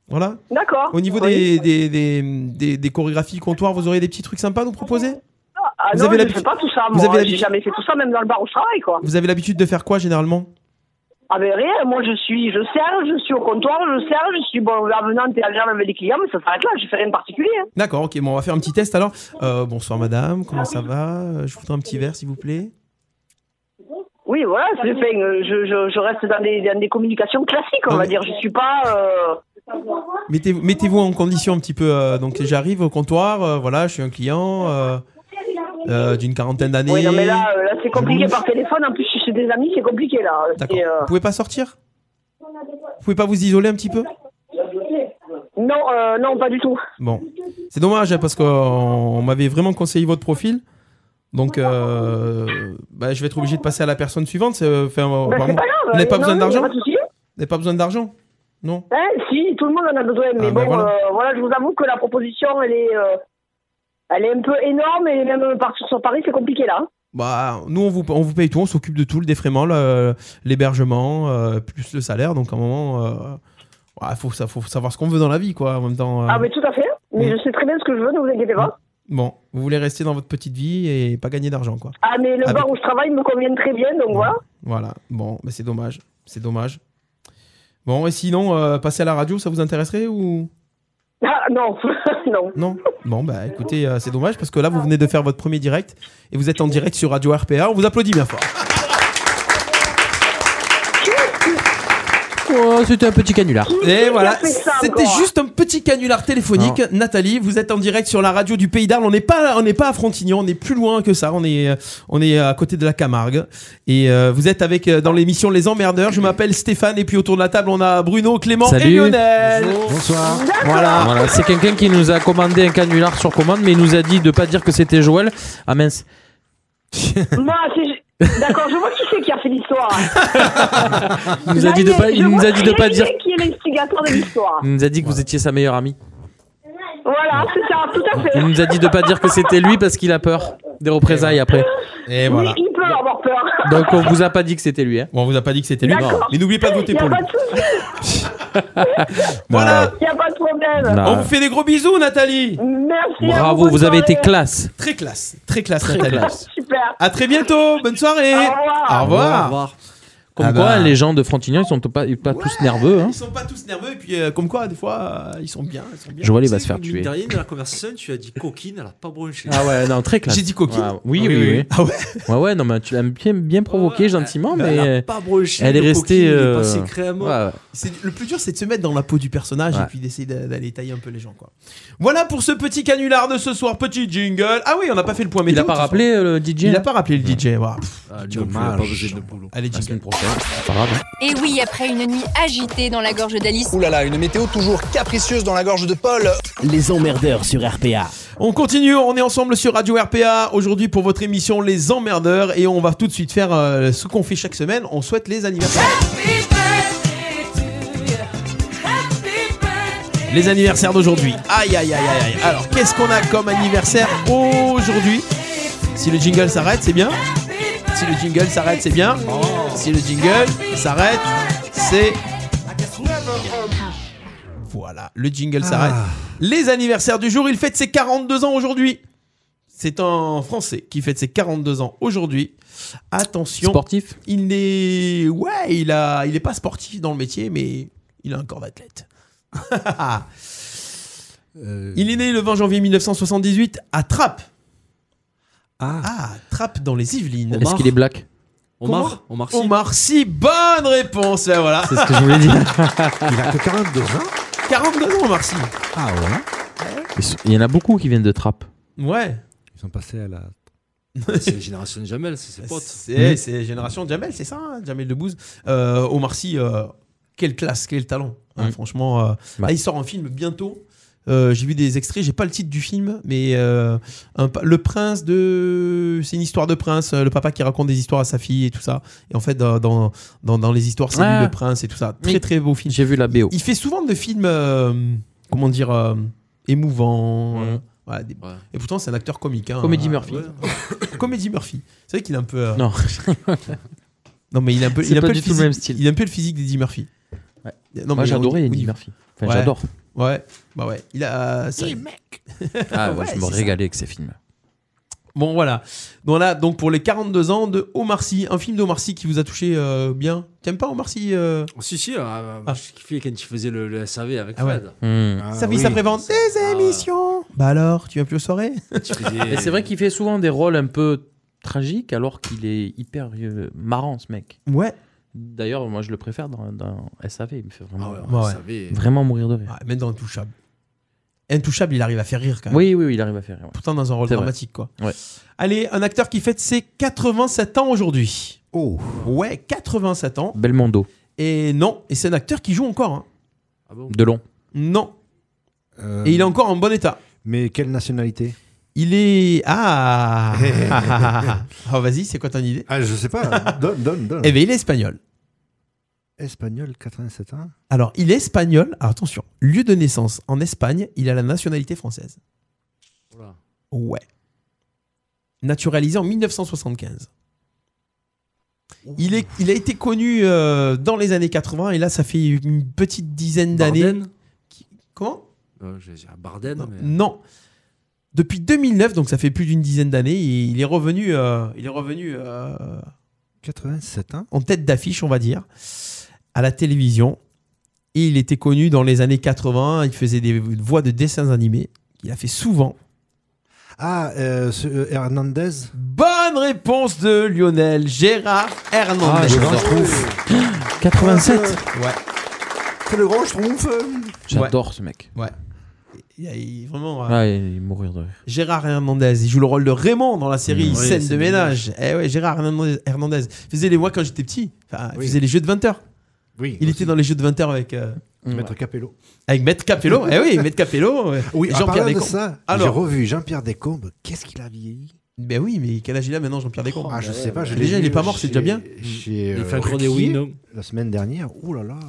Voilà.
D'accord.
Au niveau
Oui.
des, des, des, des- des chorégraphies comptoirs, vous auriez des petits trucs sympas à nous proposer
Ah
Vous
non,
avez
je
l'habitude-
fais pas tout ça.
vous
Moi,
avez
j'ai
l'habitude-
jamais fait tout ça, même dans le bar où je travaille, quoi.
Vous avez l'habitude de faire quoi généralement
Ah ben rien, moi je suis, je sers, je suis au comptoir, je sers, je suis bon, avenante et agréable avec les clients, mais ça s'arrête là, je fais rien de particulier. hein.
D'accord, ok, bon on va faire un petit test alors. Euh, bonsoir madame,
Ah
comment ça va Euh, Je voudrais un petit verre s'il vous plaît.
Oui, voilà, c'est fait, euh, je, je, je reste dans des, dans des communications classiques, on
Non,
va
mais-
dire, je suis pas... euh,
Mettez-vous mettez-vous en condition un petit peu. euh, donc j'arrive au comptoir, euh, voilà, je suis un client euh, euh, d'une quarantaine d'années.
Oui, non mais là, euh, là c'est compliqué
Vous-
par téléphone, en plus je suis chez des amis, c'est compliqué là. c'est, euh,
Vous pouvez pas sortir Vous pouvez pas vous isoler un petit peu
Non, euh, non, pas du tout.
Bon, c'est dommage hein, parce qu'on m'avait vraiment conseillé votre profil. Donc, euh, bah, je vais être obligé de passer à la personne suivante. c'est, euh, enfin,
Oh,
euh,
Bah, c'est
apparemment,
pas grave,
vous n'avez pas
non,
besoin
non,
d'argent
y a pas de souci.
Vous n'avez pas besoin d'argent Non
Hein, si, tout le monde en a besoin, mais
bah,
Ah,
bon,
ben voilà.
euh, voilà, je vous avoue que la proposition, elle est, euh, elle est un peu énorme, et même partir sur Paris, c'est compliqué là. hein.
Bah, nous, on vous, on vous paye tout, on s'occupe de tout, le défraiement, le- l'hébergement, euh, plus le salaire. Donc, à un moment, euh, ouais, faut, sa- faut savoir ce qu'on veut dans la vie, quoi. En même temps, euh,
Ah mais tout à fait, mais
Mm.
je sais très bien ce que je veux, ne vous inquiétez
Mm.
pas.
bon, vous voulez rester dans votre petite vie et pas gagner d'argent, quoi.
Ah, mais le
Avec-
bar où je travaille me convient très bien, donc voilà.
Voilà, bon, bah c'est dommage. C'est dommage. Bon, et sinon, euh, passer à la radio, ça vous intéresserait ou
Ah, non, non.
Non Bon, bah écoutez, euh, c'est dommage parce que là, vous venez de faire votre premier direct et vous êtes en direct sur Radio RPA. On vous applaudit bien fort.
Oh, c'était un petit canular.
Et voilà,
fait ça
c'était
hein.
encore
juste un petit canular téléphonique. Nathalie, vous êtes en direct sur la radio du Pays d'Arles. On n'est pas, on n'est pas à Frontignan, on est plus loin que ça. On est, euh, on est à côté de la Camargue. Et euh, vous êtes avec euh, dans l'émission Les Emmerdeurs. Je m'appelle Stéphane et puis autour de la table on a Bruno, Clément et
Salut.
Lionel.
Bonsoir. Voilà, Voilà, c'est quelqu'un qui nous a commandé un canular sur commande, mais il nous a dit de pas dire que c'était Joël. Ah mince. Mm.
Moi, c'est... D'accord, je vois qui c'est qui a fait l'histoire.
Il nous a
Là,
dit de
est-
pas, il
je
nous
vois
a dit de
très
pas dire.
bien qui est l'instigateur de l'histoire.
Il nous a dit que vous étiez sa meilleure amie.
Voilà, c'est ça, tout à fait.
Il nous a dit de pas dire que c'était lui parce qu'il a peur des représailles après.
Et
Oui, il peut avoir peur.
Donc on vous a pas dit que c'était lui. hein.
Bon, on vous a pas dit que c'était
D'accord.
Mais n'oubliez pas de voter
Y a
pour lui.
pas de souci.
Voilà.
Il n'y a pas de problème.
Non. On vous fait des gros bisous, Nathalie.
Merci. à
Bravo,
bonne
vous avez été
soirée.
classe.
Très classe, très classe,
Très
Nathalie.
classe.
Super.
À très bientôt. Bonne soirée. Au revoir. Au revoir.
Bah, Au Comme
Ah
quoi,
bah.
les gens de Frontignan, ils sont pas, pas tous nerveux. Hein.
Ils sont pas tous nerveux et puis euh, comme quoi des fois euh, ils sont bien, ils sont bien.
Joël, il va
Tu
se
sais,
faire tuer.
Derrière dans la conversation, tu as dit coquine, elle a pas bronché.
Ah ouais, non, très classe.
J'ai dit coquine
Ouais, oui,
Ah
oui,
oui,
oui,
oui. Ah ouais
Ouais, ouais, non, mais tu l'as bien, bien provoqué gentiment,
elle
mais.
a
euh,
pas broché
elle est
le coquille,
restée.
il est
euh,
passé crème.
ouais, ouais.
C'est- le plus dur c'est de se mettre dans la peau du personnage et
Ouais.
puis d'essayer d'a- d'aller tailler un peu les gens quoi. Voilà pour ce petit canular de ce soir, petit jingle. Ah oui, on n'a pas fait le point
Il a
météo.
pas
ce
rappelé
soir.
euh, le Ah, DJ
Il a pas rappelé le DJ, voilà.
lui non plus, il a pas besoin de boulot.
Allez,
La semaine
prochaine.
hein.
Et oui, après une nuit agitée dans la gorge d'Alice.
Ouh là là, une météo toujours capricieuse dans la gorge de Paul.
Les emmerdeurs sur RPA. On continue, on est ensemble sur Radio RPA aujourd'hui pour votre émission Les emmerdeurs et on va tout de suite faire euh, ce qu'on fait chaque semaine, on souhaite les anniversaires. Les anniversaires d'aujourd'hui. Aïe aïe aïe aïe aïe. Alors qu'est-ce qu'on a comme anniversaire aujourd'hui Si le jingle s'arrête, c'est bien. Si le jingle s'arrête, c'est bien. Si le jingle s'arrête, c'est voilà, le jingle s'arrête. Les anniversaires du jour, il fête ses 42 ans aujourd'hui. C'est un Français qui fête ses 42 ans aujourd'hui. Attention.
Sportif
Il n'est. Ouais, il, a... il est pas sportif dans le métier, mais il a un corps d'athlète. Il est né le 20 janvier 1978 à Trappes. Ah, Trappes dans les Yvelines.
Est-ce qu'il est black
Omar
Omar
Omar
Omar
Sy.
Sy.
bonne réponse. Là, voilà.
C'est ce que je voulais dire.
Il a que 42 ans. 42 ans, Omar Sy. Ah
Ils sont- Il y en a beaucoup qui viennent de Trappes.
ouais. Ouais.
Ils sont passés à la.
C'est la génération de Jamel, c'est ses potes. Mm.
C'est c'est Génération Jamel, c'est ça, hein, Jamel Debbouze. Euh, Omar Sy, euh, quelle classe, quel talent. hein,
Mm.
Franchement, euh,
Bah.
là, il sort un film bientôt. Euh, j'ai vu des extraits, j'ai pas le titre du film, mais euh, un pa- le prince de, c'est une histoire de prince, euh, le papa qui raconte des histoires à sa fille et tout ça. Et en fait, dans dans, dans, dans les histoires, c'est lui
Ah.
le prince et tout ça. Très
Oui.
très beau film.
J'ai vu la BO.
Il fait souvent de films, euh, comment dire, euh, émouvants. euh, voilà, des- Et pourtant, c'est un acteur comique. hein.
Comédie
Euh,
Murphy.
ouais. Comédie Murphy. C'est vrai qu'il est un peu. euh,
Non.
non, mais il a un peu,
C'est
il a un
pas
peu
du tout le
physique-
même style.
Il a un peu le physique d'Eddie Murphy. Non,
Moi,
mais au-
j'adorais Eddie
au-
Murphy. Enfin,
Ouais.
j'adore.
Ouais, bah ouais. Il a. ça-
Ah ouais, je me
c'est ça.
régalais avec ces films.
Bon, voilà. Donc là, donc pour les 42 ans de Omar Sy, un film d'Omar Sy qui vous a touché euh, bien. T'aimes pas Omar Sy euh
Si, si, euh, je kiffais quand tu faisais le, le SAV avec
Ah ouais.
Fred.
Hmm.
Sa vie, sa prévente. Des
Ah,
émissions. Bah alors, tu viens plus aux soirées
Mais c'est vrai qu'il fait souvent des rôles un peu tragiques alors qu'il est hyper euh, marrant ce mec.
Ouais.
D'ailleurs, moi je le préfère dans, dans SAV. Il me fait vraiment,
Ah ouais, dans Ouais. SAV.
vraiment mourir de rire.
Ouais, même dans Intouchable. Intouchable, il arrive à faire rire quand même.
Oui, oui, oui, il arrive à faire rire. ouais.
Pourtant, dans un rôle
C'est vrai.
dramatique, quoi.
Ouais.
Allez, un acteur qui fête ses 87 ans aujourd'hui. Oh. Ouais, 87 ans.
Belmondo,
Et non, et c'est un acteur qui joue encore. hein.
Delon.
Non. Et il est encore en bon état.
Euh. Mais quelle nationalité
Il est. Ah Oh, vas-y, c'est quoi ton idée
Ah, je sais pas. donne, donne, donne.
Eh bien, il est espagnol.
Espagnol, 87 ans.
Alors, il est espagnol. Alors, attention, lieu de naissance en Espagne, il a la nationalité française.
Oula.
Ouais. Naturalisé en 1975. Il, est, il a été connu euh, dans les années 80 et là, ça fait une petite dizaine d'années.
Barden
Qui- Comment
Euh, J'ai j'ai un Barden. mais-
Non. Depuis 2009, donc ça fait plus d'une dizaine d'années, il il est revenu, euh, il est revenu euh,
87 ans.
en tête d'affiche, on va dire, à la télévision. Et il était connu dans les années 80, il faisait des voix de dessins animés, il a fait souvent.
Ah, euh, ce, euh, Hernandez.
Bonne réponse de Lionel Gérard Hernandez.
Ah, le grand schtroumpf.
87
Ouais.
C'est le grand schtroumpf.
J'adore ce mec.
Ouais. Il, il- vraiment. euh,
Ouais, Ah, il est mourir de rire.
Gérard Hernandez, il joue le rôle de Raymond dans la série
Mmh. Oui,
Scène
Scène
de
de
ménage. Eh ouais, Gérard Hernandez, Hernandez. faisait les mois quand j'étais petit. Enfin, il
Oui.
faisait les jeux de 20h.
Oui,
Il était dans les jeux de 20h avec euh,
Maître Capello.
avec Maître Capello. eh oui, Maître Capello. ouais.
Oui,
Et
en parlant de
Descombes.
ça, j'ai
Alors,
revu Jean-Pierre Descombes. Qu'est-ce qu'il a vieilli
ben oui, mais quel âge il a maintenant Jean-Pierre Descombes
Ah, je sais pas. Je l'ai
Déjà, il
vu
est pas mort, c'est
chez-
déjà bien.
Chez,
Il
euh,
fait encore des
Ruquier,
Winnows.
La semaine dernière. Ouh là là.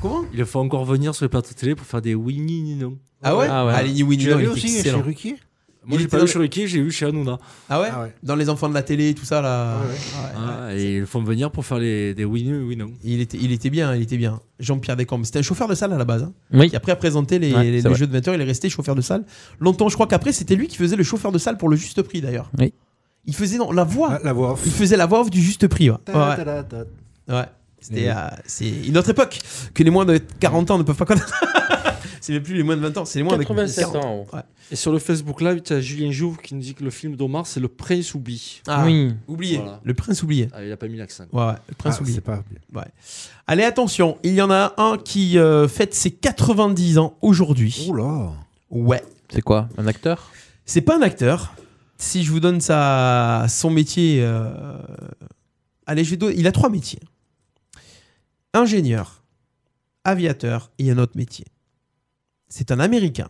Comment
Il le faut encore venir sur les plateaux télé pour faire des winnie non
Ah ouais Ah ouais. Ah, les ni-oui, ni-non,
Tu l'as
il
vu
était
aussi
excellent.
chez
Ruquier
Moi,
Il
j'ai
était
pas
dans
vu
les-
sur Ricky, j'ai vu chez Hanouna.
Ah ouais, Dans les enfants de la télé, tout ça là. Ouais.
Ah, et ils font venir pour faire les, des win win
Il était, il était bien, il était bien. Jean-Pierre Descombes, c'était un chauffeur de salle à la base. hein,
Oui.
Qui après a présenté les,
Ouais,
les- les
c'est vrai.
jeux de 20 heures, il est resté chauffeur de salle. Longtemps, je crois qu'après, c'était lui qui faisait le chauffeur de salle pour le juste prix d'ailleurs.
Oui.
Il faisait non, Ah, la voix.
La voix off.
Il faisait la voix off du juste prix. Ouais. Ouais.
Ta-da-da-da.
Ouais. C'était,
Et-
euh, c'est une autre époque que les moins de 40 ans ne peuvent pas connaître. c'est même plus les moins de 20 ans, c'est les moins de
87
40
ans,
Ouais.
Et sur le Facebook Live, tu as Julien Jouve qui nous dit que le film d'Omar, c'est Le Prince oublié.
Ah, Oui. oublié. Le Prince oublié.
Ah, il a pas mis l'accent.
Ouais, ouais, le prince
Ah,
oublié.
c'est pas-
Ouais. Allez, attention, il y en a un qui euh, fête ses 90 ans aujourd'hui.
Oh
Oula.
Ouais.
C'est quoi Un acteur
C'est pas un acteur. Si je vous donne sa, son métier. euh, Allez, je vais don- Il a trois métiers ingénieur, aviateur et un autre métier. C'est un Américain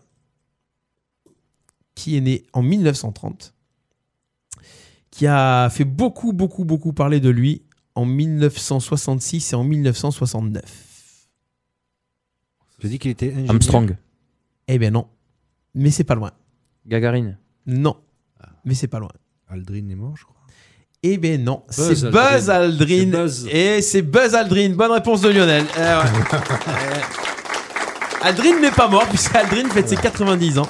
qui est né en 1930, qui a fait beaucoup, beaucoup, beaucoup parler de lui en 1966 et en 1969.
Tu as dit qu'il était ingénieur.
Armstrong.
Eh bien non, mais c'est pas loin.
Gagarine.
Non,
Ah.
mais c'est pas loin.
Aldrin est mort, je crois.
Eh ben non,
Buzz
c'est
Aldrin.
Buzz Aldrin. Et c'est Buzz Aldrin. Bonne réponse de Lionel. Eh ouais. Euh, Aldrin n'est pas mort puisque Aldrin fête ses 90 ans.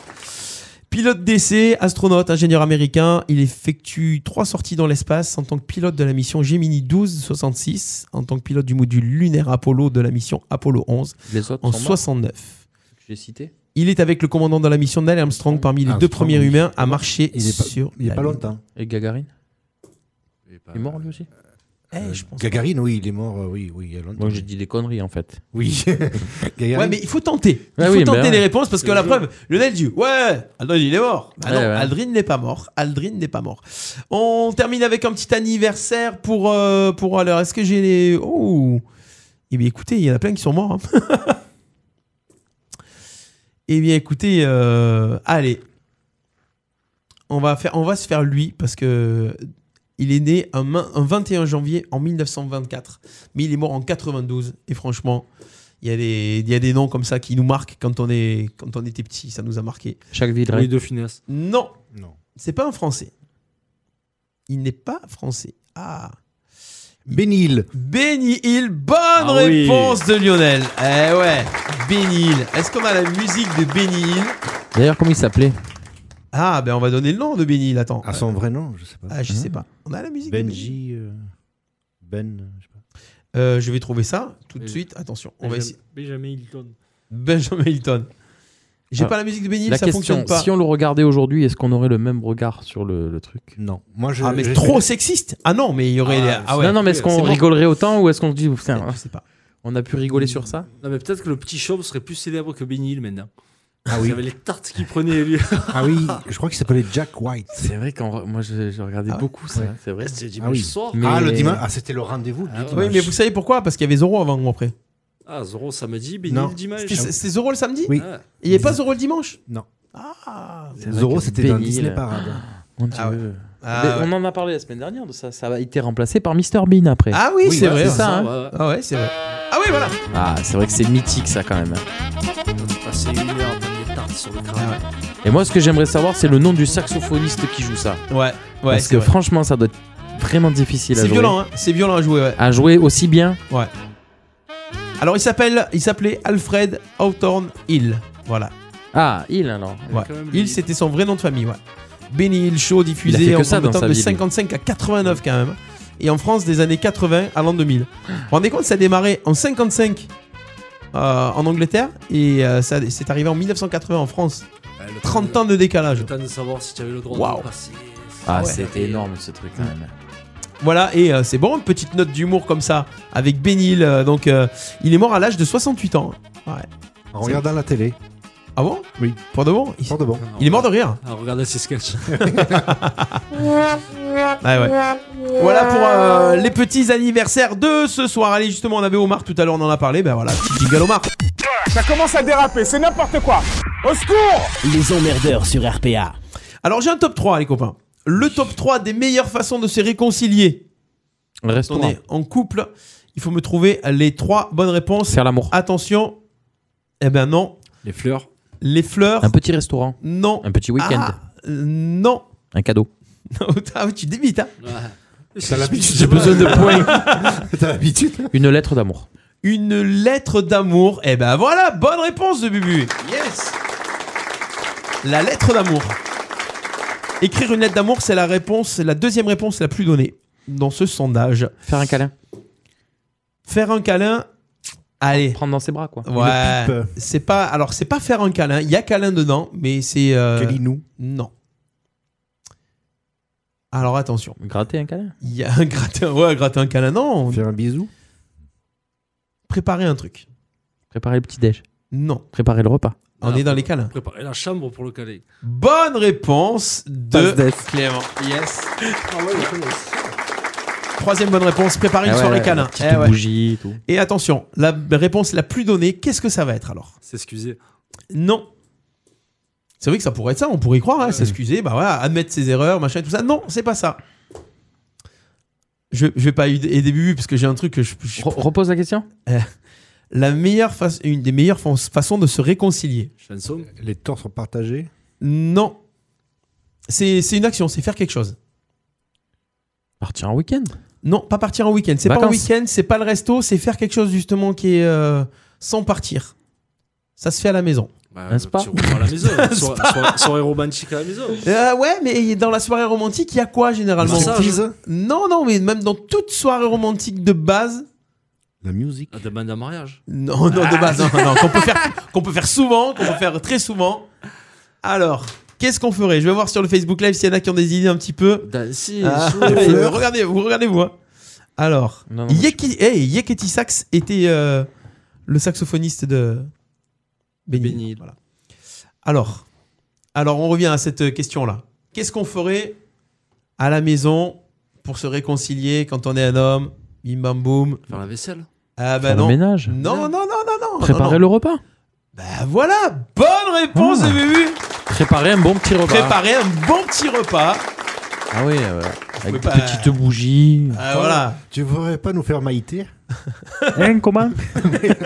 Pilote d'essai, astronaute, ingénieur américain, il effectue trois sorties dans l'espace en tant que pilote de la mission Gemini 12-66, en tant que pilote du module lunaire Apollo de la mission Apollo 11
Les autres
en
sont morts
69.
J'ai cité.
Il est avec le commandant de la mission Neil Armstrong parmi les deux
Armstrong,
premiers
oui.
humains à marcher
Il est pas-
sur
il est
la
pas
Lune.
longtemps. Et Gagarine Il est mort lui aussi
Eh,
je pense
Gagarine, oui, il est mort, euh, oui, oui, il y a longtemps.
Moi j'ai dit des conneries en fait.
Oui. Gagarine.
Ouais, mais il faut tenter. Il
Ouais,
faut
oui,
tenter
bah ouais.
les réponses parce que
C'est
la
le
preuve, Lionel dit Ouais, Aldrin il est mort. Bah
Ouais,
non,
ouais.
Aldrin n'est pas mort. Aldrin n'est pas mort. On termine avec un petit anniversaire pour. euh, pour alors, est-ce que j'ai les. Oh Eh bien, écoutez, il y en a plein qui sont morts. hein. eh bien, écoutez, euh, allez. On va, faire, on va se faire lui parce que. Il est né un, main- un 21 janvier en 1924, mais il est mort en 92. Et franchement, il y, a des, il y a des noms comme ça qui nous marquent quand on, est, quand on était petit. Ça nous a marqué.
Chaque ville.
Louis de Funès.
Non.
Non.
C'est pas un Français. Il n'est pas français. Ah.
Bénil.
Hill. Bonne
Ah oui.
réponse de Lionel. Eh ouais. Benny Hill. Est-ce qu'on a la musique de Benny Hill
D'ailleurs, comment il s'appelait
Ah, ben on va donner le nom de Benny Hill. Attends.
À son vrai nom, je sais pas.
Ah, je sais pas. On a la musique de Benny Hill.
Benji. euh, Ben. euh, je sais pas.
Euh, je vais trouver ça tout de suite. Attention, on va essayer.
Benjamin Hilton.
Benjamin Hilton. J'ai
Ah.
pas la musique de Benny Hill,
La
ça
question,
fonctionne pas.
Si on le regardait aujourd'hui, est-ce qu'on aurait le même regard sur le, le truc
Non. Moi,
Ah, mais trop sexiste. Ah non, mais il y aurait. les- Ah, ouais.
non, non, mais est-ce
C'est
qu'on
bon.
rigolerait autant ou est-ce qu'on se dit, putain,
pas.
On a pu rigoler sur ça
Non, mais peut-être que le petit chauve serait plus célèbre que Benny Hill maintenant.
Ah
Parce
oui.
qu'il avait les tartes qu'il prenait, lui.
Ah oui, je crois qu'il s'appelait Jack White.
C'est vrai qu'en moi je, je regardais beaucoup ça,
Ouais.
c'est vrai.
Ah oui. Ah, le dimanche. Ah, c'était le rendez-vous du dimanche.
Oui, mais vous savez pourquoi Parce qu'il y avait Zoro avant ou après.
Ah, Zoro samedi, Benny
Non.
Hill dimanche.
C'était-
hein.
C'était Zoro le samedi
Oui.
Ah.
Il n'y avait pas Zoro le dimanche
Non.
Ah
C'est vrai
Zoro,
que
c'était dans
Benny
Disney
Hill.
Parade.
Mon Dieu.
Ah ouais. Ah
Mais
ouais.
On en a parlé la semaine dernière de ça, ça a été remplacé par Mr Bean après.
Ah oui, c'est vrai.
C'est ça. hein.
Ah ouais, c'est vrai. Ah oui, voilà.
Ah, c'est vrai que c'est mythique ça quand même.
Passer une heure à prendre des tartes sur le crâne.
Et moi ce que j'aimerais savoir c'est le nom du saxophoniste qui joue ça.
Ouais, ouais.
Parce
c'est
que
vrai.
franchement ça doit être vraiment difficile à
C'est
jouer.
violent, hein. C'est violent à jouer, ouais.
À jouer aussi bien.
Ouais. Alors il s'appelle, il s'appelait Alfred Hawthorne Hill. Voilà.
Ah, Hill alors.
Ouais. Hill, c'était son vrai nom de famille, ouais. Benny Hill Show diffusé
Il a fait que
en
ça dans
temps
sa
de
vie, lui.
55 à 89 quand même. Et en France des années 80 à l'an 2000. Vous vous rendez compte, ça a démarré en 55 euh, en Angleterre et euh, ça c'est arrivé en 1980 en France.
Ouais, Ah, le
30 ans de décalage.
Le temps de savoir si tu avais le droit
Waouh.
de passer.
Ah,
Ouais.
c'était énorme ce truc quand même.
Voilà, et euh, c'est bon, une petite note d'humour comme ça, avec Benny Hill. euh, donc, euh, il est mort à l'âge de 68 ans. Ouais.
En regardant la télé.
Ah bon
Oui.
Pour de bon il...
Pour de bon.
il est mort de rire.
Ah, regardez ces sketchs.
Ouais, Ah ouais. Voilà pour euh, les petits anniversaires de ce soir. Allez, justement, on avait Omar tout à l'heure, on en a parlé. Ben voilà, petit jingle Omar.
Ça commence à déraper, c'est n'importe quoi. Au secours
Les emmerdeurs sur RPA. Alors, j'ai un top 3, les copains. Le top 3 des meilleures façons de se réconcilier.
Restons
On est en couple. Il faut me trouver les trois bonnes réponses.
Faire l'amour.
Attention. Eh ben non.
Les fleurs.
Les fleurs.
Un petit restaurant.
Non.
Un petit week-end.
Ah, Non.
Un cadeau.
Ah, tu débites, hein
T'as l'habitude. J'ai besoin de points.
T'as l'habitude hein.
Une lettre d'amour.
Une lettre d'amour. Eh ben voilà, bonne réponse de Bubu. Yes. La lettre d'amour. Écrire une lettre d'amour, c'est la réponse, la deuxième réponse la plus donnée dans ce sondage.
Faire un câlin.
Faire un câlin. Allez.
Prendre dans ses bras, quoi.
Ouais.
Une pipe.
C'est pas. Alors, c'est pas faire un câlin. Il y a câlin dedans, mais c'est. Euh...
Câlinou.
Non. Alors attention.
Gratter un câlin.
Il y a un gratin, ouais, un gratin, un câlin, non. Faire
un bisou.
Préparer un truc.
Préparer le petit-déj.
Non.
Préparer le repas.
Ah.
On est dans les câlins.
Préparer la chambre pour le caler.
Bonne réponse de
Passe d'ess.
Clément. Yes.
Ah
Troisième bonne réponse.
Ah
Préparer une
ouais,
soirée
la
câlin.
petite
Eh ouais.
bougie et tout.
Et attention, la réponse la plus donnée, qu'est-ce que ça va être alors
S'excuser.
Non. C'est vrai que ça pourrait être ça, on pourrait y croire, hein, s'excuser, bah voilà, admettre ses erreurs, machin, tout ça. Non, c'est pas ça. Je, je vais pas aider début parce que j'ai un truc que je. je- Euh,
repose la question.
la meilleure fa- une des meilleures fa- façons de se réconcilier.
Les torts sont partagés.
Non. C'est c'est une action, c'est faire quelque chose.
Partir en week-end.
Non, pas partir en week-end. C'est pas un
Vacances.
week-end, c'est pas le resto, c'est faire quelque chose justement qui est euh, sans partir. Ça se fait à la maison.
Un spa. petit repas à Bah, la maison,
Un
soirée-
spa.
soirée- soirée romantique à la maison.
Euh, ouais, mais dans la soirée romantique, il y a quoi généralement
Massage. Striptease
Non, non, mais même dans toute soirée romantique de base.
La musique.
La demande en mariage. Ah,
Non, non, de base, Ah, non, non, non, qu'on peut faire, qu'on peut faire souvent, qu'on peut faire très souvent. Alors, qu'est-ce qu'on ferait Je vais voir sur le Facebook Live s'il y en a qui ont des idées un petit peu.
si,
Ah,
sous les fleurs.
regardez, vous regardez vous. hein. Alors, Yeki, hey, Yeketi Sax était euh, le saxophoniste de Benny. Hill, voilà. Alors, alors on revient à cette question là. Qu'est-ce qu'on ferait à la maison pour se réconcilier quand on est un homme Bim bam boum.
Faire la vaisselle.
Ah bah
Faire le
non.
ménage.
Non non non non non.
Préparer le repas. Ah.
Bah voilà, bonne réponse de Bubu.
Préparer un bon petit repas.
Préparer un bon petit repas.
Ah oui, euh, avec
Mais
des
pas-
petites bougies.
Ah, voilà.
Tu voudrais pas nous faire maïter
Hein, comment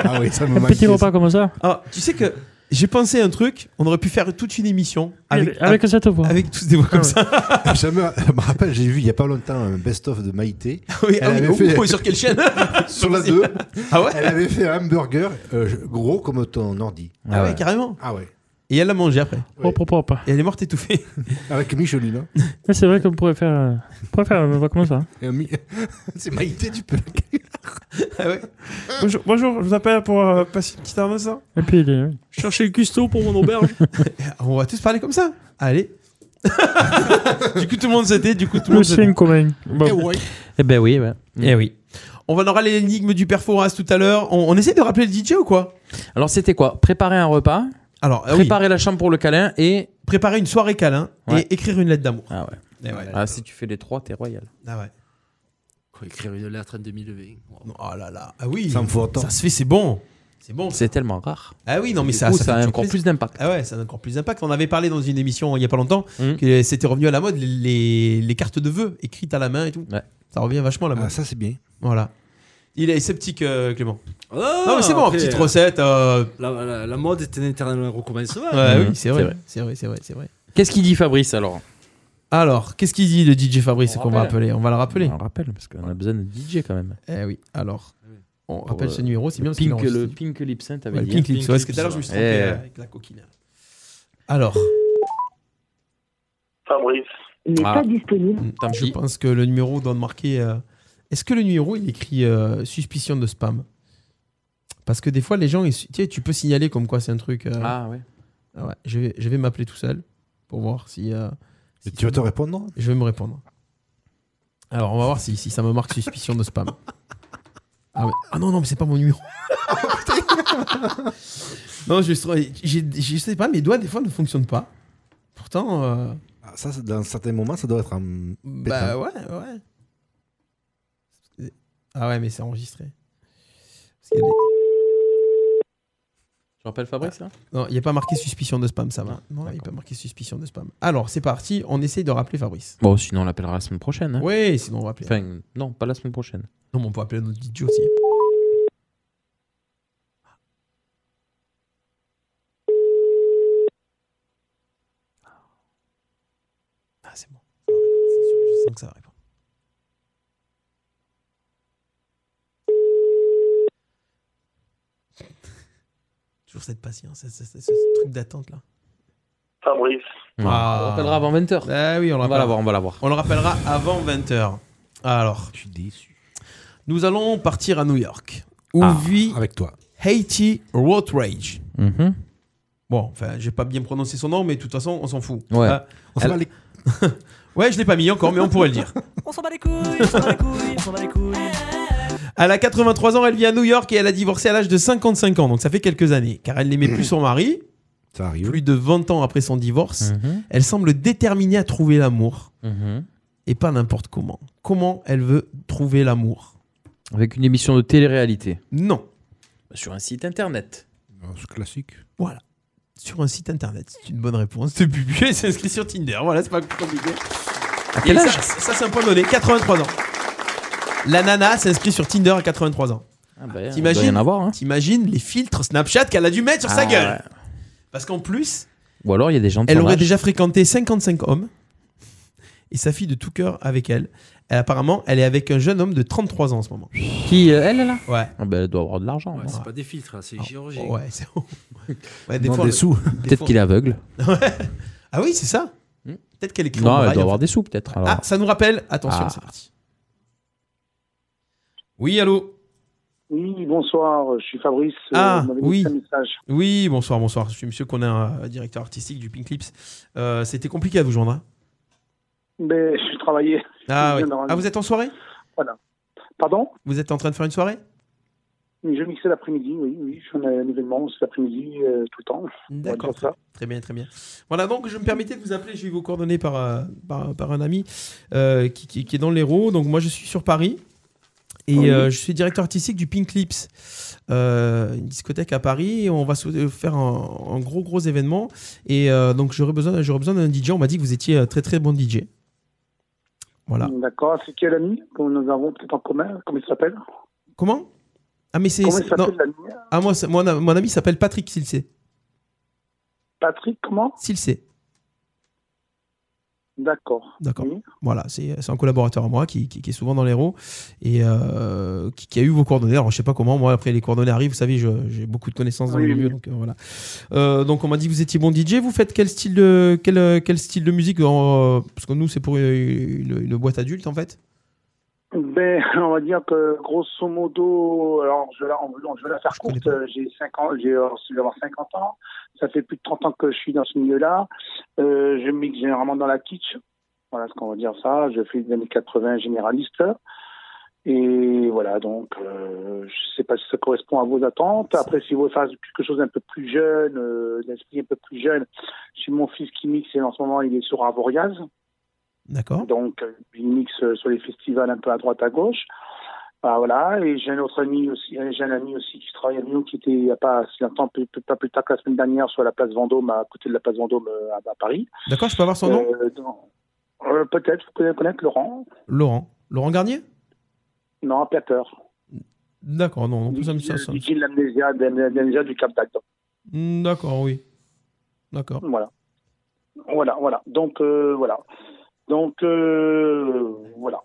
Ah oui, ça me
Un
manquait,
petit repas comme ça.
Ah, tu sais que j'ai pensé à un truc, on aurait pu faire toute une émission avec,
Avec cette voix.
Avec tous des voix comme ça.
Ah, Je me je me rappelle, j'ai vu il y a pas longtemps un best-of de Maïté.
Oui,
Elle
ah oui,
avait
oh,
fait-
oh, sur quelle chaîne
Sur la 2.
Ah ouais
Elle avait fait un hamburger euh, je- gros comme ton ordi.
Ah ouais, carrément.
Ah ouais.
Et elle l'a mangé après.
Propre, propre.
Et elle est morte étouffée.
Avec Micheline. hein.
Mais c'est vrai qu'on pourrait faire, euh, on pourrait faire une voix comme ça. hein.
Et Mi- C'est Maïté, tu peux.
Ah
Bonjour, bonjour, je vous appelle pour euh, passer une petite annonce.
hein.
ça.
Et puis, il est-
Chercher le custo pour mon auberge.
Ah,
On va tous parler comme ça. Allez. du coup, tout le monde s'était. Du coup, tout le
le
monde s'était.
chien commun. Bon.
Eh ouais.
Eh ben oui, ouais.
Eh oui. On va aura l'énigme du perforas tout à l'heure. On, on essaie de rappeler le DJ ou quoi
Alors c'était quoi Préparer un repas,
Alors, euh, oui.
préparer la chambre pour le câlin et
préparer une soirée câlin
Ouais.
et écrire une lettre d'amour.
ah ouais.
Eh ouais.
Ah, si tu fais les trois, t'es royal.
Ah ouais.
Quoi, écrire une lettre en 2020. Wow.
Oh là là. Ah oui.
Ça me faut autant.
Ça se fait, c'est bon. C'est bon.
C'est tellement rare.
Ah oui, non, mais
Du
ça,
coup,
fait
ça a
toujours
encore plus d'impact. Hum.
Ah ouais, ça a encore plus d'impact. On avait parlé dans une émission il y a pas longtemps que c'était revenu à la mode les, les- les cartes de vœux écrites à la main et tout.
Ouais.
Ça revient vachement à la mode.
Ah, ça, c'est bien.
Voilà. Il est sceptique, euh, Clément.
Ah,
non, mais c'est bon,
après,
petite
euh,
recette. euh,
La, la- la mode est un éternel recommencement.
ouais,
Mhm.
oui, c'est
c'est
vrai.
vrai.
C'est vrai, c'est vrai, c'est vrai.
Qu'est-ce qu'il dit Fabrice alors
Alors, qu'est-ce qu'il dit le DJ Fabrice
On
qu'on va
rappelle.
appeler On va le rappeler.
On rappelle parce qu'on a besoin de DJ quand même.
Eh oui, alors. On
Pour,
rappelle ce
euh,
numéro, c'est bien parce qu'il
Pink,
enregistre.
le Pink Lips, hein, t'avais
Ouais,
dit.
Pink
hein.
Lips, ouais, parce que tout à l'heure, je me suis trompé
Eh.
euh, avec la coquine. Alors,
Fabrice.
n'est
Ah.
pas disponible.
Mm, je pense que le numéro doit marquer. euh, Est-ce que le numéro il écrit euh, suspicion de spam Parce que des fois, les gens, ils su- tu sais, tu peux signaler comme quoi c'est un truc. euh,
Ah ouais.
ah ouais, je vais, je vais m'appeler tout seul pour voir si. euh, si
Tu vas te répondre
Je vais me répondre. Alors, on va voir si, si ça me marque suspicion de spam. Ah, ouais. Ah non, non, mais c'est pas mon numéro. non, je, j'ai- je sais pas, mes doigts, des fois, ne fonctionnent pas. Pourtant. euh,
Ah, Ça, c'est- dans certains moments, ça doit être hein, un.
bah ouais, ouais. Ah ouais, mais c'est enregistré. Parce qu'il y a des-
Tu rappelles Fabrice là
Non, il n'y a pas marqué suspicion de spam, ça va.
Ah,
Non, il n'y a pas marqué suspicion de spam. Alors, c'est parti, on essaye de rappeler Fabrice.
Bon, sinon on l'appellera la semaine prochaine. hein.
Oui, sinon on va appeler.
Enfin, non, pas la semaine prochaine.
Non, mais on peut appeler notre DJ aussi. hein. Ah, que ça répond. Toujours cette patience, ce, ce- ce- ce truc d'attente là.
Fabrice.
On le rappellera avant 20h.
Ah oui, on,
va l'avoir, on va l'avoir.
On le rappellera avant 20h. Alors. Je suis déçu. Nous allons partir à New York. Où
Ah,
vit.
avec toi.
Haiti Road Rage.
Mhm.
Bon, enfin, j'ai pas bien prononcé son nom, mais de toute façon, on s'en fout.
Ouais.
Ah,
On s'en bat
elle- ouais, je l'ai pas mis encore, mais on pourrait le dire.
On s'en bat les couilles, on s'en bat les couilles, on s'en bat les couilles.
Elle a 83 ans, elle vit à New York et elle a divorcé à l'âge de 55 ans, donc ça fait quelques années, car elle n'aimait plus son mari. Plus de 20 ans après son divorce,
Mhm.
elle semble déterminée à trouver l'amour.
Mhm.
Et pas n'importe comment. Comment elle veut trouver l'amour
Avec une émission de télé-réalité.
Non.
Sur un site internet.
Oh, C'est classique. Voilà. Sur un site internet, c'est une bonne réponse. C'est Bubu, elle s'est inscrite sur Tinder. Voilà, c'est pas compliqué.
quel
Et ça-
âge
Ça, c'est un point donné, 83 ans. La nana s'inscrit sur Tinder à 83 ans.
bah, il doit
T'imagines
y en avoir, hein.
T'imagines les filtres Snapchat qu'elle a dû mettre sur sa
Ah,
gueule
ouais.
Parce qu'en plus,
Ou alors il y a des gens de
elle
son
aurait
âge.
déjà fréquenté 55 hommes et sa fille de tout cœur avec elle. Elle, apparemment, elle est avec un jeune homme de 33 ans en ce moment.
Qui, euh, elle, là
Ouais.
Ah bah, elle doit avoir de l'argent.
Ouais, c'est pas des filtres, hein, c'est chirurgie.
Ah, Ouais, c'est... Ouais,
Non, des
le-
sous.
des
Peut-être
fois-
qu'il est aveugle. Hmm.
Ouais. Ah oui, c'est ça. Peut-être qu'elle écrit. au
Non, elle
braille,
doit
en
avoir
fait.
des sous, peut-être, alors.
Ah, ça nous rappelle. Attention,
Ah.
c'est parti. Oui, allô.
Oui, bonsoir, je suis Fabrice. euh,
Ah,
vous m'avez
oui.
laissé un message.
Oui, bonsoir, bonsoir. Je suis monsieur qu'on a directeur artistique du Pink Lips. Euh, C'était compliqué à vous joindre. hein
Mais je travaillais.
Ah,
Je
oui.
viens d'arriver.
ah, vous êtes en soirée
Voilà. Pardon
Vous êtes en train de faire une soirée
Je mixais l'après-midi, oui, oui. Je fais un événement cet après-midi euh, tout le temps. On va
D'accord,
dire ça.
Très bien, très bien. Voilà, donc je me permettais de vous appeler. J'ai eu vos coordonnées par, euh, par, par un ami euh, qui, qui- qui est dans l'Hérault. Donc moi, je suis sur Paris.
Ah
Et
Oui.
euh, je suis directeur artistique du Pink Lips, euh, une discothèque à Paris. Et on va sou- euh, faire un, un gros, gros événement. Et euh, donc, j'aurais besoin, j'aurais besoin d'un DJ. On m'a dit que vous étiez euh, très, très bon DJ. Voilà.
D'accord, c'est quel ami que nous avons peut-être en commun Comment il s'appelle
Comment Ah, mais c'est.
Comment
c'est-
il s'appelle
non.
l'ami
Ah, moi, c'est- mon, mon ami s'appelle Patrick s'il sait.
Patrick, comment
S'il sait.
D'accord.
D'accord. Voilà, c'est c'est un collaborateur à moi qui, qui- qui est souvent dans l'héros et euh, qui, qui a eu vos coordonnées. Alors, je sais pas comment, moi, après, les coordonnées arrivent, vous savez, je- j'ai beaucoup de connaissances dans
Oui,
le
oui.
milieu, donc euh, voilà. Euh, donc, on m'a dit que vous étiez bon DJ. Vous faites quel style de, quel, euh, quel style de musique euh, Parce que nous, c'est pour une, une- une boîte adulte, en fait.
Ben, on va dire que grosso modo, alors je vais la, on- je vais la faire courte, euh, j'ai 5 ans, j'ai euh, je vais avoir 50 ans, ça fait plus de 30 ans que je suis dans ce milieu-là. Euh, je mixe généralement dans la kitsch, voilà ce qu'on va dire ça, je fais des années 80 généraliste. Et voilà, donc euh, je sais pas si ça correspond à vos attentes. Après, si vous voulez faire quelque chose d'un peu plus jeune, euh, d'un esprit un peu plus jeune, j'ai mon fils qui mixe et en ce moment il est sur Avoriaz.
D'accord.
Donc, euh, il mixe euh, sur les festivals un peu à droite, à gauche. Ah, voilà, et j'ai un autre ami aussi, euh, j'ai un ami aussi qui travaille à Lyon, qui était il n'y a pas si longtemps, plus- plus- pas plus tard que la semaine dernière, sur la place Vendôme, à côté de la place Vendôme euh, à, à Paris.
D'accord, je peux avoir son nom
Euh, dans- euh, Peut-être, vous pouvez connaître Laurent
Laurent. Laurent Garnier
Non, un plateur.
D'accord, non, non, plus ça me- ça- ça-
DJ de l'amnésia- de l'amnésia du Cap d'Agde.
Hmm, D'accord, oui. D'accord.
Voilà. Voilà, voilà. Donc, euh, voilà. Donc, euh, voilà.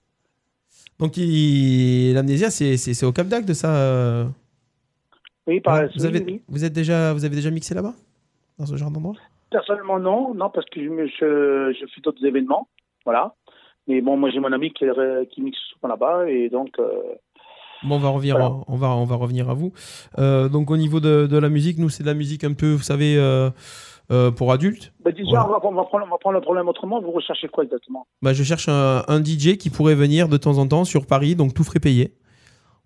Donc, il- l'amnésia, c'est c'est- c'est au Cap d'Agde, ça euh
Oui, par
Vous avez, vous, êtes déjà, vous avez déjà mixé là-bas Dans ce genre d'endroit
Personnellement, non, non, parce que je, me- je, je fais d'autres événements, voilà. Mais bon, moi j'ai mon ami qui, est- qui mixe souvent là-bas et donc euh,
Bon, on va revenir, on va, on va revenir à vous. Euh, donc, au niveau de, de la musique, nous, c'est de la musique un peu, vous savez, euh, euh, pour adultes.
bah, déjà
Voilà.
on, va, on va prendre, on va prendre le problème autrement. Vous recherchez quoi exactement
Bah, je cherche un, un DJ qui pourrait venir de temps en temps sur Paris, donc tout frais payé.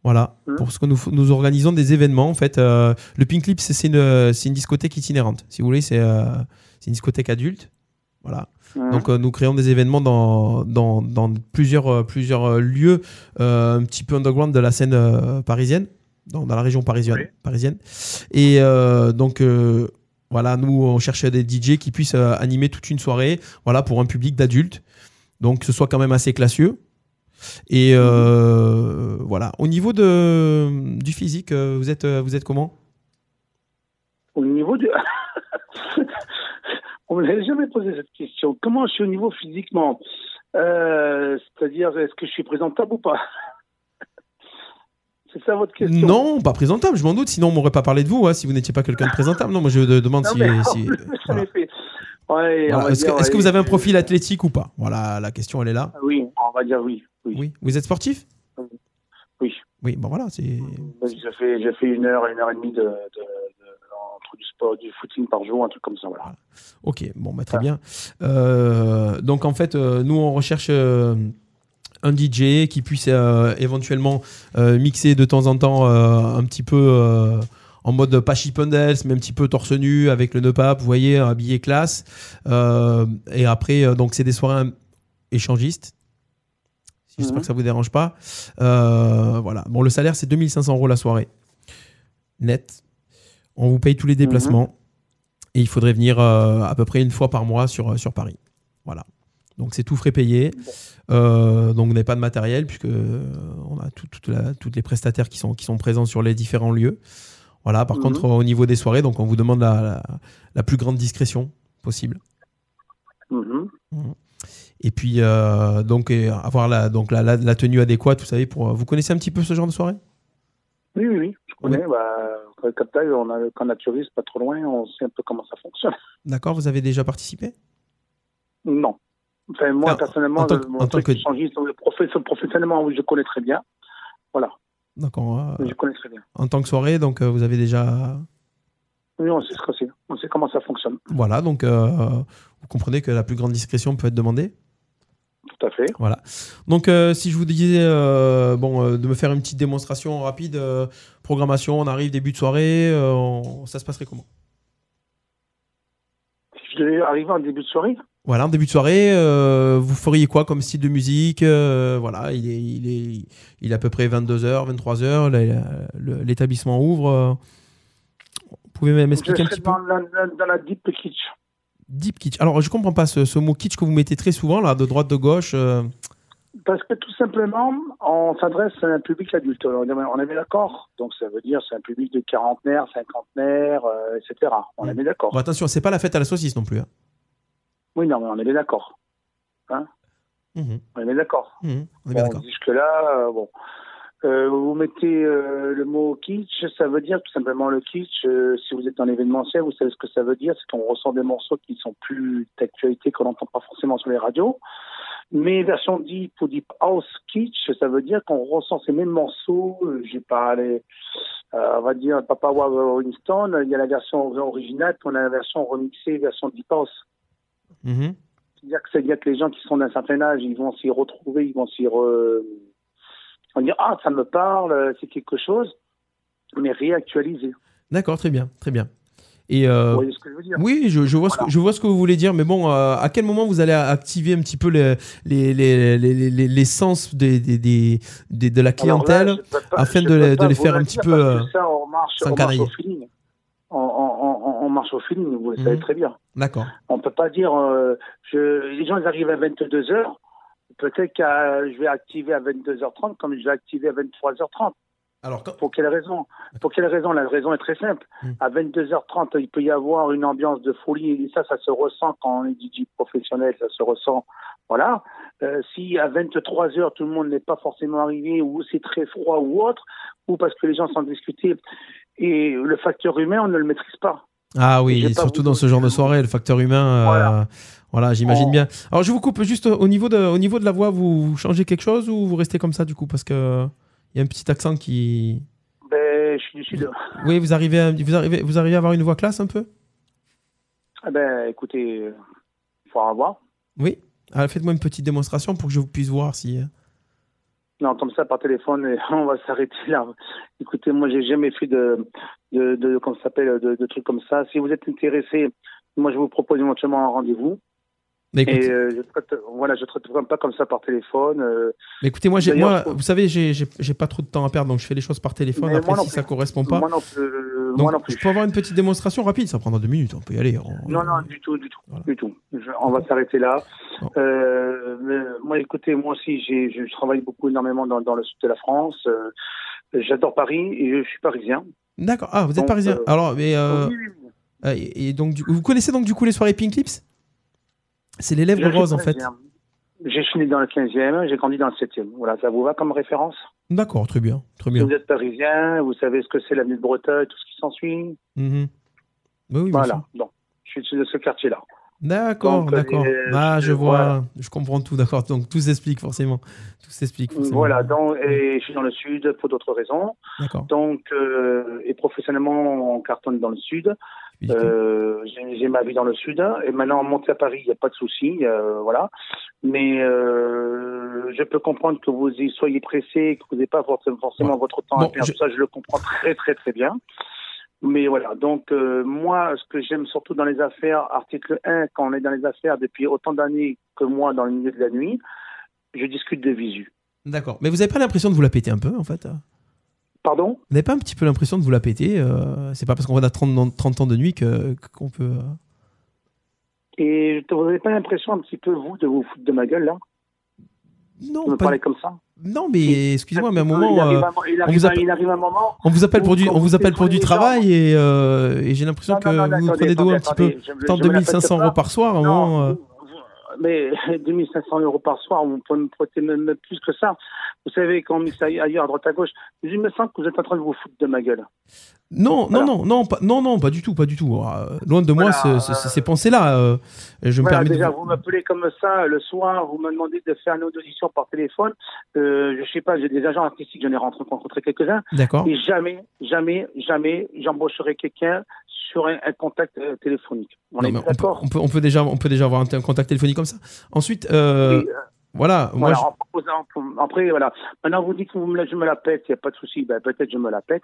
Voilà,
Hum.
pour ce que nous, f- nous organisons des événements. En fait, Euh, le Pink Lips, c'est une, c'est une discothèque itinérante. Si vous voulez, c'est euh, c'est une discothèque adulte. Voilà.
Hum.
Mhm.
Donc, euh, nous créons des événements dans, dans, dans plusieurs, euh, plusieurs euh, lieux euh, un petit peu underground de la scène euh, parisienne, dans, dans la région parisienne. parisienne. Et euh, donc, euh, voilà, nous, on cherche des DJ qui puissent euh, animer toute une soirée voilà, pour un public d'adultes. Donc, que ce soit quand même assez classieux. Et euh, voilà. Au niveau de, du physique, euh, vous êtes, euh, vous êtes comment
Au niveau du. on ne m'avait jamais posé cette question. Comment je suis au niveau physiquement Euh, C'est-à-dire, est-ce que je suis présentable ou pas C'est ça votre question
Non, pas présentable, je m'en doute, sinon on m'aurait pas parlé de vous hein, si vous n'étiez pas quelqu'un de présentable. Non, moi je euh, demande
Non,
si.
mais en
si-
plus, en effet. Ouais,
voilà,
on va
Est-ce que,
dire, euh,
est-ce que
ouais. Ah
vous avez un profil athlétique ou pas Voilà, la question elle est là.
Oui, on va dire oui. Oui.
Vous êtes sportif
Oui. Mm-hmm.
Oui, bon voilà, c'est.
J'ai fait, j'ai fait une heure, une heure et demie de, de- de- entre du sport, du footing par jour, un truc comme ça. Voilà.
Ok, bon, bah, très bien. Euh, donc en fait, euh, nous on recherche euh, un DJ qui puisse euh, éventuellement euh, mixer de temps en temps euh, un petit peu euh, en mode pas chip and dance, mais un petit peu torse nu avec le nœud pape, vous voyez, habillé classe. Euh, et après, euh, donc c'est des soirées échangistes. J'espère
Mhm.
que ça vous dérange pas. Euh, voilà. Bon, le salaire c'est 2500 euros la soirée net. On vous paye tous les déplacements
Mhm.
et il faudrait venir euh, à peu près une fois par mois sur, euh, sur Paris. Voilà. Donc c'est tout frais payé. Euh, donc vous n'avez pas de matériel puisque euh, on a tout- toute la- toutes les prestataires qui sont, qui sont présents sur les différents lieux. Voilà. Par
Mhm.
contre, au niveau des soirées, donc on vous demande la, la, la plus grande discrétion possible.
Mhm.
Et puis euh, donc et avoir la, donc la, la- la tenue adéquate, vous savez, pour euh, vous connaissez un petit peu ce genre de soirée.
Oui, oui, oui, je connais. Bah, comme Captail, on a le camp naturiste pas trop loin, on sait un peu comment ça fonctionne.
D'accord. Vous avez déjà participé
Non. Enfin, moi,
Ah,
personnellement,
en tant
le-
que-
mon
en tant
truc
que-
échangiste, le professe- professionnellement, oui, je connais très bien. Voilà,
D'accord. euh,
je connais très bien.
en tant que soirée, donc euh, vous avez déjà
Oui, on sait ce que c'est, on sait comment ça fonctionne.
Voilà, donc euh, vous comprenez que la plus grande discrétion peut être demandée.
Tout à fait.
Voilà. Donc euh, si je vous disais euh, bon, euh, de me faire une petite démonstration rapide, euh, programmation, on arrive début de soirée, euh, on- ça se passerait comment
Si je devais arriver en début de soirée,
Voilà, en début de soirée, euh, vous feriez quoi comme style de musique Euh, Voilà, il est, il, est, il est à peu près 22h, 23h, la- le- l'établissement ouvre. euh. Vous pouvez
je
m'expliquer un
serais
petit peu
dans, la, la- dans la deep kitsch.
Deep kitsch. Alors, je comprends pas ce, ce mot kitsch que vous mettez très souvent, là, de droite, de gauche. euh.
Parce que tout simplement, on s'adresse à un public adulte. On est- on est bien d'accord. Donc ça veut dire c'est un public de quarantenaire, cinquantenaire, euh, etc. On
Mm.
est bien d'accord.
Bon, attention, c'est pas la fête à la saucisse non plus. hein.
Oui, non, mais on est bien d'accord. Hein
Mhm.
on est bien d'accord.
Mhm. On est bien
Bon,
d'accord.
Jusque-là, euh, bon. Euh, vous mettez euh, le mot kitsch, ça veut dire tout simplement le kitsch. euh, si vous êtes en événementiel, vous savez ce que ça veut dire, c'est qu'on ressort des morceaux qui sont plus d'actualité, qu'on n'entend pas forcément sur les radios. Mais version deep ou deep house kitsch, ça veut dire qu'on ressent ces mêmes morceaux. euh, J'ai parlé, euh, on va dire Papa Wawa Winston. Il y a la version originale, puis on a la version remixée, version deep house.
Mhm.
C'est-à-dire que, c'est-à-dire que les gens qui sont d'un certain âge, ils vont s'y retrouver, ils vont s'y re... ils vont dire ah ça me parle, euh, c'est quelque chose, mais réactualisé.
D'accord, très bien, très bien. Et euh,
Vous voyez ce que je veux dire
oui, je, je vois ce que, je vois ce que vous voulez dire, mais bon, euh, à quel moment vous allez activer un petit peu les, les, les, les, les- les- les sens des, des, des- des- de la
Alors là,
clientèle
je peux pas-
afin
je
de,
peux
les-
pas
de les
vous
faire un
le
petit
dire
peu
parce que
euh,
ça, on marche, on marche
s'encanailler.
au feeling. On, on- on- on- on marche au feeling, vous le savez
Mhm.
très bien.
D'accord.
On peut pas dire euh, je- les gens ils arrivent à 22 h Peut-être que je vais activer à 22h30 comme je vais activer à 23h30.
Alors,
Pour quelle raison Pour quelle raison La raison est très simple. À 22h30, il peut y avoir une ambiance de folie. Et ça, ça se ressent quand on est DJ professionnel. Ça se ressent. Voilà. Euh, si à 23h, tout le monde n'est pas forcément arrivé, ou c'est très froid ou autre, ou parce que les gens sont discutés, et le facteur humain, on ne le maîtrise pas.
Ah oui,
J'ai
et
pas
surtout dans ce genre de soirée, le facteur humain. euh, voilà.
Oh.
j'imagine bien. Alors, je vous coupe juste au niveau de, au niveau de la voix, vous, vous changez quelque chose ou vous restez comme ça du coup Parce que euh, il y a un petit accent qui.
Ben, je suis du Sud.
Oui, vous arrivez, à- vous arrivez, vous arrivez à avoir une voix classe un peu
Eh ben, écoutez, euh, faut en avoir.
Oui. Alors, faites-moi une petite démonstration pour que je puisse voir si. euh,
Non, comme ça, par téléphone, et on va s'arrêter là. Écoutez, moi, j'ai jamais fait de, de, de comment ça s'appelle, de, de trucs comme ça. Si vous êtes intéressé, moi, je vous propose éventuellement un rendez-vous.
Mais écoute-
Et euh, je traite, voilà, je traite vraiment pas comme ça par téléphone. euh.
Mais écoutez, moi, j'ai-
D'ailleurs,
moi
je trouve-
vous savez, j'ai- j'ai j'ai pas trop de temps à perdre, donc je fais les choses par téléphone.
Mais
Après,
moi non
si ça
plus.
correspond pas.
Moi non plus, euh,
Donc,
moi non plus.
je peux avoir une petite démonstration rapide, ça prendra deux minutes, on peut y aller. on-
Non, non, du tout, du tout, du tout. Je- on va s'arrêter là. Euh, mais moi, écoutez, moi aussi, j'ai, je travaille beaucoup, énormément dans, dans le sud de la France. Euh, j'adore Paris et je suis parisien.
D'accord. Ah, vous êtes
Donc,
parisien.
euh,
Alors, mais. euh,
oui,
euh, et et donc, du- vous connaissez donc du coup les soirées Pink Lips C'est les lèvres
Je suis
roses en fait.
parisien. Je suis né dans le 15e, j'ai grandi dans le 7e. Voilà, ça vous va comme référence
D'accord, très bien, très bien.
Vous êtes parisien, vous savez ce que c'est l'avenue de Breteuil, tout ce qui s'ensuit.
Mhm. Oui, oui, bien
Voilà,
sûr.
donc je suis de ce quartier-là.
D'accord,
Donc, euh,
d'accord.
euh,
Ah, je
euh,
vois,
voilà.
je comprends tout, d'accord. Donc tout s'explique forcément. Tout s'explique forcément.
Voilà, donc, et je suis dans le sud pour d'autres raisons.
D'accord.
Donc, euh, et professionnellement, on cartonne dans le sud. Euh, j'ai- J'ai ma vie dans le sud. Et maintenant, monter à Paris, il n'y a pas de souci. euh, voilà. Mais euh, je peux comprendre que vous y soyez pressé, que vous n'avez pas forc- forcément votre temps à
Bon,
perdre.
je-
Ça, je le comprends très, très, très bien. Mais voilà, donc euh, moi, ce que j'aime surtout dans les affaires, article 1, quand on est dans les affaires depuis autant d'années que moi dans le milieu de la nuit, je discute de visu.
D'accord. Mais vous n'avez pas l'impression de vous la péter un peu, en fait euh
Pardon
Vous n'avez pas un petit peu l'impression de vous la péter euh, C'est pas parce qu'on va à 30, 30 ans de nuit que- que- qu'on peut. euh,
Et vous n'avez pas l'impression un petit peu, vous, de vous foutre de ma gueule, là
Non,
Vous me
pas-
parlez comme ça
Non, mais excusez-moi, mais à un moment,
il arrive,
euh,
un, il
on
arrive
vous
un-
appelle-
il arrive un moment.
on vous appelle pour du,
où
on vous appelle pour du
les gens-
travail et, euh, et j'ai l'impression que
non,
vous nous prenez
attendez,
d'eau un petit
attendez,
peu.
je me-
Tant
je me la fête
2500
pas.
euros par soir, à un
Non.
moment. euh,
Mais 2500 euros par soir, vous pouvez me prêter même même plus que ça. Vous savez, quand on mixe aille- ailleurs, à droite, à gauche, il me semble que vous êtes en train de vous foutre de ma gueule.
Non, non, non, non, pas, non, non, pas du tout, pas du tout. Euh, loin de moi
Voilà,
ce- ce- ces pensées-là. euh, je me
Voilà,
permets. de
déjà,
vous-
vous m'appelez comme ça le soir, vous me demandez de faire une audition par téléphone. Euh, je sais pas, j'ai des agents artistiques, j'en ai rencontré, rencontré quelques-uns.
D'accord.
Et jamais, jamais, jamais, j'embaucherai quelqu'un sur un, un contact euh, téléphonique. On
Non,
est
mais on, peut,
d'accord
on peut- on peut déjà, on peut déjà avoir un, t- un contact téléphonique comme ça. Ensuite, euh,
Oui, euh,
voilà, moi,
Voilà,
je-
en proposant- après, voilà. Maintenant, vous dites que vous me la- je me la pète, il n'y a pas de souci. Ben, peut-être je me la pète,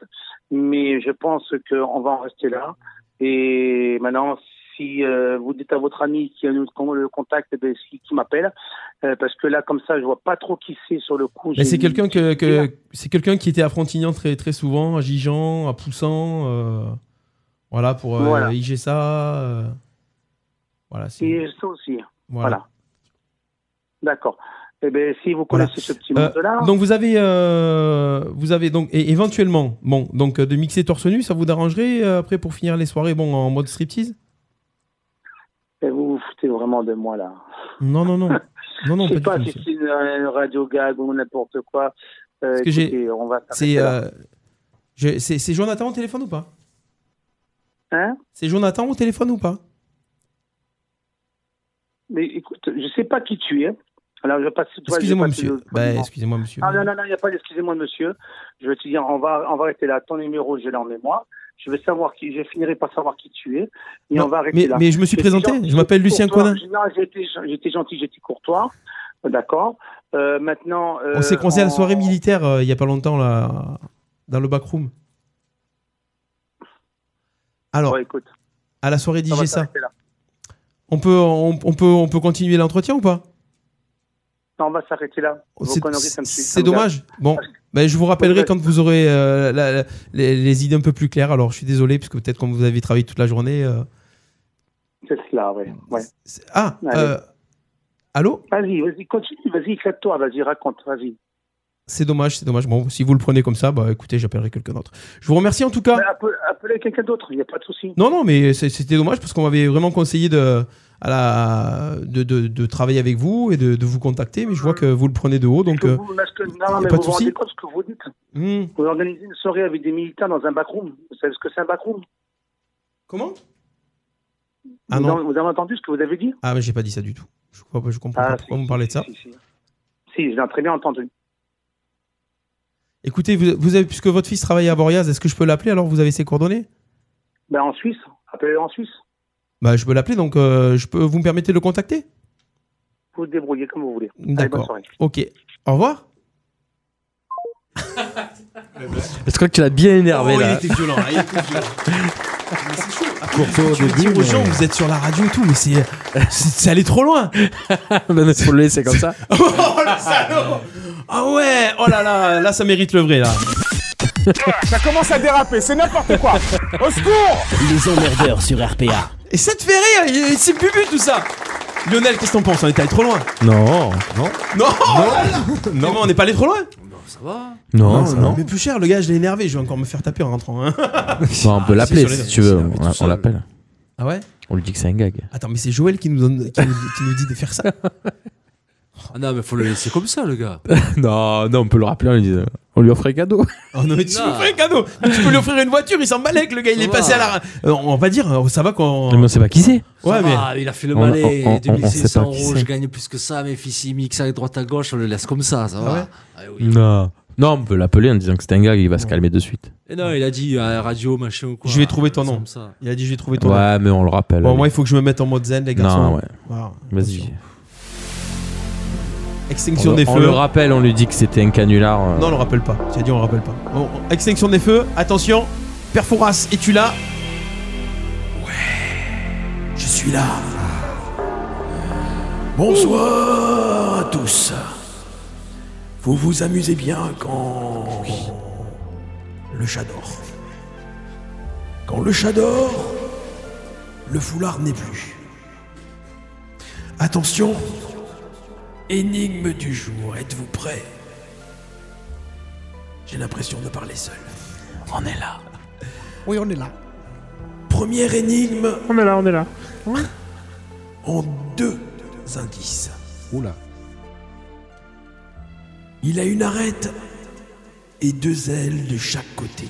mais je pense qu'on va en rester là. Et maintenant, si euh, vous dites à votre ami qui a nous- qu'on- le contact, eh ben, qui, qui m'appelle, euh, parce que là, comme ça, je vois pas trop qui c'est sur le coup.
mais
J'ai-
Bah, c'est quelqu'un que, que-
Voilà.
c'est quelqu'un qui était à Frontignan très, très souvent, à Gijan, à Poussan, euh, voilà pour euh,
Voilà.
IGSA. euh, voilà, c'est-
Ah, Et ça aussi. Voilà.
voilà.
D'accord. Eh ben, si vous
Voilà.
connaissez ce petit monde-là,
Euh, donc vous avez, euh, vous avez donc et éventuellement, bon, donc euh, de mixer torse nu, ça vous dérangerait euh, après pour finir les soirées, bon, en mode striptease
eh, vous vous foutez vraiment de moi là.
Non, non, non, non, non,
je sais
pas
pas
du tout.
si
monsieur.
c'est une, une radio gag ou n'importe quoi. Euh,
Parce que j'ai-
écoutez, on va
C'est,
s'arrêter là.
euh, je- c'est, c'est Jonathan au téléphone ou pas
Hein
C'est Jonathan au téléphone ou pas
Mais écoute, je sais pas qui tu es. Alors, je passe. toi, je
Excusez-moi,
passe
monsieur.
le-
Bah, excusez-moi, monsieur.
Ah non, non, non, il n'y a pas d'excusez-moi, monsieur. Je vais te dire, on va, on va arrêter là. Ton numéro, je l'ai en mémoire. Je vais savoir qui, je finirai par savoir qui tu es. Et
Non,
on va arrêter
mais-
là.
mais je me suis
J'étais
présenté.
gentil,
Je m'appelle
j'étais
Lucien
courtois.
Coinin.
Non, j'étais gen- j'étais gentil, j'étais courtois. D'accord. Euh, maintenant. euh,
on s'est croisé à la
on-
soirée militaire euh, il y a pas longtemps là, dans le backroom. Alors,
Ouais, écoute.
à la soirée
on va
d'IGSA.
s'arrêter là.
On peut, on, on peut, on peut continuer l'entretien ou pas
Non, on va s'arrêter là.
Oh,
Vos
C'est-
conneries, ça me suit, ça
C'est
me gave.
dommage. Bon, ben, je vous rappellerai quand vous aurez euh, la- la- les, les idées un peu plus claires. Alors, je suis désolé, puisque peut-être quand vous avez travaillé toute la journée. euh,
C'est cela, ouais. ouais.
Ah, euh, allô
Vas-y, vas-y, continue, vas-y, éclate-toi, vas-y, raconte, vas-y.
c'est dommage, c'est dommage. Bon, si vous le prenez comme ça, bah écoutez, j'appellerai quelqu'un d'autre. Je vous remercie en tout cas.
Mais appelez- Appelez quelqu'un d'autre, il n'y a pas de souci.
Non, non, mais c'est- c'était dommage parce qu'on m'avait vraiment conseillé de, à la, de, de- de travailler avec vous et de, de vous contacter, mais je vois que vous le prenez de haut, donc. euh,
Vous, parce que- non, mais
pas de
vous vous
souci.
rendez compte ce que vous dites
Hmm.
Vous organisez une soirée avec des militaires dans un backroom. Vous savez ce que c'est un backroom
Comment Ah
vous,
non.
en- vous avez entendu ce que vous avez dit
Ah, mais j'ai pas dit ça du tout. Je, crois pas- je comprends
Ah,
pas pourquoi vous me parlez de ça.
Si, je l'ai très bien entendu.
Écoutez, vous, vous avez, puisque votre fils travaille à Boriaz, est-ce que je peux l'appeler alors Vous avez ses coordonnées
Ben, en Suisse, appelez-le en Suisse.
Bah, je peux l'appeler, donc euh, je peux, vous me permettez de le contacter
Vous vous débrouillez comme vous voulez. Allez, bonne
D'accord.
soirée.
Ok. Au revoir.
Je crois que tu l'as bien énervé
Oh,
là.
il était violent, là, il était violent.
Courtois au
Je veux
début,
dire aux
mais-
gens, vous êtes sur la radio et tout, mais c'est, c'est, c'est allé trop loin.
ben, faut le laisser comme ça.
oh le salaud Ah ouais Oh là là, là ça mérite le vrai là.
Ça commence à déraper, c'est n'importe quoi. Au secours
Les emmerdeurs sur RPA.
Et ça te fait rire, il- c'est bubu tout ça Lionel, qu'est-ce que t'en penses On est allé trop loin
Non.
Non.
Non Non, on n'est pas allé trop loin
Ça va
Non, non.
Mais plus cher, le gars, je l'ai énervé, je vais encore me faire taper en rentrant. hein.
Bon, on peut l'appeler
c'est
si
sur les-
tu veux.
c'est-
On, on l'appelle.
Ah ouais
On lui dit que c'est un gag.
Attends, mais c'est Joël qui nous, donne- qui nous, qui nous dit de faire ça.
Ah non, mais faut le laisser comme ça, le gars.
non, non, on peut le rappeler, on lui, dit, on lui offrait cadeau.
Oh non, mais tu
Non.
lui offrais un cadeau. Mais tu peux lui offrir une voiture, il s'en balèque, le gars, il est passé à la. Euh, On va dire, euh, ça va quand.
Mais on sait pas qui c'est.
Ça va, Il a fait le
On-
malais,
on- on- on sait pas
2600
qui
euros,
c'est.
je gagne plus que ça, mes fils, ils mixent avec droite à gauche, on le laisse comme ça,
Ah
ça va.
Non. Non, on peut l'appeler en disant que c'est un gars qui va se calmer de suite.
Et non, il a dit à la radio, machin ou quoi.
Je vais trouver ton
C'est
nom.
comme ça.
Il a dit, je vais trouver ton nom.
Ouais, mais on le rappelle.
Bon,
allez.
moi, il faut que je me mette en mode zen, les garçons.
Non, ouais.
Voilà.
Vas-y.
Extinction
on,
des
on
feux.
le rappelle, on lui dit que c'était un canular. euh.
Non, on le rappelle pas. Tu as dit, on le rappelle pas. Bon, on- extinction des feux, attention. Perforas, es-tu là Ouais. Je suis là.
Bonsoir à tous. Vous vous amusez bien quand le chat dort. Quand le chat dort, le foulard n'est plus. Attention, énigme du jour, êtes-vous prêts J'ai l'impression de parler seul. On est là.
Oui, on est là.
Première énigme
On est là, on est là.
en deux indices. Oula. Il a une arête et deux ailes de chaque côté.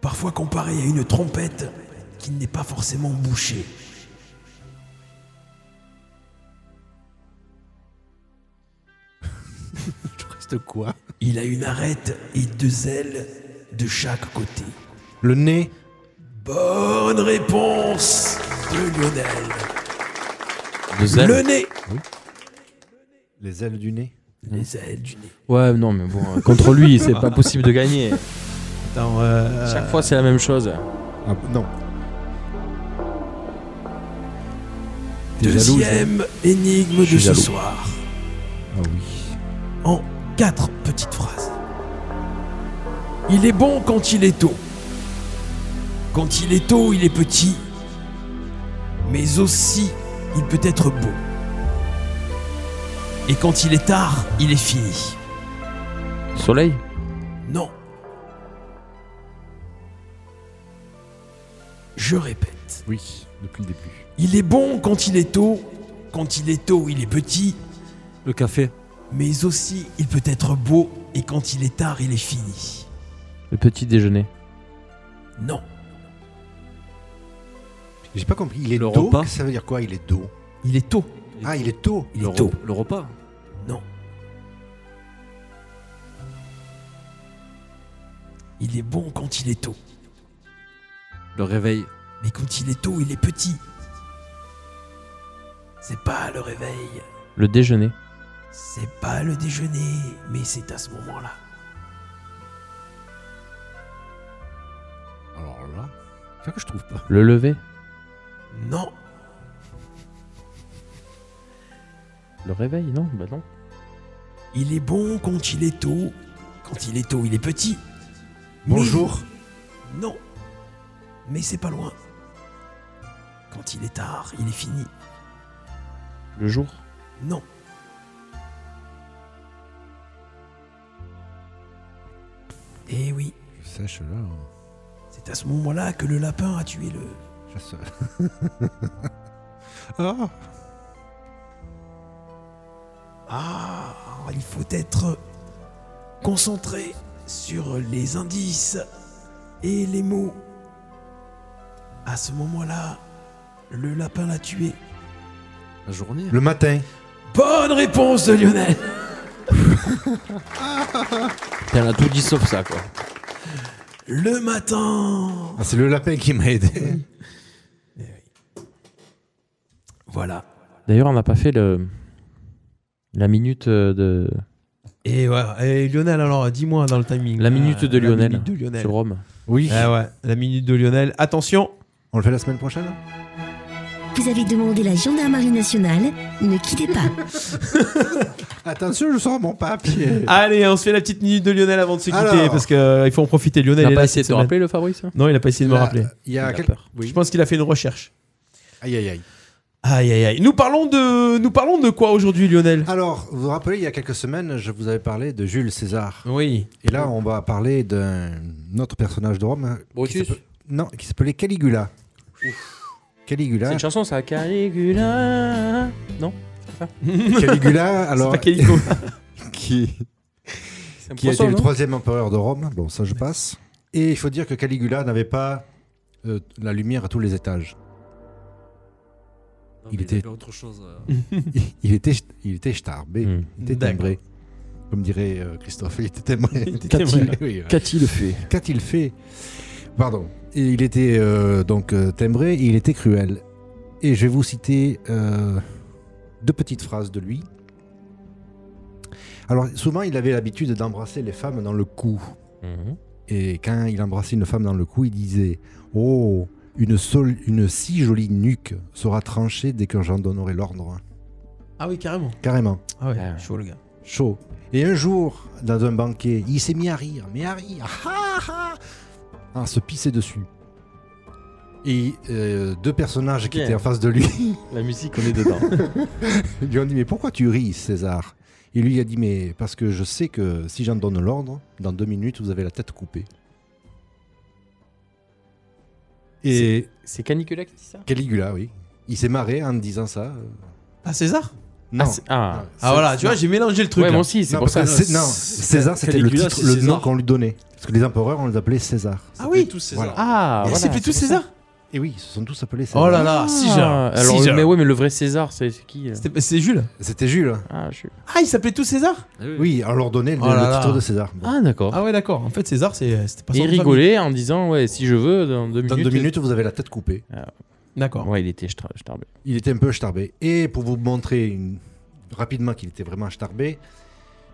Parfois comparé à une trompette qui n'est pas forcément bouchée.
Reste quoi
Il a une arête et deux ailes de chaque côté.
Le nez.
Bonne réponse de Lionel.
Deux ailes.
Le nez.
Les ailes du nez.
Les ailes du nez.
Ouais, non, mais bon, euh, contre lui, c'est pas possible de gagner.
Attends, euh,
Chaque fois, c'est la même chose.
Ah, non. T'es jalouse,
Deuxième énigme
Je suis
de ce
jaloux.
soir.
Ah oui.
en quatre petites phrases. Il est bon quand il est tôt. Quand il est tôt, il est petit. Mais aussi, il peut être beau. Et quand il est tard, il est fini.
Soleil
Non. Je répète.
Oui, depuis le début.
Il est bon quand il est tôt. Quand il est tôt, il est petit.
Le café.
Mais aussi, il peut être beau. Et quand il est tard, il est fini.
Le petit déjeuner.
Non.
J'ai pas compris. Il est
Le
dos.
repas.
Ça veut dire quoi Il est dos.
Il est tôt.
Ah, il est tôt.
Il
le,
est tôt.
rep- le repas.
Non. Il est bon quand il est tôt.
Le réveil.
Mais quand il est tôt, il est petit. C'est pas le réveil,
Le déjeuner.
c'est pas le déjeuner, mais c'est à ce moment-là.
Alors là, c'est que je trouve pas.
Le lever.
Non,
Le réveil, non Bah non.
il est bon quand il est tôt. Quand il est tôt, il est petit. Mais-
Bonjour.
Non, mais c'est pas loin. Quand il est tard, il est fini.
Le jour.
Non, Eh oui,
Je sèche là. hein.
c'est à ce moment-là que le lapin a tué le.
Chasse- ah.
Ah, il faut être concentré sur les indices et les mots. À ce moment-là, le lapin l'a tué.
La journée.
Le matin.
Bonne réponse de Lionel.
Putain, on a tout dit sauf ça, quoi.
Le matin. Eh
Ah, c'est le lapin qui m'a aidé.
Voilà.
D'ailleurs, on n'a pas fait le. La minute euh, de.
Et ouais, et Lionel, alors dis-moi dans le timing.
La minute
Euh,
de
La
Lionel.
minute de Lionel.
Jérôme.
Oui.
Ah ouais, la minute de Lionel. Attention.
On le fait la semaine prochaine
Vous avez demandé la gendarmerie nationale, ne quittez pas.
Attention, je sors mon papier.
Allez, on se fait la petite minute de Lionel avant de se quitter
Alors.
parce que euh, il faut en profiter. Lionel
Il n'a
est
pas
là
essayé de
cette
te
semaine.
rappeler, le Fabrice hein
Non, il a pas essayé de me
Là,
rappeler.
Il y a,
Il a
quel-
peur.
Oui.
Je pense qu'il a fait une recherche.
Aïe, aïe, aïe.
Aïe aïe aïe. Nous parlons de nous parlons de quoi aujourd'hui, Lionel
Alors, vous vous rappelez, il y a quelques semaines, je vous avais parlé de Jules César.
Oui.
Et là, on va parler d'un autre personnage de Rome. qui
Brutus
s'appelle- Non, qui s'appelait Caligula.
C'est
Caligula.
une chanson, ça. Caligula. Non
ça
Caligula, alors.
C'est pas Caligula.
qui
un
qui a
poisson,
été le
non
troisième empereur de Rome. Bon, ça je passe. Et il faut dire que Caligula n'avait pas euh, la lumière à tous les étages. il, était,
autre chose. euh.
il était, il était starbé,
Hmm.
il était
D'accord.
timbré, comme dirait euh, Christophe. Il était timbré.
Il était timbré. Qu'a-t-il-
Oui, euh,
qu'a-t-il fait
Qu'a-t-il fait Pardon. Et il était euh, donc euh, timbré et il était cruel. Et je vais vous citer euh, deux petites phrases de lui. Alors souvent, il avait l'habitude d'embrasser les femmes dans le cou.
Mhm.
Et quand il embrassait une femme dans le cou, il disait Oh, une, sol- une si jolie nuque sera tranchée dès que j'en donnerai l'ordre.
Ah oui, carrément.
Carrément.
Ah ouais, chaud le gars.
Chaud. Et un jour, dans un banquet, il s'est mis à rire, mais à rire, ah, ah, ah, à se pisser dessus. Et euh, deux personnages qui
Bien.
étaient en face de lui.
La musique, on est dedans.
Ils lui ont dit Mais pourquoi tu ris, César Et lui il a dit Mais parce que je sais que si j'en donne l'ordre, dans deux minutes, vous avez la tête coupée. Et.
C'est Canicula qui dit ça
Caligula, oui. Il s'est marré en disant ça.
Ah, César
Non.
Ah, c'est- ah.
c'est-
Ah, voilà, tu vois,
non.
j'ai mélangé le truc, Ouais, moi là. aussi, c'est
Non,
pour
parce
ça.
que c'est- Non,
C'est-
César, c'était le
Caligula,
titre,
c'est
le nom
César.
qu'on lui donnait. Parce que les empereurs, on les appelait César.
Ah oui Ah,
Et
voilà, c'est plutôt César
Et oui, ils se sont tous appelés César.
Oh là là, César. Alors, mais ouais, mais le vrai César, c'est c'est qui euh
C'était- C'est Jules.
C'était Jules.
Ah, Jules.
Ah, il s'appelait tout César
Oui, on leur donnait le,
Oh
le
là là.
titre de César. Bon.
Ah, d'accord.
Ah ouais, d'accord. En fait, César, c'est- c'était pas
Et
son nom de
rigoler en disant, ouais, si je veux, dans deux
Dans
minutes. Ah.
deux minutes, vous avez la tête coupée.
D'accord.
Ouais, il était stra- starbé.
Il était un peu starbé. Et pour vous montrer une- rapidement qu'il était vraiment starbé,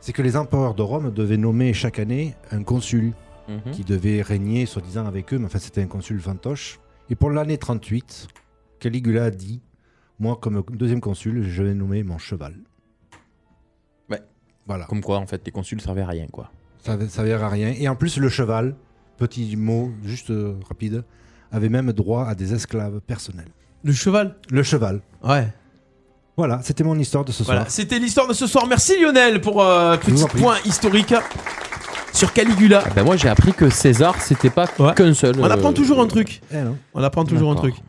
c'est que les empereurs de Rome devaient nommer chaque année un consul
Mhm.
qui devait régner soi-disant avec eux, mais enfin c'était un consul fantoche. Et pour l'année 38, Caligula a dit Moi, comme deuxième consul, je vais nommer mon cheval.
Ouais.
Voilà.
Comme quoi, en fait, les consuls servaient à rien, quoi.
Ça ne servait à rien. Et en plus, le cheval, petit mot juste euh, rapide, avait même droit à des esclaves personnels.
Le cheval
Le cheval.
Ouais.
Voilà, c'était mon histoire de ce
Voilà,
soir.
c'était l'histoire de ce soir. Merci Lionel pour euh,
vous
petit
en prie.
point historique sur Caligula.
Ah, ben, moi, j'ai appris que César, c'était pas qu'un seul.
On apprend
euh,
toujours un truc.
eh,
On apprend toujours un
D'accord.
truc.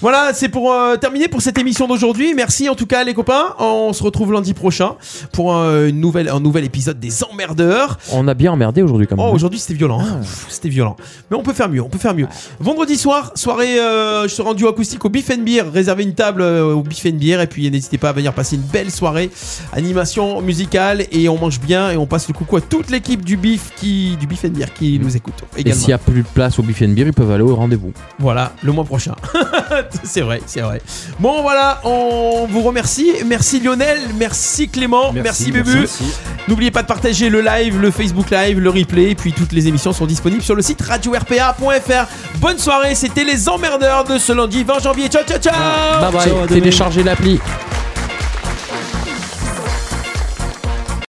Voilà, c'est pour euh, terminer pour cette émission d'aujourd'hui. Merci en tout cas les copains. On se retrouve lundi prochain pour euh, une nouvelle, un nouvel épisode des emmerdeurs.
On a bien emmerdé aujourd'hui,
Euh,
quand même.
Oh, aujourd'hui c'était violent. hein.
ah.
Pff, C'était violent. Mais on peut faire mieux, on peut faire mieux. Vendredi soir, soirée, euh, je serai en duo acoustique au Beef and Beer. Réservez une table euh, au Beef and Beer. Et puis n'hésitez pas à venir passer une belle soirée. Animation musicale. Et on mange bien. Et on passe le coucou à toute l'équipe du Beef, qui, du beef and Beer qui nous écoute.
Et
également.
s'il y a plus de place au Biff and Beer, ils peuvent aller au rendez-vous.
Voilà, le mois prochain. c'est vrai, c'est vrai. Bon, voilà, on vous remercie. Merci Lionel, merci Clément, merci,
Merci,
Bébu.
merci.
N'oubliez pas de partager le live, le Facebook Live, le replay. Et puis toutes les émissions sont disponibles sur le site radio-rpa.fr. Bonne soirée, c'était les emmerdeurs de ce lundi 20 janvier. Ciao, ciao, ciao
Bye bye,
Ciao, à demain.
téléchargez l'appli.